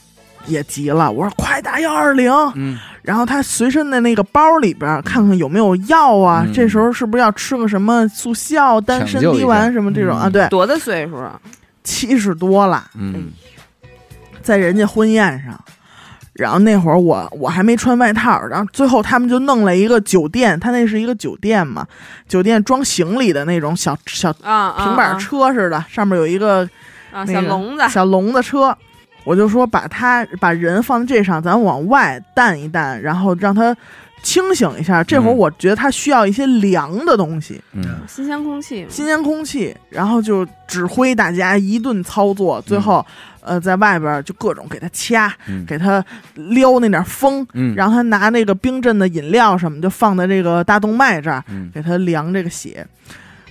C: 也急了，我说快打幺二零，
A: 嗯
C: 然后他随身的那个包里边看看有没有药啊，
A: 嗯
C: 这时候是不是要吃个什么速效丹参滴丸什么这种啊？
B: 嗯
C: 对，
D: [LAUGHS] 多大岁数啊？
C: 七十多了，
A: 嗯
C: 在人家婚宴上。然后那会儿我我还没穿外套，然后最后他们就弄了一个酒店，他那是一个酒店嘛，酒店装行李的那种小小
D: 啊啊，
C: 平板车似的，上面有一个
D: 啊，
C: 那
D: 小
C: 个
D: 笼子，
C: 小笼子车，我就说把它把人放在这上，咱往外淡一淡，然后让它清醒一下。这会儿
A: 嗯
C: 我觉得它需要一些凉的东西，
A: 嗯，
D: 新鲜空气，
C: 新鲜空气，然后就指挥大家一顿操作，最后、呃在外边就各种给它掐，
A: 嗯
C: 给它撩那点风，
A: 嗯，
C: 然后他拿那个冰镇的饮料什么就放在这个大动脉这儿
A: 嗯
C: 给它凉这个血。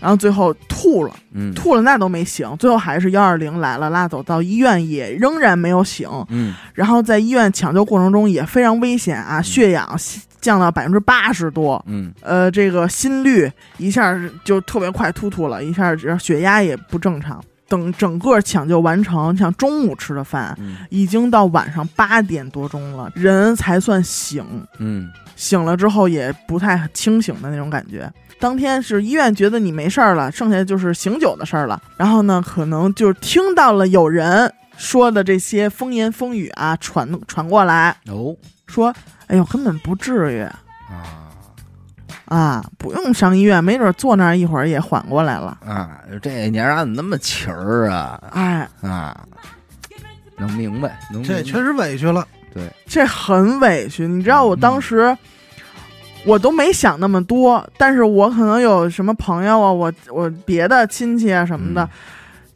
C: 然后最后吐了，
A: 嗯
C: 吐了那都没醒，最后还是幺二零来了，拉走到医院也仍然没有醒，
A: 嗯
C: 然后在医院抢救过程中也非常危险啊，血氧降到百分之八十多，
A: 嗯
C: 呃，这个心率一下就特别快突突了，一下血压也不正常。等整个抢救完成，像中午吃的饭，
A: 嗯
C: 已经到晚上八点多钟了，人才算醒。
A: 嗯
C: 醒了之后也不太清醒的那种感觉。当天是医院觉得你没事儿了，剩下就是醒酒的事儿了。然后呢，可能就听到了有人说的这些风言风语啊，传传过来，
A: 哦
C: 说：“哎呦，根本不至于
A: 啊
C: 啊，不用上医院，没准坐那儿一会儿也缓过来了。
A: 啊，这娘俩怎么那么勤儿啊”
C: 哎，
A: 啊！能明白，能明白
B: 这确实委屈了。
C: 这很委屈。你知道我当时、
A: 嗯
C: 我都没想那么多，但是我可能有什么朋友啊，我我别的亲戚啊什么的，
A: 嗯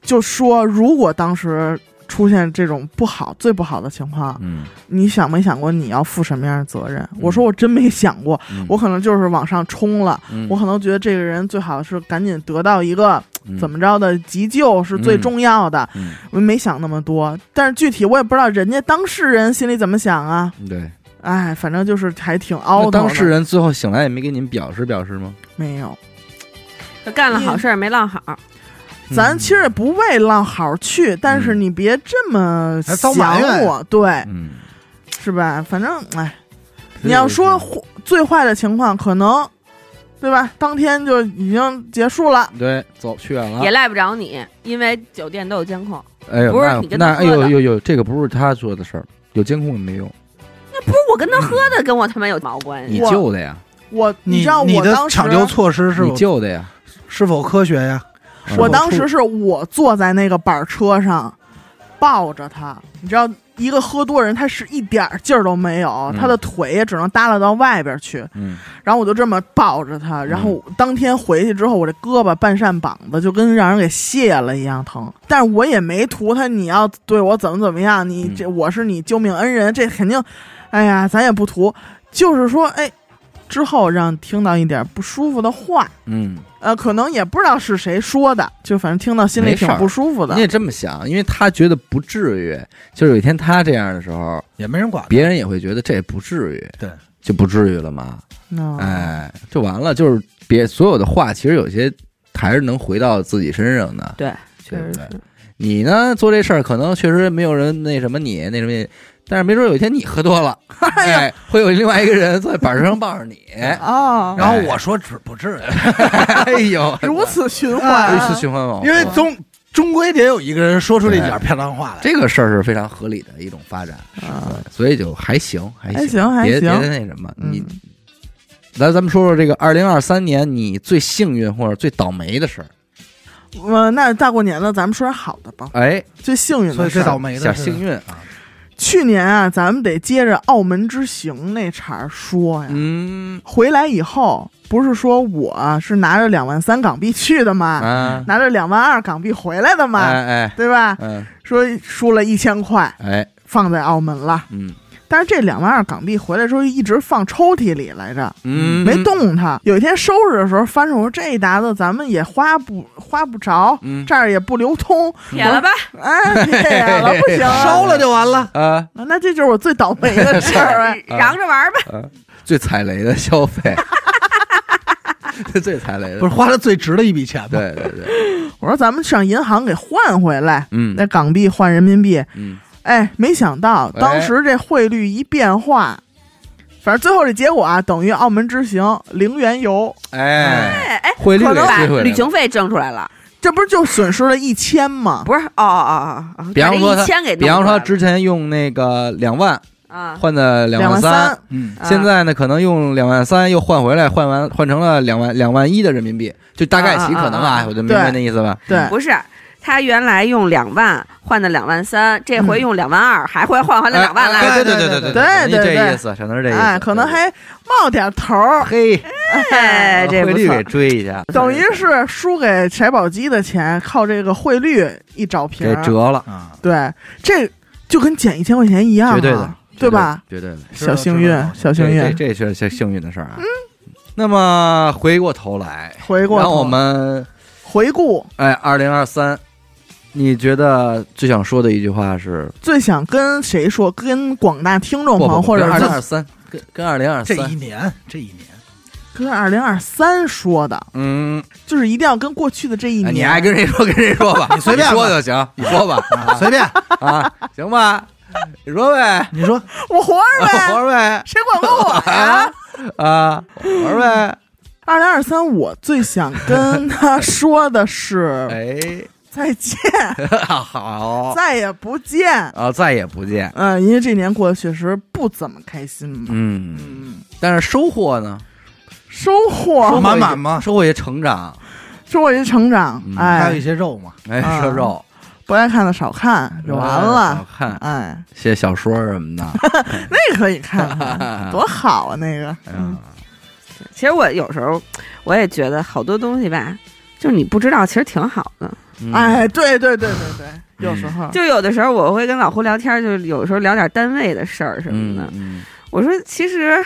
C: 就说如果当时出现这种不好最不好的情况，
A: 嗯，
C: 你想没想过你要负什么样的责任？我说我真没想过，
A: 嗯
C: 我可能就是往上冲了，
A: 嗯
C: 我可能觉得这个人最好是赶紧得到一个
A: 嗯
C: 怎么着的急救是最重要的，
A: 嗯
C: 我没想那么多。但是具体我也不知道人家当事人心里怎么想啊。
A: 对？
C: 哎，反正就是还挺
A: 那
C: 凹的。
A: 当事人最后醒来也没给您表示表示吗？
C: 没有，
D: 干了好事儿没落好，
B: 嗯
C: 咱其实也不为浪好去，但是你别这么
B: 还遭埋
C: 想
B: 怨
C: 我，对，
A: 嗯，
C: 是吧？反正哎，你要说坏最坏的情况，可能对吧？当天就已经结束了，
A: 对，走去远了
D: 也，赖不着你，因为酒店都有监控。
A: 哎呦，
D: 不是
A: 那
D: 你跟
A: 那
D: 他
A: 哎
D: 说的
A: 呦呦呦，这个不是他做的事儿，有监控也没用，
D: 那不是我
A: 嗯
D: 跟他喝的，跟我他妈有毛关
A: 你
D: 系？
C: 我
A: 救的呀，
C: 我
B: 你
C: 知道
B: 你
C: 我
B: 的
C: 当时
B: 抢。救措施是
A: 你
B: 否
A: 救的呀，
B: 是否科学呀？
A: 是
C: 我
A: 吧
C: 当时是我坐在那个板车上，抱着他，你知道，一个喝多人他是一点儿劲儿都没有，
A: 嗯
C: 他的腿也只能耷拉到外边去。
A: 嗯
C: 然后我就这么抱着他，然后当天回去之后，我这胳膊半扇膀子就跟让人给卸了一样疼。但是我也没图他你要对我怎么怎么样，
A: 嗯
C: 你这我是你救命恩人，这肯定，哎呀，咱也不图，就是说，哎，之后让听到一点不舒服的话，
A: 嗯，
C: 呃，可能也不知道是谁说的，就反正听到心里
A: 没事
C: 挺
A: 儿
C: 不舒服的嗯
A: 你。也这么想，因为他觉得不至于，就是有一天他这样的时候，
B: 也没人管。
A: 别人也会觉得这也不至于，
B: 对，
A: 就不至于了嘛，
C: 嗯，
A: 哎，就完了，就是别所有的话，其实有些还是能回到自己身上的。
D: 对，确
C: [LAUGHS]
D: 实是。
A: 你呢，做这事儿可能确实没有人那什么你那什么你，但是没准有一天你喝多了，哎，会有另外一个人坐在板上抱着你，
C: 哦，
B: 然后我说只不至于，
A: 哎呦，
C: 如此啊循环
A: 如，此循环往复。
B: 因为终终归得有一个人说出这几句漂亮话来。
A: 这个事儿是非常合理的一种发展，
C: 啊
A: 所以就还行，还
C: 还
A: 行，
C: 哎行还
A: 别别
C: 行，
A: 那什么，你
C: 嗯
A: 来咱们说说这个二零二三年你最幸运或者最倒霉的事儿，
C: 我呃那大过年的，咱们说点好的吧。
A: 哎，
C: 最幸运
B: 所
C: 的
B: 以
C: 事
B: 最
C: 儿，
B: 倒霉
A: 小
B: 的
A: 幸
B: 是，
A: 运啊，
C: 去年啊，咱们得接着澳门之行那茬儿说呀。
A: 嗯
C: 回来以后，不是说我啊是拿着两万三港币去的吗？
A: 啊，
C: 拿着两万二港币回来的吗？
A: 哎哎，
C: 对吧？
A: 嗯
C: 说输了一千块
A: 哎
C: 放在澳门了，
A: 嗯
C: 但是这两万二港币回来之后一直放抽屉里来着，
A: 嗯，
C: 没，动它。有一天收拾的时候翻出来，我说这一沓子咱们也花不花不着，
A: 嗯
C: 这儿也不流通，
D: 撇了吧，
C: 哎，这
A: [LAUGHS]
C: 样了不行啊，
B: 烧了就完了。
A: 啊，
C: 啊，那这就是我最倒霉的事儿、
A: [LAUGHS]
C: 哎
A: 啊
D: 嚷着玩儿吧。
A: 最踩雷的消费，最踩雷的，
B: 不是花的最值的一笔钱吗？
A: 对对对，
C: 我说咱们上银行给换回来，
A: 嗯
C: 那港币换人民币。
A: 嗯
C: 哎，没想到
A: 哎
C: 当时这汇率一变化，反正最后这结果啊，等于澳门之行零元游，
A: 哎，
D: 哎哎，
A: 汇率
D: 可
A: 给
D: 能把
A: 退回来
D: 旅
A: 了。
D: 行费挣出来了，
C: 这不是就损失了一千吗？
D: 不是？哦哦哦哦哦，
A: 比方说
D: 把这
A: 他
D: 一千给弄
A: 比方
D: 出来
A: 说
D: 了
A: 之前用那个两万
D: 啊，
A: 换的两
C: 万哎
A: 三，，
B: 嗯，
A: 现在呢可能用两万三又换回来，换完换成了两万两万一的人民币，就大概其
D: 啊啊
A: 可能
D: 啊
A: 啊
D: 啊，
A: 我就明白那意思吧。
C: 对，
D: 不是。他原来用两万换的两万三，这回用两万二，还会换回来两万
A: 嗯哎哎
D: 来。
A: 对对对
B: 对
A: 对，可能
C: 对对
A: 这
C: 对
A: 意思，可能是这意思，
C: 哎，可能还冒点头儿，
A: 嘿，
D: 哎，这
A: 汇
D: 不
A: 率
D: 错
A: 给。追一下，
C: [LAUGHS] 等于是输给柴宝鸡的钱，靠这个汇率一找平
A: 给
C: 儿，
A: 折了，
B: 啊，
C: 对，这就跟捡一千块钱一样、啊，
A: 绝对的，
C: 对吧？
A: 绝对的。
B: 知道
C: 小幸
B: 知
C: 运
B: 道，
C: 小幸
A: 对
C: 运，
A: 这这是些幸运的事儿啊。那么回过头来，
C: 嗯回过
A: 让
C: 头
A: 我们
C: 回顾
A: 哎，二零二三，你觉得最想说的一句话是？
C: 最想跟谁说？跟广大听众
A: 不
C: 朋
A: 不
C: 友
A: 不，
C: 或者
A: 二零
C: 是
A: 啊二三，跟跟二零二
B: 这
A: 三
B: 一年，这一年，
C: 跟二零二三说的，
A: 嗯，
C: 就是一定要跟过去的这一
A: 哎
C: 年。
A: 你爱跟谁说跟谁说吧，
B: 你随便吧
A: 说就行，你说
C: [LAUGHS]
A: 吧，啊
B: 随便
A: 啊，行吧，你说呗，
B: 你说，
C: 我活着
A: [LAUGHS]
C: 呗，
A: 玩呗，
C: 谁管过
A: [LAUGHS]
C: 我呀？
A: 啊，玩呗，
C: 二零二三，我最想跟他说的是
A: [LAUGHS] 哎，
C: 再见，
A: 好
C: 再也不见。
A: 啊，再也不见，
C: 嗯、因为这一年过得确实不怎么开心嘛。
A: 嗯，
C: 嗯，
A: 但是收获呢，
C: 收
A: 哦
C: 获
B: 满满吗？
A: 收获也成长，
C: 收获一成长，
A: 嗯
B: 还有
C: 哎
B: 一，些肉嘛，
A: 哎，
C: 啊
A: 吃肉
C: 不爱看的少看就完
A: 好
C: 了。
A: 看
C: 哎，
A: 写小说什
D: [LAUGHS]
A: 么的，哎
C: 那个可以看看，多好啊！那个，嗯，
D: 其实我有时候我也觉得好多东西吧，就是你不知道，其实挺好的。
A: 嗯，
C: 哎，对对对对对，有时
A: 啊
C: 候
D: 就有的时候我会跟老胡聊天，就是有时候聊点单位的事儿什么的。
A: 嗯，
D: 我说其实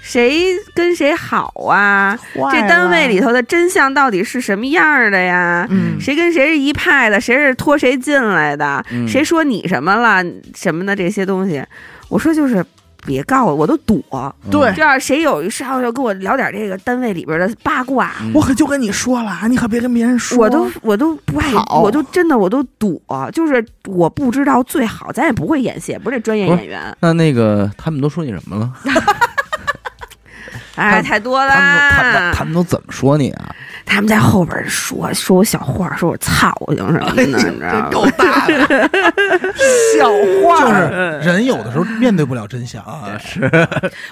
D: 谁跟谁好啊？这单位里
C: 头，
D: 头的真相到底是什么样儿的呀？
C: 嗯，
D: 谁跟谁是一派的？谁是拖谁进来的？
A: 嗯
D: 谁说你什么了什么的这些东西？我说就是别告我，我都躲。
A: 嗯
C: 对
D: 这要谁有事要要跟我聊点这个单位里边的八卦，
A: 嗯
C: 我可就跟你说了啊，你可别跟别人说。
D: 我都我都不爱，
C: 好
D: 我都真的我都躲，就是我不知道最好，咱也不会演戏，也不是这专业
A: 不是
D: 演员，
A: 那那个他们都说你什么了？
D: 哎，
A: 他们
D: 太多
A: 他们都他们
D: 啦。
A: 他们都怎么说你啊？
D: 他们在后边说说我小话，说我操性
A: [LAUGHS]
D: 什么的，你知道吗？
C: 大的小话
B: 就
C: 儿，
B: 是人有的时候面对不了真相，
D: [LAUGHS]
B: 哎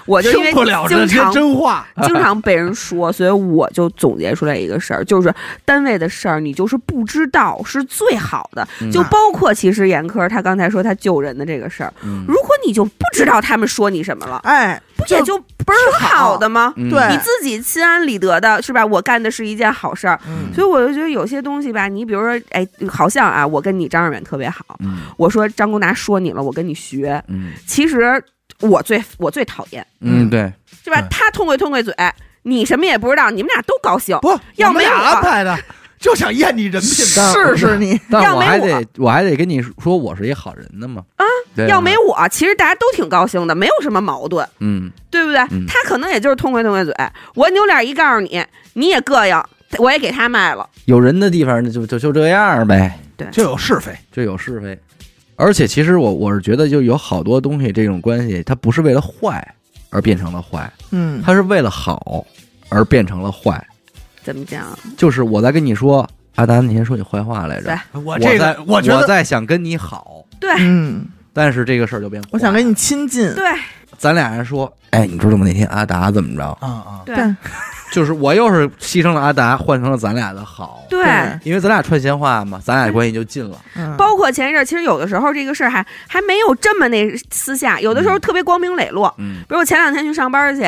D: 我就因为
B: 听不了这
D: 经
B: 些
D: 常
B: 真话，
D: 经常被人说，所以我就总结出来一个事儿，就是单位的事儿，你就是不知道是最好的。
A: 嗯
D: 就包括其实严科他刚才说他救人的这个事儿，
A: 嗯
D: 如果你就不知道他们说你什么了，
C: 哎，
D: 不也就倍儿好的吗？
A: 嗯
C: 对
D: 你自己心安理得的是吧？我干的是一件好事儿，
C: 嗯
D: 所以我就觉得有些东西吧，你比如说，哎，好像啊，我跟你张二远特别好，
A: 嗯
D: 我说张公达说你了，我跟你学，
A: 嗯
D: 其实我最我最讨厌。
A: 嗯，对，
D: 是吧
B: 对？
D: 他痛快痛快嘴，你什么也不知道，你们俩都高兴。
B: 不，
D: 要
B: 我们
D: 没有
B: 俩
D: 我
B: 安排的，就想验你人品
A: 但
C: 试试你，
A: 但
D: 要
A: 我
D: 没
A: 还
D: 我
A: 得我还得跟你说，我是一好人的嘛。啊，
D: 要没我，其实大家都挺高兴的，没有什么矛盾，
A: 嗯
D: 对不对？
A: 嗯
D: 他可能也就是痛快痛快嘴，我扭脸一告诉你，你也膈应，我也给他卖了。
A: 有人的地方那就就就这样呗，
B: 就有是非，
A: 就有是非。而且其实我我是觉得，就有好多东西这种关系，它不是为了坏而变成了坏，
C: 嗯，
A: 它是为了好而变成了坏。
D: 怎么讲？
A: 就
D: 就是
A: 是我在跟你说，阿达那天说你坏话来着
D: 对，
B: 我这
A: 在
B: 个我
A: 我
B: 觉得
A: 在想跟你好，
C: 嗯，
A: 但是这个事儿就变坏了。
C: 我想跟你亲近，
D: 对
A: 咱俩人说，哎，你知道吗？那天阿达怎么着？
B: 啊啊，
D: 对
C: 但
A: 就是我又是牺牲了阿达，换成了咱俩的好，
D: 对。
C: 对
A: 因为咱俩串闲话嘛，咱俩关系就近了。
C: 嗯
D: 包括前一阵儿，其实有的时候这个事儿还还没有这么那私下，有的时候特别光明磊落。
A: 嗯
D: 比如我前两天去上班去，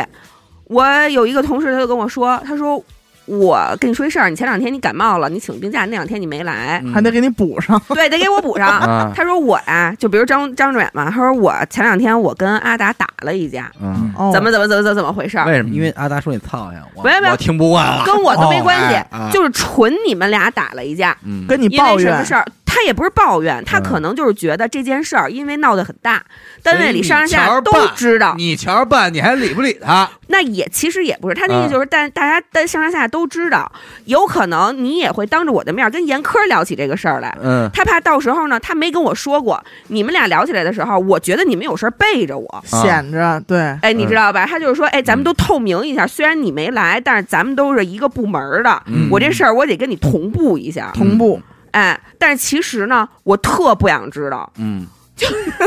D: 我有一个同事他就跟我说，他说我跟你说一事儿，你前两天你感冒了，你请病假，那两天你没来，
A: 嗯
C: 还得给你补上，
D: 对，得给
A: [LAUGHS]
D: 我补上。
A: 啊，
D: 他说我呀、就比如张张志远嘛，他说我前两天我跟阿达打了一架，
A: 嗯，
C: 哦
D: 怎么怎么怎么怎么怎么回事儿，
A: 为什么？因为阿达说你操呀，我
D: 嗯没有没有
A: 我听不惯了。
D: 跟我都没关系，
A: 哎哦哎啊
D: 就是纯你们俩打了一架，
A: 嗯，
C: 跟你
D: 因为
C: 抱
D: 什么
C: 怨
D: 事？儿？他也不是抱怨，他
A: 嗯
D: 可能就是觉得这件事儿因为闹得很大，单位里
A: 所
D: 上上
A: 以
D: 下
A: 你瞧
D: 都
A: 办
D: 知道，
A: 你瞧着办，你还理不理他？
D: 那也其实也不是，他
C: 嗯
D: 那意思就是但大家但上上下下都知道，有可能你也会当着我的面儿跟严科聊起这个事儿来。
A: 嗯，
D: 他怕到时候呢，他没跟我说过，你们俩聊起来的时候，我觉得你们有事儿背着我，
C: 显着对，
D: 哎，你知道吧？他就是说，哎，
C: 嗯
D: 咱们都透明一下，虽然你没来，但是咱们都是一个部门儿的，
A: 嗯
D: 我这事儿我得跟你同步一下，
C: 同步，
D: 哎，但是其实呢，我特不想知道，
A: 嗯， [LAUGHS]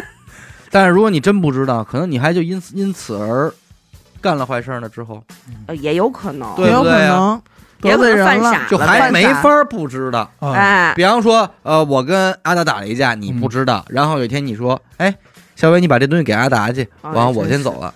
A: 但是如果你真不知道，可能你还就因此因此而干了坏事儿呢。之后
D: 呃也有可能，
A: 对
C: 也有
A: 不
C: 可
A: 对啊
C: 能得
D: 也有可
C: 罪
D: 能
C: 人
D: 犯
C: 了
D: 傻，
A: 就
D: 了
A: 还
D: 呗
A: 没法儿不知道。
B: 啊，
D: 哎，
A: 比方说，呃，我跟阿达打了一架，你不知
D: 嗯
A: 道，然后有一天你说，哎，小伟，你把这东西给阿达去，
D: 啊
A: 完了我先走了。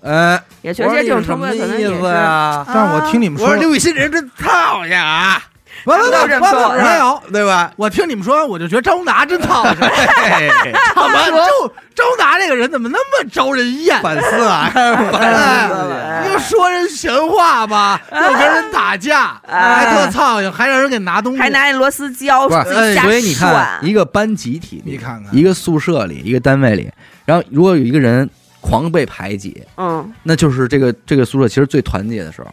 A: 呃，
D: 也确
A: 我说
D: 实
A: 你
D: 这种
A: 什
D: 成
A: 么
D: 分可能
A: 意
D: 也是
A: 思啊呀？
B: 但是我听你们
A: 哎我
B: 说
A: 说，刘雨欣这人真操呀啊，
B: 完了
D: 都
B: 完
D: 这
B: 了
D: 么
B: 完
D: 说
B: 了，没有。
A: 对吧？
B: 我听你们说，我就觉得张宏达真操心。
A: 嘿
B: 他妈周周达这个人怎么那么招人厌？
A: 反思啊，开始反思了。
B: 又说人闲话吧，又跟人打架，还特操心，还让人给拿东西，
D: 还拿那螺丝胶
A: 不是，
D: 自己瞎
A: 哎所以你看，
D: 涮，
A: 一个班集体里，啊
B: 你看看
A: 一个宿舍里，一个单位里，然后如果有一个人狂被排挤，
D: 嗯，
A: 那就是这个这个宿舍其实最团结的时候，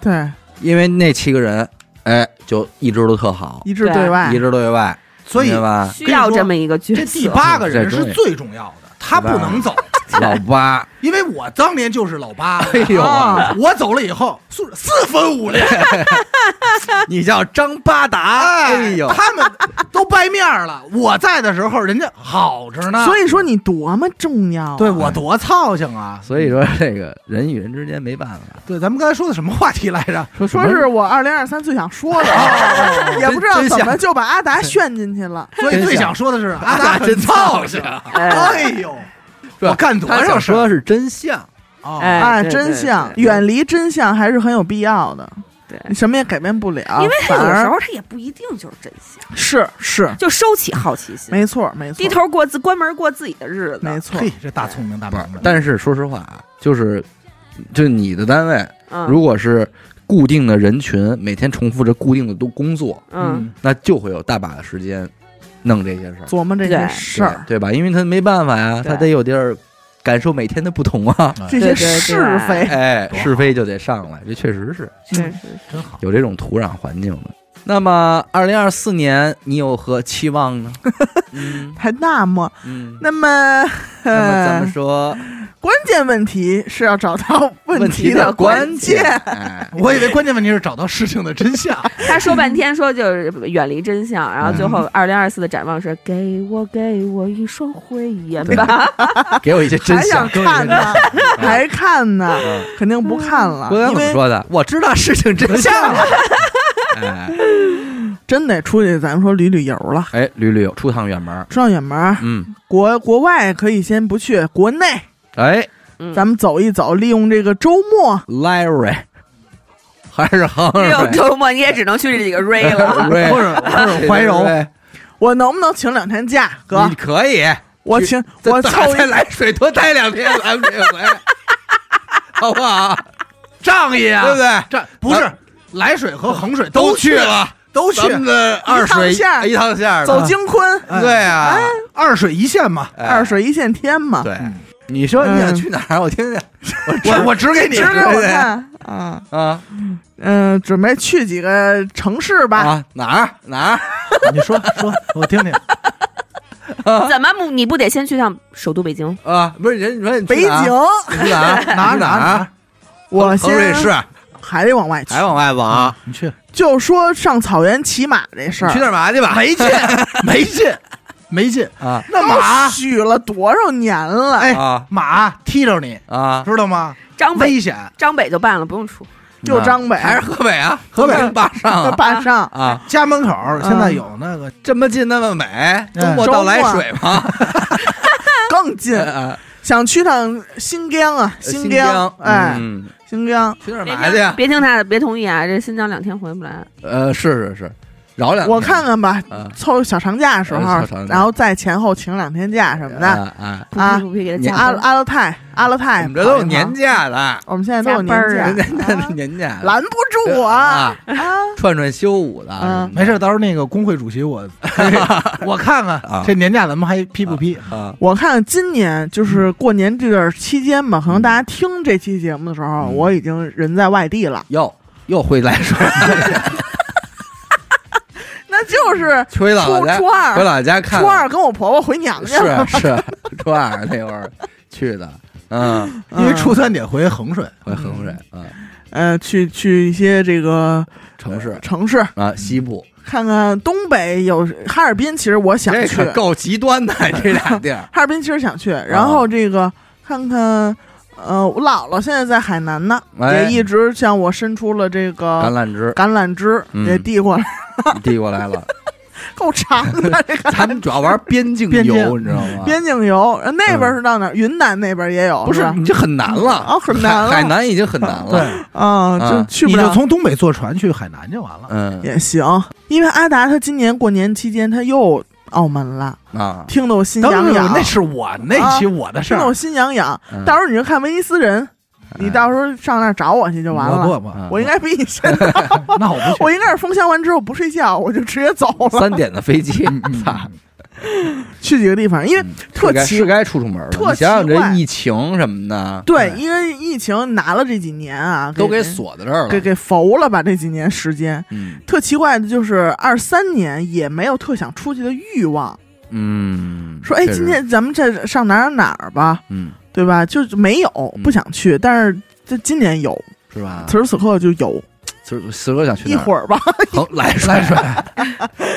C: 对，
A: 因为那七个人，哎，就一直都特好，
C: 一致
D: 对
C: 对外
A: 一，致对外，
B: 所以
A: 明白吧，
D: 需要这么一个角
B: 这
D: 色。
B: 第八个人是最重要的，他不能走，
A: 老八，
B: 因为我当年就是老八，
A: 哎呦，
C: 啊
B: 我走了以后，宿舍四分五裂，
A: 你叫张八达，哎呦，
B: 他们都掰面儿了。我在的时候，人家好着呢，
C: 所以说你多么重要啊，
B: 对我多操性啊！
A: 所以说这个人与人之间没办法，
B: 对，咱们刚才说的什么话题来着？
A: 说
C: 说
A: 什么哦
C: 是我二零二三最想说的，啊也不知道
A: 真
C: 怎
A: 真
C: 么
A: 想
C: 就把阿达炫进去了。
B: 所以最想说的是，阿达真操性，
D: 哎
B: 哎呦，
A: 是吧
B: 我干多
A: 他
B: 少
A: 想
B: 事
A: 说
B: 儿？
A: 是真相，
B: 哦
D: 哎
C: 啊，
D: 对
C: 真
D: 对
C: 相，
D: 对
C: 远离真相还是很有必要的。
D: 对
C: 你什么也改变不了，
D: 因
A: 啊
D: 为他
C: 反
D: 有时
C: 而
D: 候他也不一定就是真相，
C: 是是，
D: 就收起好奇心，
C: 没错没错，
D: 低头过自关门过自己的日子。
C: 没错，
B: 嘿，这大聪明大
A: 不
B: 明
A: 是
B: 白。。
A: 但是说实话啊，就是就你的单位，
D: 嗯，
A: 如果是固定的人群，每天重复着固定的都工作，
D: 嗯，
A: 那就会有大把的时间弄这些事儿，
C: 琢磨这些
D: 对
C: 事儿，
A: 对对吧？因为他没办法呀，
D: 对
A: 他得有地儿感受每天的不同
B: [LAUGHS]
A: 啊。
C: 这些
D: 对对
C: 是
D: 对
C: 非，
A: 哎，
B: 多好
A: 是非就得上来，这确实是
D: 确实
B: 真好。
A: 有这种土壤环境的。那么，二零二四年你有何期望呢？嗯
C: 还那么
A: 嗯，
C: 那么，
A: 那么咱们
C: 呃，
A: 说
C: [LAUGHS] 关键问题是要找到问
A: 题
C: 的
A: 关
C: 键。
A: 哎
B: 我以为关键问题是找到事情的真相，
D: 他说半天说就是远离真相，然后最
A: 嗯
D: 后二零二四的展望是给我给我一双慧眼
A: 对
D: 吧， [LAUGHS]
A: 哎给我一些真
C: 还
A: 相，
C: 想
A: 给我一些
C: 看
A: 真
C: 呢
A: [LAUGHS] 相。，
C: 还看呢
A: 嗯，
C: 肯定不看了，
A: 郭源
C: 因
A: 怎么
C: 为
A: 说的？啊我知道事情真相
C: [LAUGHS]
A: 了。哎
C: 真得出去，咱们说旅旅游了，
A: 哎，捋捋出趟远门儿。
C: 上远门儿，
A: 嗯，
C: 国国外可以先不去，国内
A: 哎
D: 嗯
C: 咱们走一走，利用这个周末，
A: ，Larry 还是恒
D: 只有
A: 瑞，
D: 周末你也只能去这几个 Ray
A: [LAUGHS]
D: 了。
A: 瑞
B: 或者或者怀柔，
C: 我能不能请两天假，哥
A: 你？可以，
C: 我请我
A: 再
C: 凑
A: 再再
C: 一，
A: 来水多待两天，咱们这回
B: [LAUGHS]
A: 好不
B: 哎
A: 好？
B: 仗义啊，
A: 对不对？
B: 这不是
A: 啊
B: 涞水和衡水
A: 都
B: 去
A: 去，了，
B: 都去
A: 咱，们的二水
C: 一趟线儿
A: 一趟线儿
C: 走
A: 的
C: 京昆，
B: 哎
A: 对啊，
B: 二水一线嘛。
A: 哎
C: 二水一线天嘛，
A: 对。
B: 嗯
A: 你说你想去哪儿？我听听
B: 我我指给你
C: 指，给我
A: 对
C: 看啊。
A: 啊
C: 嗯，准备去几个城市吧。
A: 啊哪儿哪儿？
B: 你说说，我听听。
D: 怎么不你不得先去趟首都北京？
A: 啊，不是人，你说你去
C: 北
A: 哪儿
C: 京，
A: 你去哪儿你去
B: 哪儿哪
A: 哪
B: 儿哪
A: 儿
B: 儿？
C: 我
A: 衡水
C: 先嗯
A: 市
C: 还得往外去
A: 还，往外往，
B: 你去
C: 就说上草原骑马这事
A: 你去
C: 儿，
A: 那儿嘛去吧？
B: [LAUGHS] 没劲，没劲，没劲。
A: 啊
B: 那
C: 都
B: 马
C: 许了多少年了？
B: 哎
A: 啊
B: 马踢着你，
A: 啊！
B: 知道吗？
D: 张北
B: 危险。
D: 张北就办了，不用出。
C: 就张北，
A: 还是河北啊？
B: 河北
A: 坝上
C: 那
A: 啊
C: 坝上
A: 啊，
B: 家门口现在有那个
A: 这么近那么美，
C: 嗯
A: 周末到来
C: 啊
A: 水吗？
C: [LAUGHS] 更近，
A: 啊
C: 想去趟新疆啊，疆，哎，
A: 呃嗯
C: 新疆，
A: 去那啊儿
D: 别
A: 嘛
D: 听
A: 去呀？
D: 别听他的，别同意啊！这新疆两天回不来。
A: 呃，是是是，饶两天
C: 我看看吧，
A: 啊
C: 凑小长假的时
A: 呃
C: 候
A: 小长，假
C: 然后再前后请两天假什么的。
A: 啊啊！
C: 啊
D: 不批不批给他
A: 你
D: 加
C: 阿
D: 班
C: 阿勒泰，阿勒
A: 我
C: 泰，
A: 们这都有年，假的，
C: 我们现在都有
D: 加班儿啊
C: 年
A: 人
C: 假，
A: 家那 [LAUGHS] 年假的
C: 拦不住我
A: [LAUGHS] 啊，
C: 啊！
A: 串串休五的什
C: 嗯
A: 么的，
B: 嗯没事，到时候那个工会主
A: [LAUGHS]
B: 席我我看
A: 啊
B: 看这年假咱们还批不批？
A: 啊
C: 我看今年就是过年这段期间吧，可能大家听这期节目的时候，
A: 嗯
C: 我已经人在外地了，
A: 又又回来
C: [LAUGHS]
A: 水，
C: 那就是
A: 回老
C: 初
A: 家
C: 初
A: 回
C: 二，
A: 老家嗯看
C: 初二跟我婆婆回娘家了，
A: 是是初二那会儿去的，嗯，
C: 嗯
B: 因为初三得回衡水，
A: 回衡水嗯，
C: 呃去去一些这个
A: 城市
C: 城市
A: 啊西部，
C: 看看东北有哈尔滨，其实我想
A: 这
C: 去，
A: 可够极端的，
C: [LAUGHS]
A: 这俩地儿
C: 哈尔滨其实想去，然后这个看看。呃，我姥姥现在在海南呢，
A: 哎
C: 也一直向我伸出了这
A: 橄
C: 个
A: 榄枝
C: 橄榄枝，
A: 嗯
C: 也递过来，
A: 递过来了。
C: 够长的
A: [LAUGHS]
C: 这个。
A: 咱们主要玩边境
B: 边
A: 游，
B: 境
A: 你知道吗？
C: 边境游，呃那边是到哪儿？云南那边也有，
A: 啊不是
C: 吧
A: 你这很难了
C: 哦很难了
A: 海海南已经很
C: [LAUGHS]
A: 难了。
B: 对，
C: 啊，就
A: 嗯
C: 去
B: 你
C: 不
B: 就
C: 了
B: 从东北坐船去海南就完了。
A: 嗯
C: 也行，因为阿达他今年过年期间他又澳门了，
A: 啊，
C: 听得我心
B: 当
C: 痒
B: 然
C: 痒，
B: 那是我那期我的事
C: 听得
B: 儿
C: 我，心痒痒。
A: 嗯哎
C: 到时候你就看威尼斯人，你到时候上那儿找我去就完了。
B: 我不
A: 嗯
C: 我应该比你
A: [LAUGHS]
C: 先，
B: 那我不去。
C: 我应该是封箱完之后不睡觉，我就直接走了。 [LAUGHS]
A: 三点的飞机，操！
C: 去几个地方，因为
A: 嗯
C: 特
A: 是该
C: 奇
A: 是该出出门了。
C: 特
A: 你想想
C: 奇
A: 这
C: 怪
A: 疫情什么的，
C: 对，因为疫情拿了这几年啊，
A: 都给
C: 给
A: 锁在这儿
C: 给
A: 了。
C: 给否了吧这几年时间。
A: 嗯
C: 特奇怪的就是二三年也没有特想出去的欲望，
A: 嗯，
C: 说哎，
A: 确实
C: 今天咱们这上哪儿哪儿吧，
A: 嗯
C: 对吧？就是没有
A: 嗯
C: 不想去，但是这今年有，
A: 是吧？
C: 此时此刻就有，
A: 此时此刻想去
C: 一
A: 哪儿？
C: 会儿吧。
A: 横来来水，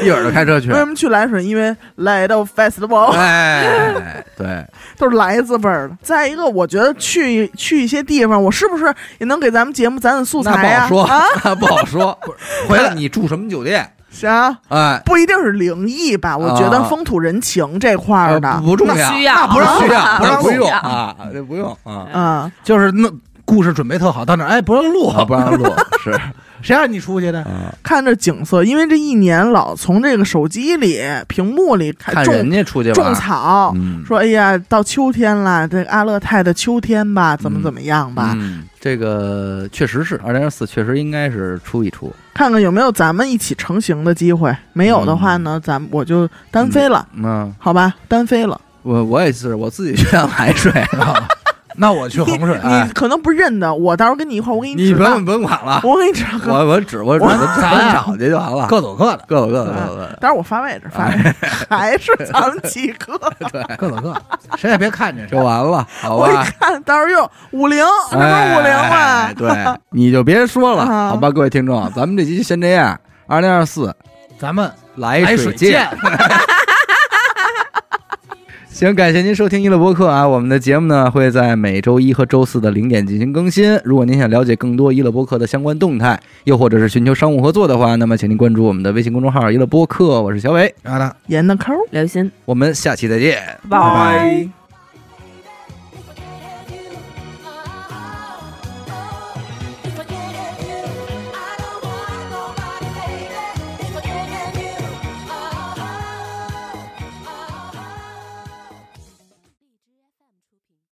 C: [LAUGHS]
A: 一会儿就开车去
C: 为。什么去涞水？因为来到 festival
A: 哎，对，
C: 都是来字辈儿的。再一个，我觉得去去一些地方，我是不是也能给咱们节目攒攒素
A: [LAUGHS] 那
C: 材
A: 不
C: 呀
A: 好？说
C: 啊，
A: 不好说。回来你住什么酒店？
C: 行，
A: 哎，
C: 不一定是灵异吧？我觉得
A: 啊
C: 风土人情这块
A: 呃
C: 儿的，
A: 不不重要，
D: 需要
A: 那不是需要，
D: 啊
A: 不是不
D: 不
A: 用
D: 需要
A: 啊，这不用啊，
C: 嗯，
B: 就是那故事准备特好，到那儿哎不让录，
A: 啊不让录 [LAUGHS] 是
B: 谁让你出去的？
A: 啊，
C: 看这景色，因为这一年老从这个手机里、屏幕里
A: 看
C: 看种
A: 人家出去玩
C: 种，草，
A: 嗯，
C: 说哎呀，到秋天了，这个阿勒泰的秋天吧，怎么怎么样吧，
A: 嗯，这个确实是二零二四，确实应该是出一出，
C: 看看有没有咱们一起成行的机会。没有的话呢，咱们我就单飞了，
A: 嗯，
C: 好吧，单飞了。
A: 我我也是我自己去趟海水，
B: [LAUGHS]
A: 啊
B: 那我去衡水，
C: 你可能不认得我，到时候跟你一块儿，我给
A: 哎你
C: 指
A: 不
C: 吧
A: 用，甭管了，
C: 我给你指个，
A: 我我只我只
B: 我
A: 咱找去就完了，
B: 各走啊各的，
A: 各走各走各走各走，
C: 待会儿我发位置，发位置，
A: 哎
C: 还是咱们几
A: [LAUGHS]
C: 个。
B: 各走各的，谁也别看见谁
A: 就。完了，好
C: 我一
A: 吧。
C: 看，到时候又五零，这不是五零吗
B: 啊
A: 哎？对，你就别说了，
C: 啊
A: 好吧，各位听众，咱们这期先这样。二零二四，
B: 咱们
A: 来水
B: 来水见。
A: [LAUGHS] 行，感谢您收听一乐播客啊！我们的节目呢会在每周一和周四的零点进行更新。如果您想了解更多一乐播客的相关动态，又或者是寻求商务合作的话，那么请您关注我们的微信公众号“一乐播客”，我是小伟，
B: 好的。
C: 严的抠儿。
D: 刘鑫，
A: 我们下期再见。
D: 拜。